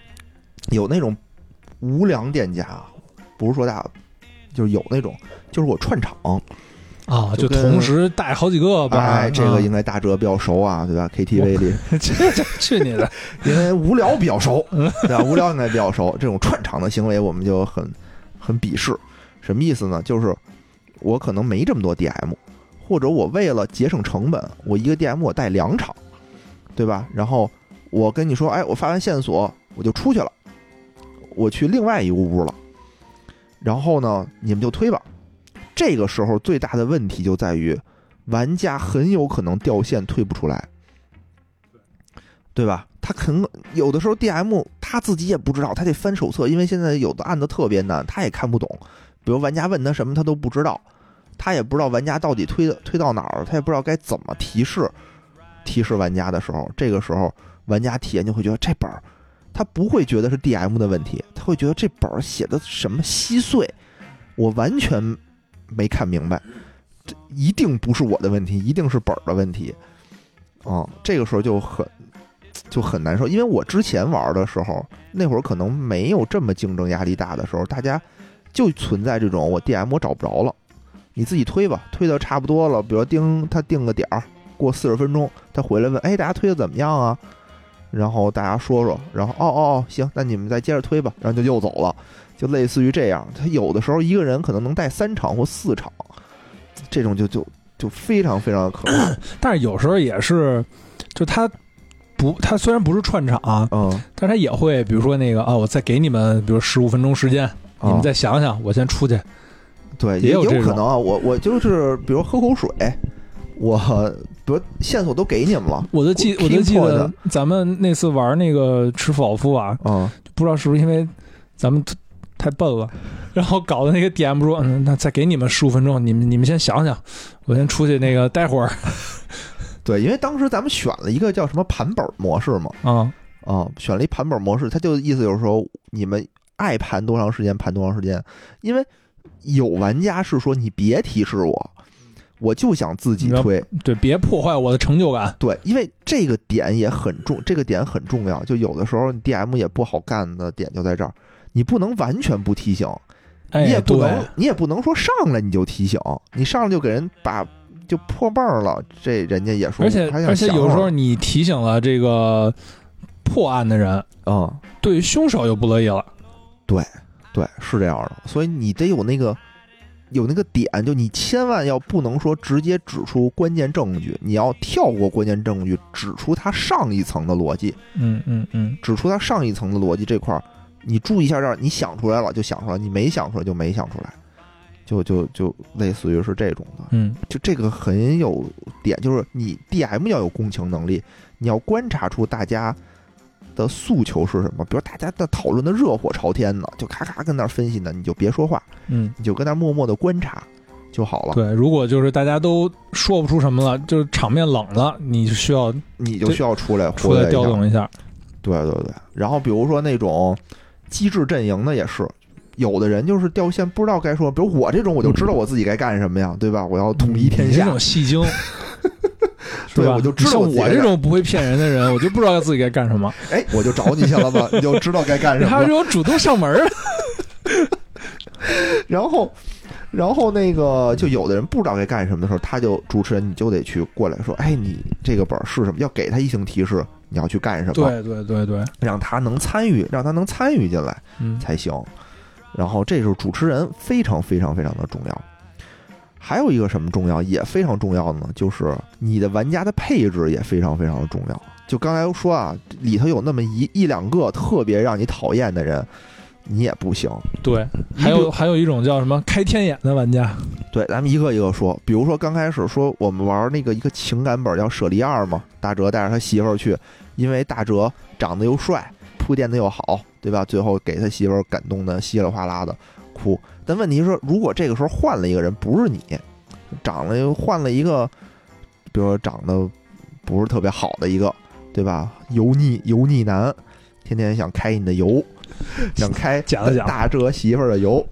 Speaker 1: 有那种无良店家，不是说大，就是有那种，就是我串场，
Speaker 2: 啊，
Speaker 1: 就
Speaker 2: 就
Speaker 1: 跟
Speaker 2: 同时带好几个吧。
Speaker 1: 哎，这
Speaker 2: 啊
Speaker 1: 个应该大哲比较熟啊，对吧？KTV 里，
Speaker 2: 这这 去你的！
Speaker 1: 因为无聊比较熟，对吧？无聊应该比较熟，这种串场的行为我们就很很鄙视。什么意思呢？就是我可能没这么多 DM，或者我为了节省成本，我一个 DM 我带两场，对吧？然后我跟你说，哎，我发完线索我就出去了，我去另外一个屋了，然后呢，你们就推吧。这个时候最大的问题就在于，玩家很有可能掉线退不出来，对吧？他很有的时候 DM 他自己也不知道，他得翻手册，因为现在有的案子特别难，他也看不懂。比如玩家问他什么，他都不知道，他也不知道玩家到底推的推到哪儿了，他也不知道该怎么提示提示玩家的时候，这个时候玩家体验就会觉得这本儿他不会觉得是 DM 的问题，他会觉得这本儿写的什么稀碎，我完全没看明白，这一定不是我的问题，一定是本儿的问题。啊、这个时候就很就很难受，因为我之前玩的时候，那会儿可能没有这么竞争压力大的时候，大家就存在这种我 DM 我找不着了，你自己推吧，推的差不多了，比如盯他定个点儿，过四十分钟他回来问，哎，大家推的怎么样啊？然后大家说说，然后哦哦哦，行，那你们再接着推吧，然后就又走了，就类似于这样。他有的时候一个人可能能带三场或四场，这种就就就非常非常可怕。
Speaker 2: 但是有时候也是，就他不，他虽然不是串场、啊
Speaker 1: 嗯，
Speaker 2: 但是他也会，比如说那个啊，我再给你们，比如十五分钟时间，你们
Speaker 1: 啊
Speaker 2: 再想想，我先出去。
Speaker 1: 对，
Speaker 2: 也
Speaker 1: 也
Speaker 2: 有这
Speaker 1: 可
Speaker 2: 种
Speaker 1: 能啊。我我就是比如喝口水，我比如线索都给你们了，
Speaker 2: 我就记，
Speaker 1: 拼
Speaker 2: 我就记
Speaker 1: 凑
Speaker 2: 得
Speaker 1: 的
Speaker 2: 咱们那次玩那个吃否夫啊，
Speaker 1: 嗯，
Speaker 2: 不知道是不是因为咱们太太笨了，然后搞的那个 DM 说，嗯，那再给你们十五分钟，你们你们先想想，我先出去那个待会儿
Speaker 1: 对，因为当时咱们选了一个叫什么盘本模式嘛，
Speaker 2: 啊。
Speaker 1: 啊、选了一盘本模式，它就意思就是说你们爱盘多长时间盘多长时间，因为有玩家是说你别提示我，我就想自己
Speaker 2: 你要
Speaker 1: 推，
Speaker 2: 对，别破坏我的成就感。
Speaker 1: 对，因为这个点也很重，这个点很重要。就有的时候你 DM 也不好干的点就在这儿，你不能完全不提醒，
Speaker 2: 哎，
Speaker 1: 你也不
Speaker 2: 对
Speaker 1: 能，你也不能说上来你就提醒，你上来就给人把就破泵了，这人家也说，
Speaker 2: 而且
Speaker 1: 还想
Speaker 2: 而且有时
Speaker 1: 想
Speaker 2: 候
Speaker 1: 会儿
Speaker 2: 你提醒了这个破案的人，
Speaker 1: 嗯，
Speaker 2: 对于凶手又不乐意了。
Speaker 1: 对，是这样的，所以你得有那个有那个点，就你千万要不能说直接指出关键证据，你要跳过关键证据，指出它上一层的逻辑，
Speaker 2: 嗯嗯嗯，
Speaker 1: 指出它上一层的逻辑这块儿，你注意一下这儿，你想出来了就想出来，你没想出来就没想出来，就就就类似于是这种的，
Speaker 2: 嗯，
Speaker 1: 就这个很有点，就是你 DM 要有共情能力，你要观察出大家的诉求是什么，比如大家的讨论的热火朝天呢，就咔咔跟那儿分析呢，你就别说话，
Speaker 2: 嗯，
Speaker 1: 你就跟那儿默默的观察就好了，
Speaker 2: 对，如果就是大家都说不出什么了，就是场面冷了，你就需要
Speaker 1: 你就需要出来
Speaker 2: 出
Speaker 1: 活跃
Speaker 2: 来
Speaker 1: 一下
Speaker 2: 调。动一下。
Speaker 1: 对对对，然后比如说那种机制阵营的也是，有的人就是掉线不知道该说，比如我这种我就知道我自己该干什么呀，对吧？我要统一天
Speaker 2: 嗯你这
Speaker 1: 下
Speaker 2: 种，戏精，是
Speaker 1: 对
Speaker 2: 吧？
Speaker 1: 我就知道
Speaker 2: 像
Speaker 1: 我自己
Speaker 2: 我
Speaker 1: 在
Speaker 2: 这种不会骗人的人，我就不知道自己该干什么。
Speaker 1: 哎，我就找你去了吧，你就知道该干 什么
Speaker 2: 他
Speaker 1: 了
Speaker 2: 这。种主动上门儿，
Speaker 1: 然后，然后那个就有的人不知道该干什么的时候，他就主持人你就得去过来说，哎，你这个本儿是什么？要给他一行提示，你要去干什么，
Speaker 2: 对对对对，
Speaker 1: 让他能参与，让他能参与进来
Speaker 2: 嗯，
Speaker 1: 才行。然后这就是主持人非常非常非常的重要。还有一个什么重要也非常重要的呢，就是你的玩家的配置也非常非常的重要。就刚才说啊，里头有那么一一两个特别让你讨厌的人，你也不行。
Speaker 2: 对。还有还有一种叫什么开天眼的玩家，
Speaker 1: 对，咱们一个一个说。比如说刚开始说我们玩那个一个情感本叫《舍利二》嘛，大哲带着他媳妇儿去，因为大哲长得又帅，铺垫的又好，对吧？最后给他媳妇儿感动的稀里哗啦的哭。但问题是，如果这个时候换了一个人，不是你，长得又换了一个，比如说长得不是特别好的一个，对吧？油腻油腻男，天天想开 你的油，想开
Speaker 2: 讲了讲
Speaker 1: 大哲媳妇儿的油，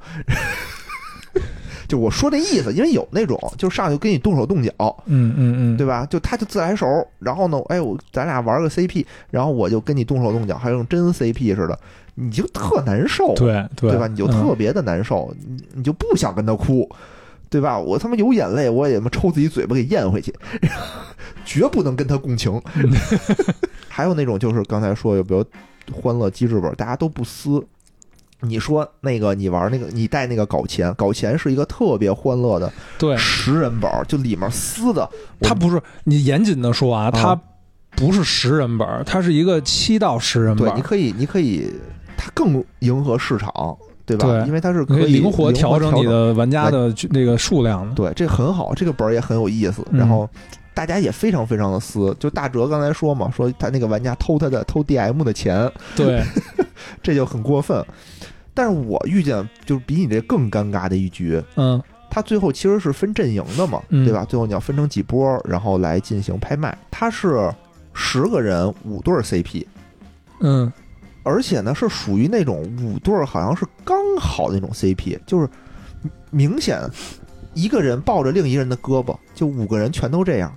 Speaker 1: 就我说这意思，因为有那种就上去跟你动手动脚，
Speaker 2: 嗯嗯嗯，
Speaker 1: 对吧？就他就自来熟，然后呢，哎，我咱俩玩个 CP，然后我就跟你动手动脚，还用真 CP 似的，你就特难受，
Speaker 2: 对对嗯
Speaker 1: 对吧？你就特别的难受，你你就不想跟他哭，对吧？我他妈有眼泪，我也他妈抽自己嘴巴给咽回去， 绝不能跟他共情。
Speaker 2: 嗯
Speaker 1: 还有那种就是刚才说，有比如欢乐机制本，大家都不撕。你说那个，你玩那个，你带那个搞钱，搞钱是一个特别欢乐的
Speaker 2: 嗯对，
Speaker 1: 十人本儿，就里面撕的，我
Speaker 2: 它不是你严谨的说啊，
Speaker 1: 啊
Speaker 2: 它不是十人本儿，它是一个七到十人本
Speaker 1: 对，
Speaker 2: 儿
Speaker 1: 你，可以，你可以，它更迎合市场，对吧？
Speaker 2: 对
Speaker 1: 因为它是
Speaker 2: 你
Speaker 1: 可以
Speaker 2: 灵活
Speaker 1: 调
Speaker 2: 调整你。的玩家的去那个数量的。
Speaker 1: 对，这很好，这个本儿也很有意思。
Speaker 2: 嗯
Speaker 1: 然后大家也非常非常的撕，就大哲刚才说嘛，说他那个玩家偷他的偷 DM 的钱，
Speaker 2: 对，
Speaker 1: 这就很过分。但是我遇见就是比你这更尴尬的一局，
Speaker 2: 嗯
Speaker 1: 它最后其实是分阵营的嘛，
Speaker 2: 嗯
Speaker 1: 对吧？最后你要分成几波，然后来进行拍卖。它是十个人五对儿 CP，
Speaker 2: 嗯
Speaker 1: 而且呢是属于那种五对儿，好像是刚好那种 CP，就是明显一个人抱着另一个人的胳膊，就五个人全都这样。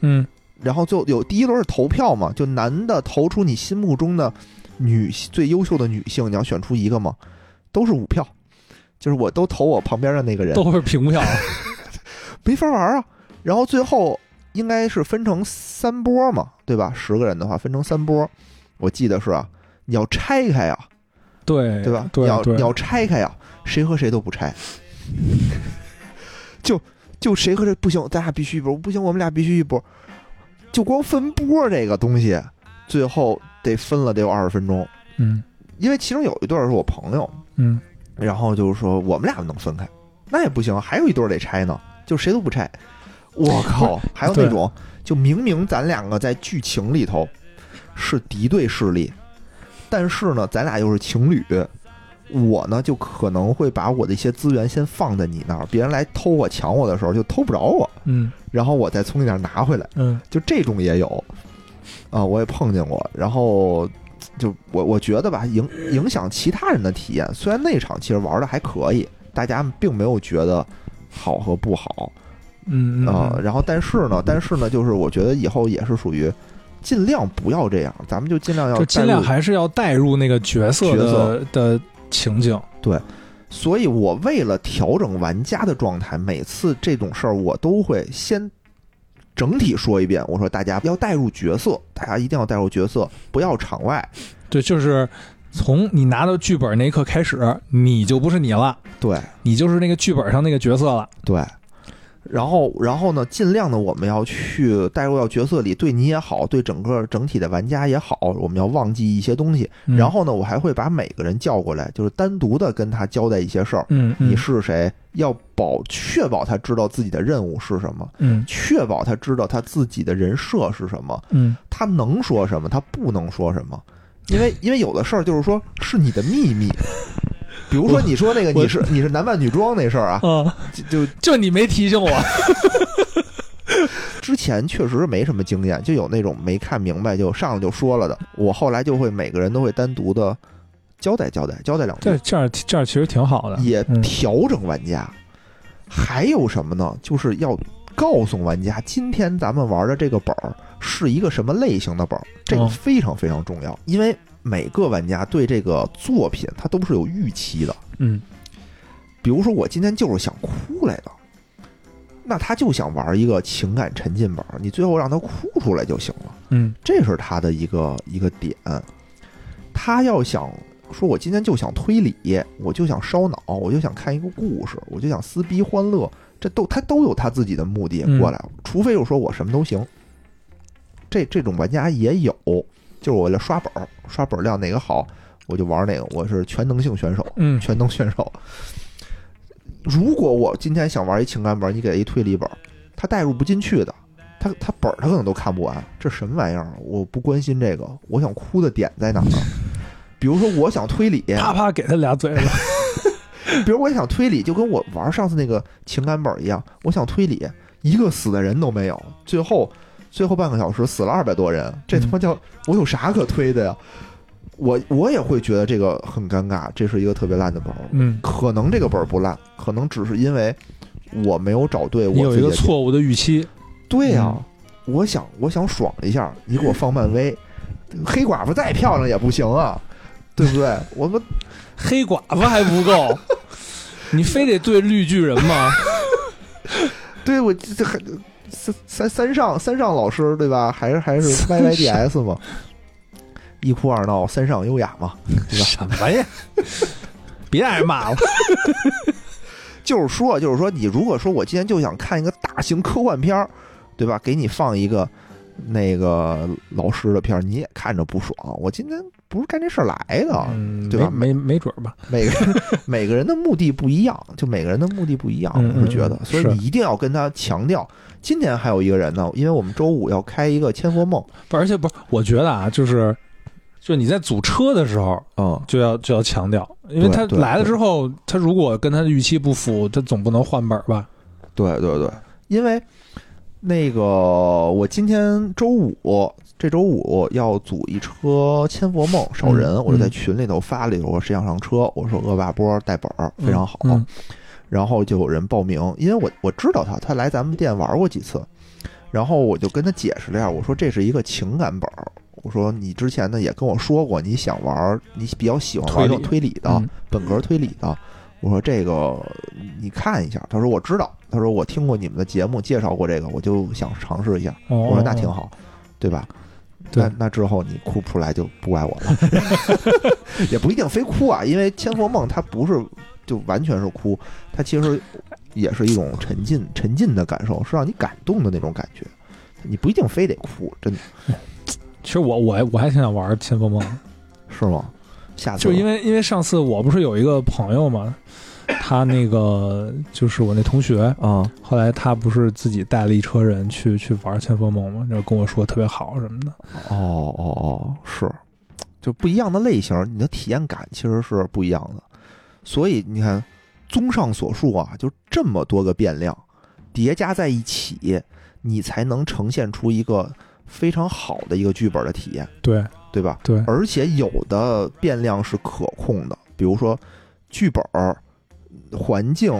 Speaker 2: 嗯
Speaker 1: 然后就有第一轮是投票嘛，就男的投出你心目中的女最优秀的女性，你要选出一个嘛，都是五票，就是我都投我旁边的那个人，
Speaker 2: 都是平票。
Speaker 1: 没法玩啊。然后最后应该是分成三波嘛，对吧？十个人的话分成三波，我记得是啊，你要拆开啊，
Speaker 2: 对
Speaker 1: 对吧？
Speaker 2: 对
Speaker 1: 你要
Speaker 2: 对
Speaker 1: 你要拆开呀、谁和谁都不拆， 就就谁和谁不行，咱俩必须一波，不行我们俩必须一波，就光分波这个东西，最后得分了得有二十分钟，
Speaker 2: 嗯
Speaker 1: 因为其中有一对儿是我朋友，
Speaker 2: 嗯
Speaker 1: 然后就是说我们俩能分开，那也不行，还有一对儿得拆呢，就谁都不拆，我靠，还有那种就明明咱两个在剧情里头是敌对势力，但是呢，咱俩又是情侣。我呢，就可能会把我的一些资源先放在你那儿，别人来偷我、抢我的时候就偷不着我，
Speaker 2: 嗯
Speaker 1: 然后我再从你那儿拿回来。
Speaker 2: 嗯
Speaker 1: 就这种也有，啊、我也碰见过。然后就我我觉得吧，影影响其他人的体验。虽然那场其实玩的还可以，大家并没有觉得好和不好
Speaker 2: 嗯
Speaker 1: 啊、
Speaker 2: 嗯
Speaker 1: 然后但是呢，但是呢，就是我觉得以后也是属于尽量不要这样，咱们就尽量要
Speaker 2: 就尽量
Speaker 1: 带入。
Speaker 2: 还是要带入那个角色
Speaker 1: 角色
Speaker 2: 的的情景。
Speaker 1: 所以我为了调整玩家的状态，每次这种事儿我都会先。整体说一遍，我说大家要带入角色，大家一定要带入角色，不要场外，
Speaker 2: 对，就是从你拿到剧本那一刻开始，你就不是你了，
Speaker 1: 对，
Speaker 2: 你就是那个剧本上那个角色了。
Speaker 1: 对，然后然后呢，尽量的我们要去带入到角色里，对你也好，对整个整体的玩家也好，我们要忘记一些东西。
Speaker 2: 嗯
Speaker 1: 然，后呢，我还会把每个人叫过来，就是单独的跟他交代一些事儿。
Speaker 2: 嗯，嗯
Speaker 1: 你是谁？要保确保他知道自己的任务是什么，
Speaker 2: 嗯
Speaker 1: 确保他知道他自己的人设是什么，
Speaker 2: 嗯，
Speaker 1: 他能说什么，他不能说什么。因为因为有的事儿就是说是你的秘密，比如说你说那个
Speaker 2: 我
Speaker 1: 你是你是男扮女装那事儿啊，
Speaker 2: 嗯，
Speaker 1: 就
Speaker 2: 就你没提醒我。
Speaker 1: 之前确实没什么经验，就有那种没看明白就上来就说了的。我后来就会每个人都会单独的交代交代交代两句
Speaker 2: 这，这样这样其实挺好的，
Speaker 1: 也
Speaker 2: 嗯
Speaker 1: 调整玩家。还有什么呢？就是要告诉玩家，今天咱们玩的这个本儿是一个什么类型的本儿，这个
Speaker 2: 哦
Speaker 1: 非常非常重要，因为每个玩家对这个作品他都是有预期的。
Speaker 2: 嗯
Speaker 1: 比如说我今天就是想哭来的，那他就想玩一个情感沉浸本儿，你最后让他哭出来就行了，
Speaker 2: 嗯
Speaker 1: 这是他的一个一个点。他要想说，我今天就想推理，我就想烧脑，我就想看一个故事，我就想撕逼欢乐，这都他都有他自己的目的
Speaker 2: 嗯
Speaker 1: 过来，除非就是说我什么都行。这这种玩家也有，就是我为了刷本儿，刷本儿量哪个好我就玩哪个，我是全能性选手。
Speaker 2: 嗯
Speaker 1: 全能选手。如果我今天想玩一情感本，你给一推理本，他带入不进去的，他他本儿他可能都看不完，这什么玩意儿？啊我不关心这个，我想哭的点在哪呢？ 比如说我想推理，
Speaker 2: 啪啪给他俩嘴巴。
Speaker 1: 比如我想推理，就跟我玩上次那个情感本一样，我想推理，一个死的人都没有，最后最后半个小时死了二百多人，这他妈叫我有啥可推的呀？我我也会觉得这个很尴尬，这是一个特别烂的本儿。
Speaker 2: 嗯，
Speaker 1: 可能这个本儿不烂，可能只是因为我没有找对我
Speaker 2: 你有一个
Speaker 1: 自己的点。
Speaker 2: 错嗯误的预期，
Speaker 1: 对呀、我想我想爽一下，你给我放漫威，黑寡妇再漂亮也不行啊， 对不对？我们
Speaker 2: 黑寡妇还 不够，你非得对绿巨人吗？
Speaker 1: 对我这这还三三三上三上老师对吧？还是还是 Y Y D S 嘛，一哭二闹三上优雅嘛，对吧
Speaker 2: 什么呀？别挨骂了。
Speaker 1: 就是说，就是说，你如果说我今天就想看一个大型科幻片儿，对吧？给你放一个那个老师的片儿，你也看着不爽。我今天不是干这事儿来的，
Speaker 2: 嗯，
Speaker 1: 对吧
Speaker 2: 没没没准儿吧？
Speaker 1: 每个人每个人的目的不一样，就每个人的目的不一样，
Speaker 2: 嗯
Speaker 1: 我是觉得
Speaker 2: 嗯，嗯
Speaker 1: 所以
Speaker 2: 是
Speaker 1: 你一定要跟他强调。今天还有一个人呢，因为我们周五要开一个千佛梦，
Speaker 2: 不，而且不是，我觉得啊，就是就你在组车的时候
Speaker 1: 嗯，
Speaker 2: 就要就要强调，因为
Speaker 1: 对
Speaker 2: 他
Speaker 1: 对
Speaker 2: 来了
Speaker 1: 对
Speaker 2: 之后，他如果跟他的预期不符，他总不能换本儿吧？
Speaker 1: 对对对，因为那个我今天周五，这周五要组一车千佛梦少人，
Speaker 2: 嗯
Speaker 1: 我就在群里头发了一个，我说谁想上车？我说恶霸波带本儿非常好，
Speaker 2: 嗯嗯
Speaker 1: 然后就有人报名，因为我我知道他，他来咱们店玩过几次，然后我就跟他解释了一下，我说这是一个情感本儿。我说你之前呢也跟我说过，你想玩儿，你比较喜欢玩这种推理的，
Speaker 2: 嗯
Speaker 1: 本格推理的。我说这个你看一下，他说我知道，他说我听过你们的节目介绍过这个，我就想尝试一下。
Speaker 2: 哦，
Speaker 1: 我说那挺好，对吧？
Speaker 2: 对
Speaker 1: 那那之后你哭不出来就不怪我了， 也不一定非哭啊，因为《千佛梦》它不是就完全是哭，它其实也是一种沉浸沉浸的感受，是让你感动的那种感觉。你不一定非得哭，真的
Speaker 2: 其实我我我还挺想玩《千锋梦》，
Speaker 1: 是吗？下次
Speaker 2: 就因
Speaker 1: 为
Speaker 2: 为因为上次我不是有一个朋友嘛，他那个就是我那同学，
Speaker 1: 啊、
Speaker 2: 后来他不是自己带了一车人去去玩《千锋梦》嘛，然后跟我说特别好什么的。
Speaker 1: 哦哦哦，是，就不一样的类型，你的体验感其实是不一样的。所以你看，综上所述啊，就这么多个变量叠加在一起，你才能呈现出一个非常好的一个剧本的体验，
Speaker 2: 对
Speaker 1: 对吧？
Speaker 2: 对，
Speaker 1: 而且有的变量是可控的，比如说剧本儿、环境、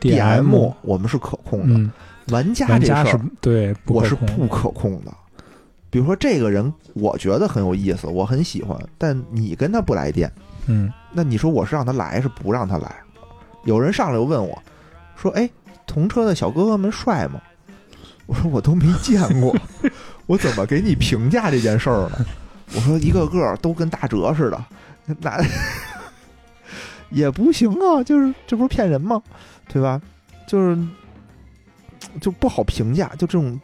Speaker 1: DM，我们是可控的。
Speaker 2: 嗯，
Speaker 1: 玩家
Speaker 2: 玩
Speaker 1: 这事
Speaker 2: 家
Speaker 1: 儿
Speaker 2: 是对，不
Speaker 1: 我
Speaker 2: 可
Speaker 1: 是
Speaker 2: 控
Speaker 1: 不可控的。比如说这个人，我觉得很有意思，我很喜欢，但你跟他不来电，
Speaker 2: 嗯，
Speaker 1: 那你说我是让他来，是不让他来？有人上来就问我，说：“哎，同车的小哥哥们帅吗？”我说：“我都没见过，我怎么给你评价这件事儿呢？”我说：“一个个都跟大哲似的，那 也不行啊，就是这不是骗人吗？对吧？就是就不好评价，就这种，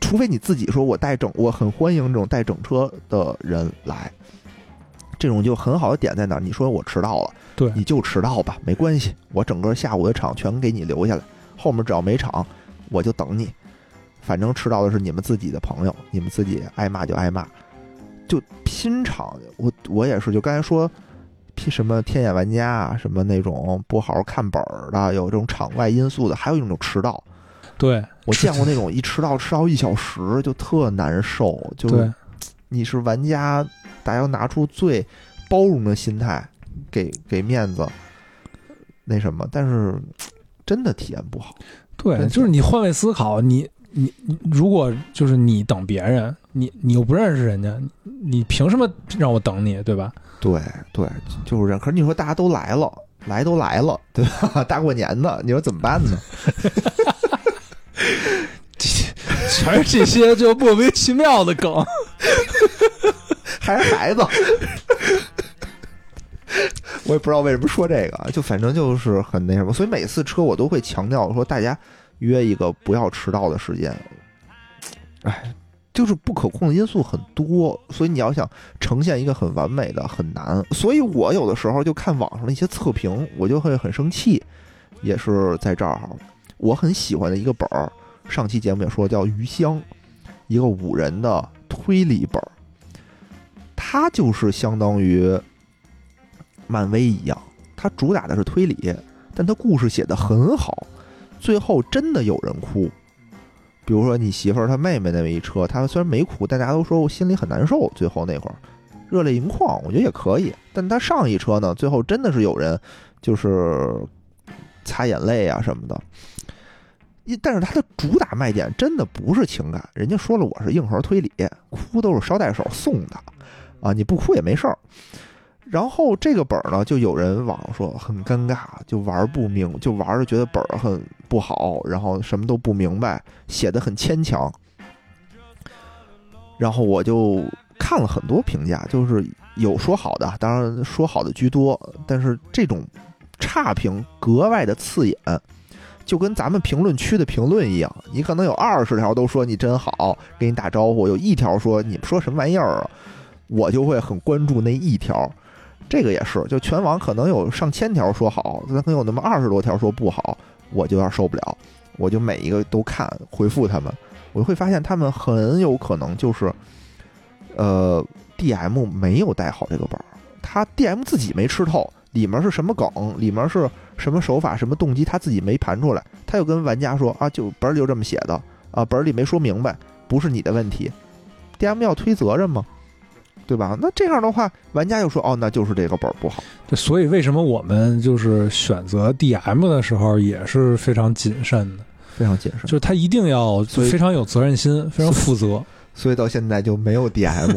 Speaker 1: 除非你自己说我带整，我很欢迎这种带整车的人来。”这种就很好的点在哪儿？你说我迟到了，
Speaker 2: 对
Speaker 1: 你就迟到吧，没关系，我整个下午的场全给你留下来，后面只要没场，我就等你。反正迟到的是你们自己的朋友，你们自己爱骂就爱骂，就拼场。我我也是，就刚才说拼什么天眼玩家啊，什么那种不好好看本儿的，有这种场外因素的，还有一种就迟到。
Speaker 2: 对，
Speaker 1: 我见过那种一迟到迟到一小时就特难受，就是
Speaker 2: 对。
Speaker 1: 你是玩家，大家要拿出最包容的心态，给给面子，那什么，但是真的体验不好。
Speaker 2: 对，
Speaker 1: 真
Speaker 2: 就是你换位思考，你你你如果就是你等别人，你你又不认识人家，你你凭什么让我等你，对吧？
Speaker 1: 对对，就是这样。可是你说大家都来了，来都来了，对吧？ 大过年的，你说怎么办呢？
Speaker 2: 全是这些就莫名其妙的 梗，
Speaker 1: 还是孩子， 我也不知道为什么说这个，就反正就是很那什么。所以每次车我都会强调说，大家约一个不要迟到的时间。哎，就是不可控的因素很多，所以你要想呈现一个很完美的很难。所以我有的时候就看网上的一些测评，我就会很生气，也是在这儿。我很喜欢的一个本儿，上期节目也说叫《余香》，一个五人的推理本儿。它就是相当于漫威一样，它主打的是推理，但它故事写得很好，最后真的有人哭。比如说你媳妇儿她妹妹那么一车，她虽然没哭，但大家都说我心里很难受。最后那会儿，热泪盈眶，我觉得也可以。但他上一车呢，最后真的是有人就是擦眼泪啊什么的。一但是他的主打卖点真的不是情感，人家说了我是硬核推理，哭都是捎带手送的啊，你不哭也没事儿。然后这个本儿呢，就有人网上说很尴尬，就玩不明，就玩着觉得本儿很不好，然后什么都不明白，写的很牵强。然后我就看了很多评价，就是有说好的，当然说好的居多，但是这种差评格外的刺眼，就跟咱们评论区的评论一样，你可能有二十条都说你真好，给你打招呼，有一条说你们说什么玩意儿啊，我就会很关注那一条。这个也是，就全网可能有上千条说好，但可能有那么二十多条说不好，我就有点受不了，我就每一个都看回复他们，我会发现他们很有可能就是，呃，DM 没有带好这个本儿，他 DM 自己没吃透，里面是什么梗，里面是什么手法、什么动机，他自己没盘出来，他又跟玩家说啊，就本儿里就这么写的啊，本儿里没说明白，不是你的问题，DM 要推责任吗？对吧？那这样的话，玩家就说哦，那就是这个本儿不好。
Speaker 2: 就所以为什么我们就是选择 DM 的时候也是非常谨慎的，
Speaker 1: 非常谨
Speaker 2: 就
Speaker 1: 慎，
Speaker 2: 是他一定要
Speaker 1: 所以
Speaker 2: 非常有责任心，非常负责。
Speaker 1: 所以到现在就没有 DM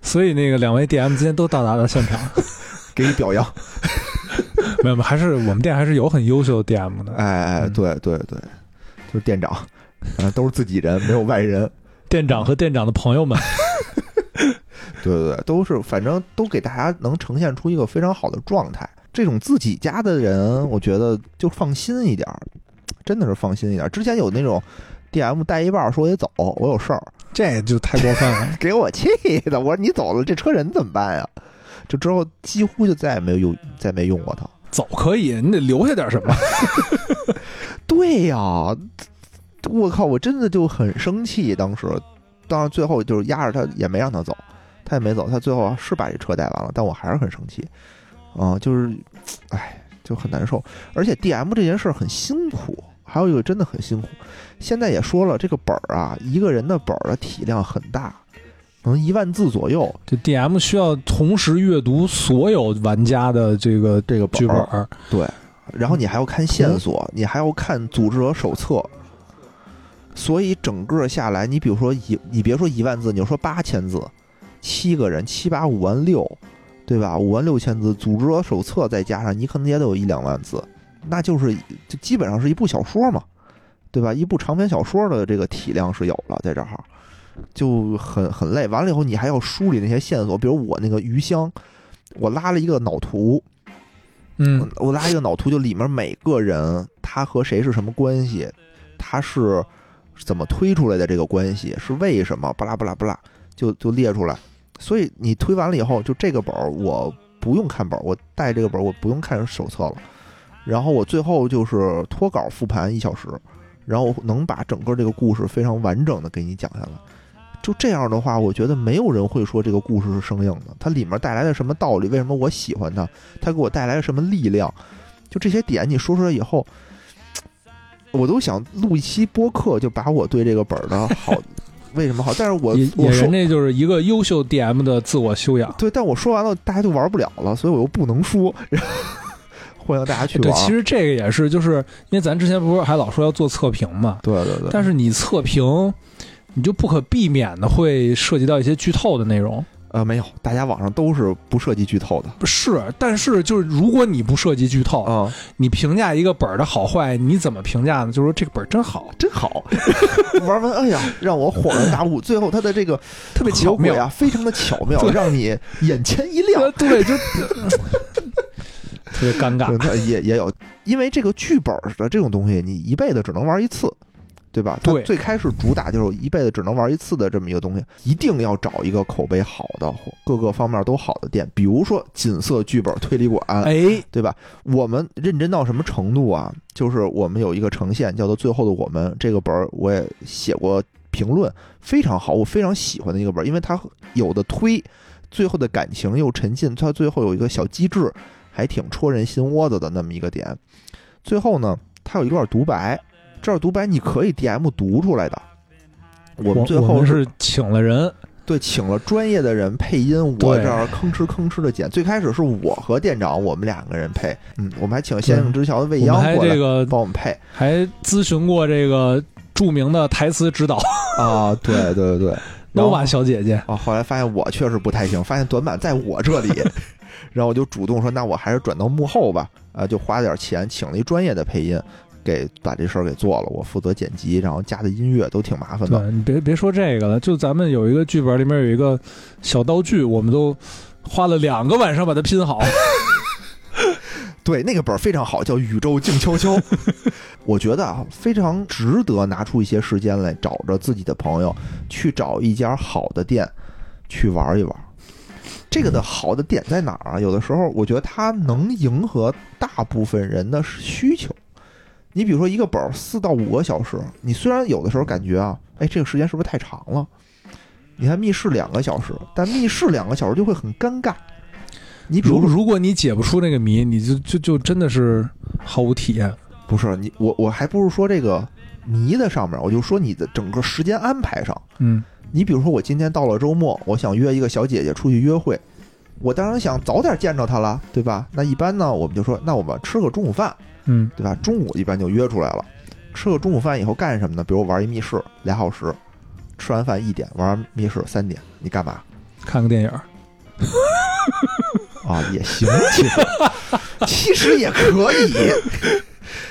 Speaker 2: 所以那个两位 DM 今天都到达了现场，
Speaker 1: 给予表扬。
Speaker 2: 没有，没有还是我们店还是有很优秀的 DM 的。
Speaker 1: 哎哎，
Speaker 2: 嗯
Speaker 1: 对对对，就是店长，呃，都是自己人，没有外人。
Speaker 2: 店长和店长的朋友们，
Speaker 1: 对对对，都是，反正都给大家能呈现出一个非常好的状态。这种自己家的人，我觉得就放心一点儿，真的是放心一点儿。之前有那种 DM 带一半儿说也走，我有事儿，
Speaker 2: 这就太过分 了。
Speaker 1: 给我气的，我说你走了，这车人怎么办呀？就之后几乎就再也没有用，再没用过它。
Speaker 2: 走可以，你得留下点什么。
Speaker 1: 对呀、我靠，我真的就很生气。当时，当然最后就是压着他，也没让他走，他也没走。他最后是把这车带完了，但我还是很生气。啊、就是，哎，就很难受。而且 DM 这件事儿很辛苦，还有一个真的很辛苦。现在也说了，这个本儿啊，一个人的本儿的体量很大，可能一万字左右。
Speaker 2: 这 DM 需要同时阅读所有玩家的这个
Speaker 1: 这个本
Speaker 2: 剧本
Speaker 1: 儿，
Speaker 2: 儿，
Speaker 1: 然后你还要看线索，你还要看组织者手册，所以整个下来，你比如说一，你别说一万字，你就说八千字，七个人七八五万六，对吧？五万六千字，组织者手册再加上你可能也得有一两万字，那就是就基本上是一部小说嘛，对吧？一部长篇小说的这个体量是有了，在这儿就很很累。完了以后，你还要梳理那些线索，比如我那个鱼箱，我拉了一个脑图，
Speaker 2: 嗯，
Speaker 1: 我我拉一个脑图，就里面每个人他和谁是什么关系，他是怎么推出来的这个关系是为什么，巴拉巴拉巴拉，就就列出来。所以你推完了以后，就这个本儿我不用看本儿，我带这个本儿我不用看手册了。然后我最后就是脱稿复盘一小时，然后能把整个这个故事非常完整的给你讲下来。就这样的话，我觉得没有人会说这个故事是生硬的，它里面带来的什么道理，为什么我喜欢它，它给我带来了什么力量，就这些点你说出来以后，我都想录一期播客，就把我对这个本儿的好为什么好，但 是我
Speaker 2: 野
Speaker 1: 我
Speaker 2: 野
Speaker 1: 说
Speaker 2: 人这就是一个优秀 DM 的自我修养。
Speaker 1: 对，但我说完了，大家就玩不了了，所以我又不能说，然后欢迎大家去玩
Speaker 2: 对，。其实这个也是，就是因为咱之前不是还老说要做测评嘛，
Speaker 1: 对对对，
Speaker 2: 但是你测评，你就不可避免的会涉及到一些剧透的内容。
Speaker 1: 呃，没有，大家网上都是不涉及剧透的
Speaker 2: 是，但是就是如果你不涉及剧透，
Speaker 1: 啊、
Speaker 2: 你评价一个本儿的好坏，你怎么评价呢？就是说这个本儿真好，
Speaker 1: 真好。 玩完，哎呀，让我恍然大悟。最后它的 这个
Speaker 2: 特别
Speaker 1: 巧
Speaker 2: 巧
Speaker 1: 妙
Speaker 2: 妙。
Speaker 1: 啊，非常的巧 妙，
Speaker 2: 对
Speaker 1: 让你眼前一亮。
Speaker 2: 呃对，就特别尴尬
Speaker 1: 对，。那也也有，因为这个剧本儿的这种东西，你一辈子只能玩一次，对吧？它
Speaker 2: 对
Speaker 1: 最开始主打就是一辈子只能玩一次的这么一个东西，一定要找一个口碑好的、或各个方面都好的店，比如说锦瑟剧本推理馆，
Speaker 2: 哎，
Speaker 1: 对吧？我们认真到什么程度啊？就是我们有一个呈现叫做《最后的我们》这个本儿，我也写过评论，非常好，我非常喜欢的一个本儿，因为它有的推，最后的感情又沉浸，它最后有一个小机制，还挺戳人心窝子的那么一个点。最后呢，它有一段独白，这段独白你可以 DM 读出来的。我
Speaker 2: 我
Speaker 1: 们最后
Speaker 2: 们是请了人，
Speaker 1: 对，请了专业的人配音，我
Speaker 2: 对
Speaker 1: 这儿吭哧吭哧的剪。最开始是我和店长我们两个人配，嗯，我们还请了《仙境之桥》的未
Speaker 2: 我们
Speaker 1: 央
Speaker 2: 还
Speaker 1: 过来
Speaker 2: 这个
Speaker 1: 帮我们配
Speaker 2: 还咨询过这个著名的台词指导
Speaker 1: 啊，对对对 对，然后
Speaker 2: Nova 小姐姐。
Speaker 1: 啊，后来发现我确实不太行，发现短板在我这里， 然后我就主动说，那我还是转到幕后吧，啊，就花点钱请了一专业的配音，给把这事儿给做了，我负责剪辑，然后加的音乐都挺麻烦的，
Speaker 2: 对你别别说这个了，就咱们有一个剧本里面有一个小道具，我们都花了两个晚上把它拼 好。
Speaker 1: 对，那个本儿非常好，叫《宇宙静悄悄》，我觉得啊，非常值得拿出一些时间来找着自己的朋友，去找一家好的店去玩一玩。这个的好的点在哪儿啊？有的时候我觉得它能迎合大部分人的需求。你比如说一个本儿四到五个小时，你虽然有的时候感觉啊，哎，这个时间是不是太长了？你看密室两个小时，但密室两个小时就会很尴尬。你比如
Speaker 2: 如
Speaker 1: 说
Speaker 2: 如果你解不出那个谜，你就就就真的是毫无体验。
Speaker 1: 不是你，我我还不是说这个迷的上面，我就说你的整个时间安排上。
Speaker 2: 嗯，
Speaker 1: 你比如说，我今天到了周末，我想约一个小姐姐出去约会，我当然想早点见着她了，对吧？那一般呢，我们就说，那我们吃个中午饭，
Speaker 2: 嗯，
Speaker 1: 对吧？中午一般就约出来了，吃个中午饭以后干什么呢？比如玩一密室俩小时，吃完饭一点，玩完密室三点，你干嘛？
Speaker 2: 看个电影，
Speaker 1: 啊，也行， 其实其实也可以，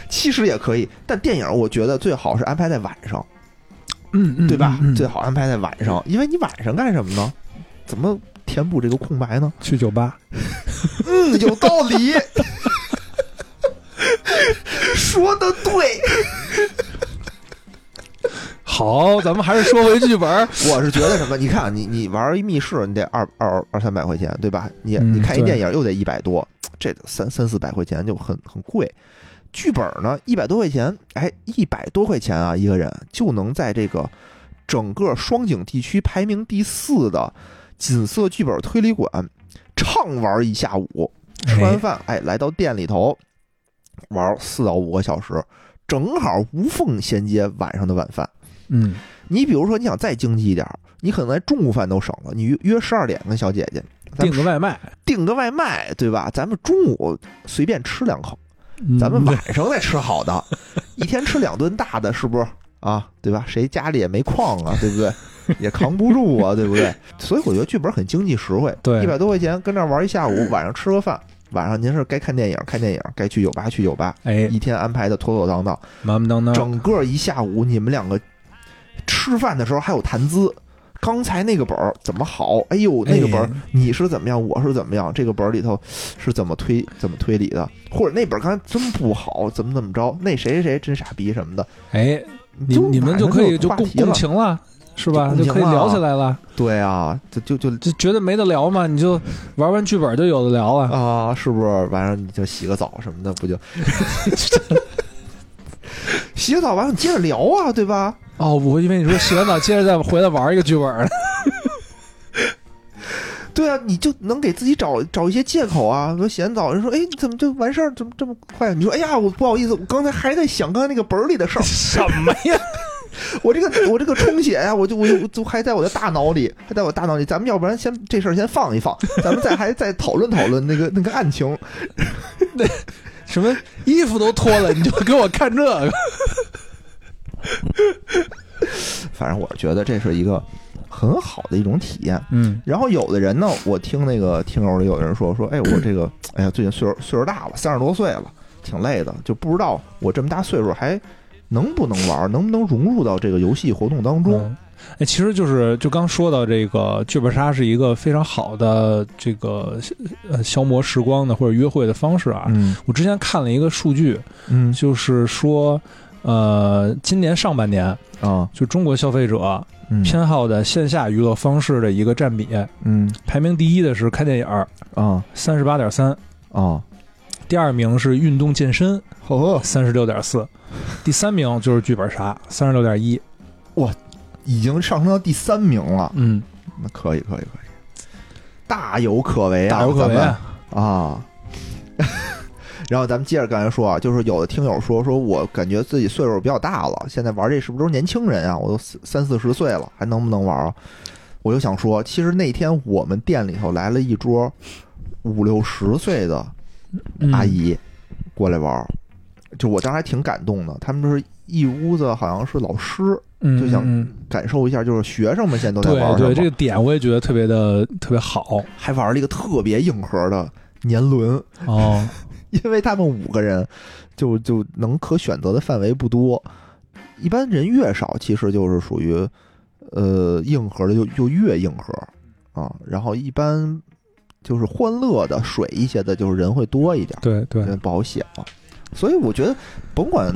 Speaker 1: 其实也可以。但电影我觉得最好是安排在晚上，
Speaker 2: 嗯嗯
Speaker 1: 对吧？
Speaker 2: 嗯
Speaker 1: 最好安排在晚上，因为你晚上干什么呢？怎么填补这个空白呢？
Speaker 2: 去酒吧，
Speaker 1: 嗯，有道理， 说的对。
Speaker 2: 好，咱们还是说回剧 本。
Speaker 1: 我是觉得什么？你看，你你玩一密室，你得二二二三百块钱，对吧？你
Speaker 2: 嗯
Speaker 1: 你看一
Speaker 2: 对
Speaker 1: 电影又得一百多，这三三四百块钱就很很贵。剧本呢，一百多块钱，哎，一百多块钱啊，一个人就能在这个整个双井地区排名第四的锦瑟剧本推理馆畅玩一下午。吃完饭，哎，来到店里头玩四到五个小时，正好无缝衔接晚上的晚饭。
Speaker 2: 嗯，
Speaker 1: 你比如说，你想再经济一点儿，你可能连中午饭都省了。你约约十二点跟小姐姐，咱
Speaker 2: 订
Speaker 1: 们
Speaker 2: 个外卖，
Speaker 1: 订个外卖，对吧？咱们中午随便吃两口，咱们
Speaker 2: 嗯
Speaker 1: 晚上再吃好的，一天吃两顿大的，是不是啊？对吧？谁家里也没矿啊，对不对？ 也扛不住啊，对不对？所以我觉得剧本很经济实惠，
Speaker 2: 对
Speaker 1: 一百多块钱跟那儿玩一下午，晚上吃个饭，晚上您是该看电影看电影，该去酒吧去酒吧，
Speaker 2: 哎，
Speaker 1: 一天安排的妥妥当当。
Speaker 2: 满满当当，
Speaker 1: 整个一下午，你们两个吃饭的时候还有谈资。刚才那个本儿怎么好？哎呦，那个本儿
Speaker 2: 哎
Speaker 1: 你是怎么样，我是怎么样？这个本儿里头是怎么推怎么推理的？或者那本儿刚才真不好，怎么怎么着？那谁谁谁真傻逼什么的，
Speaker 2: 哎，你
Speaker 1: 就
Speaker 2: 你们
Speaker 1: 马
Speaker 2: 就
Speaker 1: 上
Speaker 2: 可以
Speaker 1: 就
Speaker 2: 就
Speaker 1: 有话
Speaker 2: 共
Speaker 1: 题
Speaker 2: 共
Speaker 1: 了。
Speaker 2: 情了，是吧？
Speaker 1: 就共情
Speaker 2: 就可以
Speaker 1: 了
Speaker 2: 聊起来了，
Speaker 1: 对啊，就就就
Speaker 2: 就觉得没得聊嘛，你就玩完剧本就有的聊了。
Speaker 1: 啊，是不是？晚上你就洗个澡什么的，不就 洗个澡完了接着聊啊，对吧？
Speaker 2: 哦，我以为你说洗完澡接着再回来玩一个剧本呢。，
Speaker 1: 对啊，你就能给自己找找一些借口啊。说洗完澡，人说，哎，你怎么就完事儿？怎么这么快？你说，哎呀，我不好意思，我刚才还在想刚才那个本儿里的事儿
Speaker 2: 什么呀？
Speaker 1: 我这个我这个充血呀、我就我就我就还在我的大脑里，还在我大脑里。咱们要不然先这事儿先放一放，咱们再还再讨论讨论那个那个案情。
Speaker 2: 什么衣服都脱了，你就给我看这个？
Speaker 1: 反正我觉得这是一个很好的一种体验。
Speaker 2: 嗯，
Speaker 1: 然后有的人呢，我听那个听友里有人说说，哎，我这个， 哎呀，最近岁数岁数大了，三十多岁了，挺累的，就不知道我这么大岁数还能不能玩，能不能融入到这个游戏活动当中。
Speaker 2: 嗯哎，其实就是就刚说到这个剧本杀是一个非常好的这个呃消磨时光的或者约会的方式啊。
Speaker 1: 嗯
Speaker 2: 我之前看了一个数据，
Speaker 1: 嗯
Speaker 2: 就是说，呃，今年上半年
Speaker 1: 啊
Speaker 2: 就中国消费者
Speaker 1: 嗯
Speaker 2: 偏好的线下娱乐方式的一个占比，
Speaker 1: 嗯
Speaker 2: 排名第一的是看电影，
Speaker 1: 啊
Speaker 2: 三十八点三；
Speaker 1: 啊
Speaker 2: 第二名是运动健身，
Speaker 1: 哦
Speaker 2: 呵，三十六点四；第三名就是剧本杀，三十六点一。
Speaker 1: 已经上升到第三名了，
Speaker 2: 嗯，
Speaker 1: 那可以可以可以，大有可为啊，
Speaker 2: 大有可为
Speaker 1: 咱
Speaker 2: 啊
Speaker 1: 们。啊。 然后咱们接着刚才说啊，就是有的听友说，说我感觉自己岁数比较大了，现在玩这是不是都是年轻人啊？我都四三四十岁了，还能不能玩啊？我我就想说，其实那天我们店里头来了一桌五六十岁的
Speaker 2: 嗯
Speaker 1: 阿姨过来玩儿，就我当时还挺感动的。他们就是一屋子好像是老师，
Speaker 2: 嗯
Speaker 1: 就想
Speaker 2: 嗯
Speaker 1: 感受一下，就是学生们现在都在玩
Speaker 2: 对
Speaker 1: 儿什么，
Speaker 2: 对，这个点我也觉得特别的特 别好
Speaker 1: 还玩了一个特别硬核的年轮，
Speaker 2: 哦，
Speaker 1: 因为他们五个人就就能可选择的范围不多，一般人越少，其实就是属于呃硬核的就就越硬核啊，然后一般就是欢乐的水一些的，就是人会多一点。
Speaker 2: 对对，
Speaker 1: 真不好写了。所以我觉得，甭管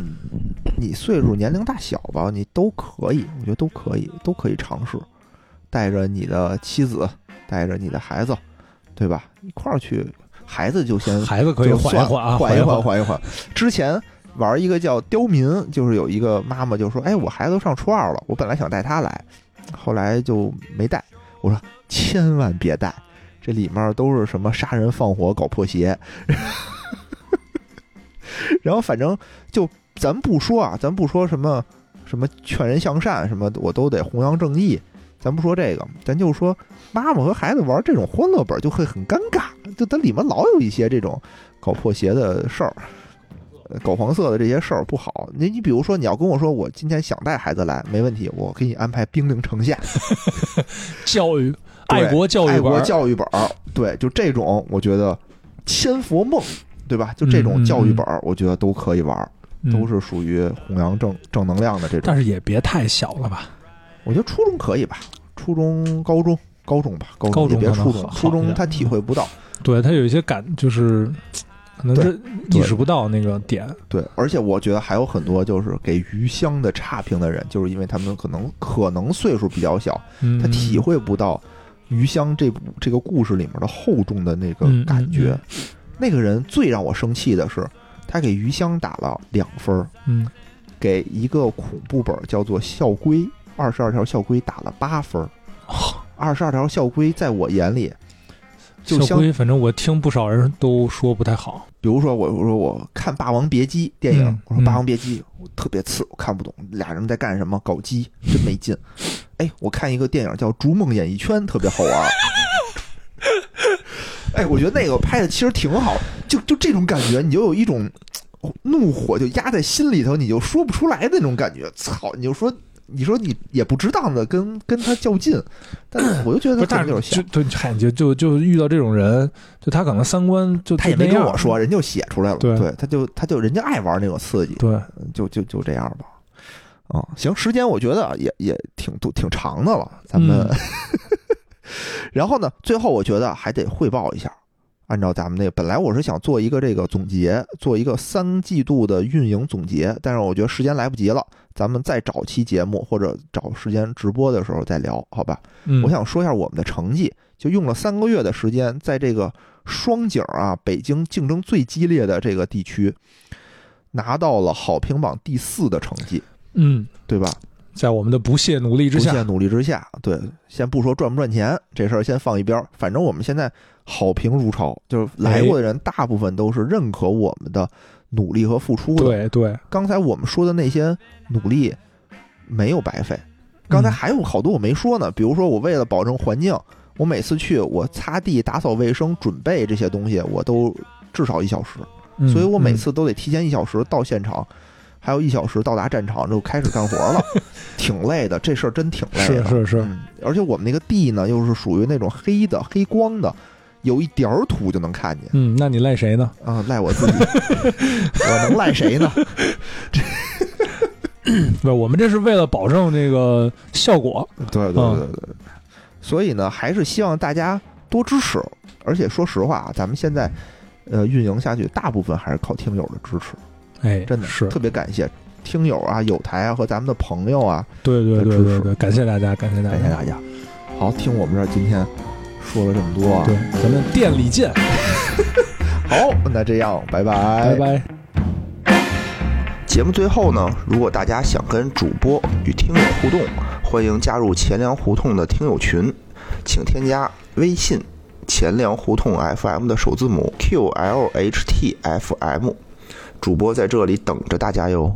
Speaker 1: 你岁数、年龄大小吧，你都可以，我觉得都可以，都可以尝试，带着你的妻子，带着你的孩子，对吧？一块儿去，孩子就先
Speaker 2: 孩子可以
Speaker 1: 就
Speaker 2: 缓
Speaker 1: 算
Speaker 2: 缓啊，
Speaker 1: 缓
Speaker 2: 一
Speaker 1: 一缓，，缓一缓。之前玩一个叫刁民，就是有一个妈妈就说：“哎，我孩子都上初二了，我本来想带他来，后来就没带。”我说：“千万别带，这里面都是什么杀人放火、搞破鞋。” 然后反正就咱不说啊，咱不说什么什么劝人向善什么，我都得弘扬正义。咱不说这个，咱就说妈妈和孩子玩这种欢乐本就会很尴尬，就它里面老有一些这种搞破鞋的事儿，呃搞黄色的这些事儿不好。你你比如说，你要跟我说我今天想带孩子来，没问题，我给你安排兵临城下
Speaker 2: 教育
Speaker 1: 对
Speaker 2: 爱国教
Speaker 1: 爱
Speaker 2: 育
Speaker 1: 国
Speaker 2: 馆，
Speaker 1: 教育本儿，对，就这种我觉得千佛梦，对吧？就这
Speaker 2: 嗯
Speaker 1: 种
Speaker 2: 嗯
Speaker 1: 教育本儿，我觉得都可以玩儿，
Speaker 2: 嗯
Speaker 1: 都，是属于弘扬正正能量的这种。
Speaker 2: 但是也别太小了吧？
Speaker 1: 我觉得初中可以吧，初中、高中。高中吧，高
Speaker 2: 高
Speaker 1: 中
Speaker 2: 中
Speaker 1: 也别
Speaker 2: 可能
Speaker 1: 初
Speaker 2: 好
Speaker 1: 中，
Speaker 2: 好
Speaker 1: 初
Speaker 2: 一
Speaker 1: 中
Speaker 2: 点嗯
Speaker 1: 他体会不到。
Speaker 2: 对他有一些感，就是可能
Speaker 1: 对
Speaker 2: 是
Speaker 1: 对
Speaker 2: 意识不到那个点，
Speaker 1: 对，而且我觉得还有很多就是给余香的差评的人，就是因为他们可能可能岁数比较小，
Speaker 2: 嗯，
Speaker 1: 他体会不到余香这部这个故事里面的厚重的那个
Speaker 2: 嗯嗯
Speaker 1: 感觉。
Speaker 2: 嗯
Speaker 1: 那个人最让我生气的是，他给余香打了两分儿，
Speaker 2: 嗯，
Speaker 1: 给一个恐怖本儿叫做《校规》二十二条校规打了八分儿。
Speaker 2: 哦
Speaker 1: 二十二条校规在我眼里，就
Speaker 2: 校
Speaker 1: 相
Speaker 2: 规，反正我听不少人都说不太好，
Speaker 1: 比如说我我说我看《霸王别姬》电影，
Speaker 2: 嗯
Speaker 1: 我说《霸
Speaker 2: 嗯
Speaker 1: 王别姬》我特别次，我看不懂俩人在干什么，搞基真没劲。哎，我看一个电影叫《逐梦演艺圈》，特别好玩。 哎，我觉得那个拍的其实挺好，就就这种感觉，你就有一种嘖怒火就压在心里头，你就说不出来的那种感觉。操，你就说你说你也不值当的跟跟他较劲，但是我就觉得他
Speaker 2: 不是，
Speaker 1: 可
Speaker 2: 但
Speaker 1: 能
Speaker 2: 是
Speaker 1: 有点
Speaker 2: 就
Speaker 1: 像。
Speaker 2: 对，嗨，你就就就遇到这种人，就他可能三观就
Speaker 1: 他也
Speaker 2: 就
Speaker 1: 没
Speaker 2: 那
Speaker 1: 跟
Speaker 2: 样嗯
Speaker 1: 我说，人就写出来了。
Speaker 2: 对
Speaker 1: 对，他就他就人家爱玩那种刺激。
Speaker 2: 对，
Speaker 1: 就就就这样吧。啊、行，时间我觉得也也挺都挺长的了，咱们。
Speaker 2: 嗯
Speaker 1: 然后呢，最后我觉得还得汇报一下，按照咱们那个，本来我是想做一个这个总结，做一个三季度的运营总结，但是我觉得时间来不及了，咱们再找期节目或者找时间直播的时候再聊，好吧？
Speaker 2: 嗯，
Speaker 1: 我想说一下我们的成绩，就用了三个月的时间，在这个双井啊，北京竞争最激烈的这个地区，拿到了好评榜第四的成绩，
Speaker 2: 嗯，
Speaker 1: 对吧？
Speaker 2: 在我们的不懈努力之
Speaker 1: 不懈
Speaker 2: 下，
Speaker 1: 努力之下，对，先不说赚不赚钱这事儿，先放一边儿。反正我们现在好评如潮，就是来过的人大部分都是认可我们的努力和付出的。
Speaker 2: 对对，
Speaker 1: 刚才我们说的那些努力没有白费。刚
Speaker 2: 嗯
Speaker 1: 才还有好多我没说呢，比如说我为了保证环境，我每次去我擦地、打扫卫生、准备这些东西，我都至少一小时，
Speaker 2: 嗯
Speaker 1: 所以我每
Speaker 2: 嗯
Speaker 1: 次都得提前一小时到现场，还有一小时到达战场就开始干活 了，挺累的，这事儿真挺累
Speaker 2: 是
Speaker 1: 的。
Speaker 2: 是是，
Speaker 1: 嗯，而且我们那个地呢，又是属于那种黑的、黑光的，有一点儿土就能看见。
Speaker 2: 嗯，那你赖谁呢？
Speaker 1: 啊、赖我 自己，我能赖谁呢？
Speaker 2: 不，我们这是为了保证这个效果。
Speaker 1: 对对对对
Speaker 2: 嗯
Speaker 1: 对。所以呢，还是希望大家多支持。而且说实话啊，咱们现在呃运营下去，大部分还是靠听友的支持，
Speaker 2: 哎，
Speaker 1: 真的
Speaker 2: 是，
Speaker 1: 特别感谢听友啊、友台啊和咱们的朋友啊，
Speaker 2: 对对对
Speaker 1: 支持
Speaker 2: 对对，感谢大家，感谢大家，
Speaker 1: 感谢大家。好，听我们这儿今天说了这么多啊，
Speaker 2: 对，咱们店里见，
Speaker 1: 好，那这样，拜拜，
Speaker 2: 拜拜。
Speaker 1: 节目最后呢，如果大家想跟主播与听友互动，欢迎加入钱粮胡同的听友群，请添加微信“钱粮胡同 FM” 的首字母 “QLHTFM”，主播在这里等着大家哟。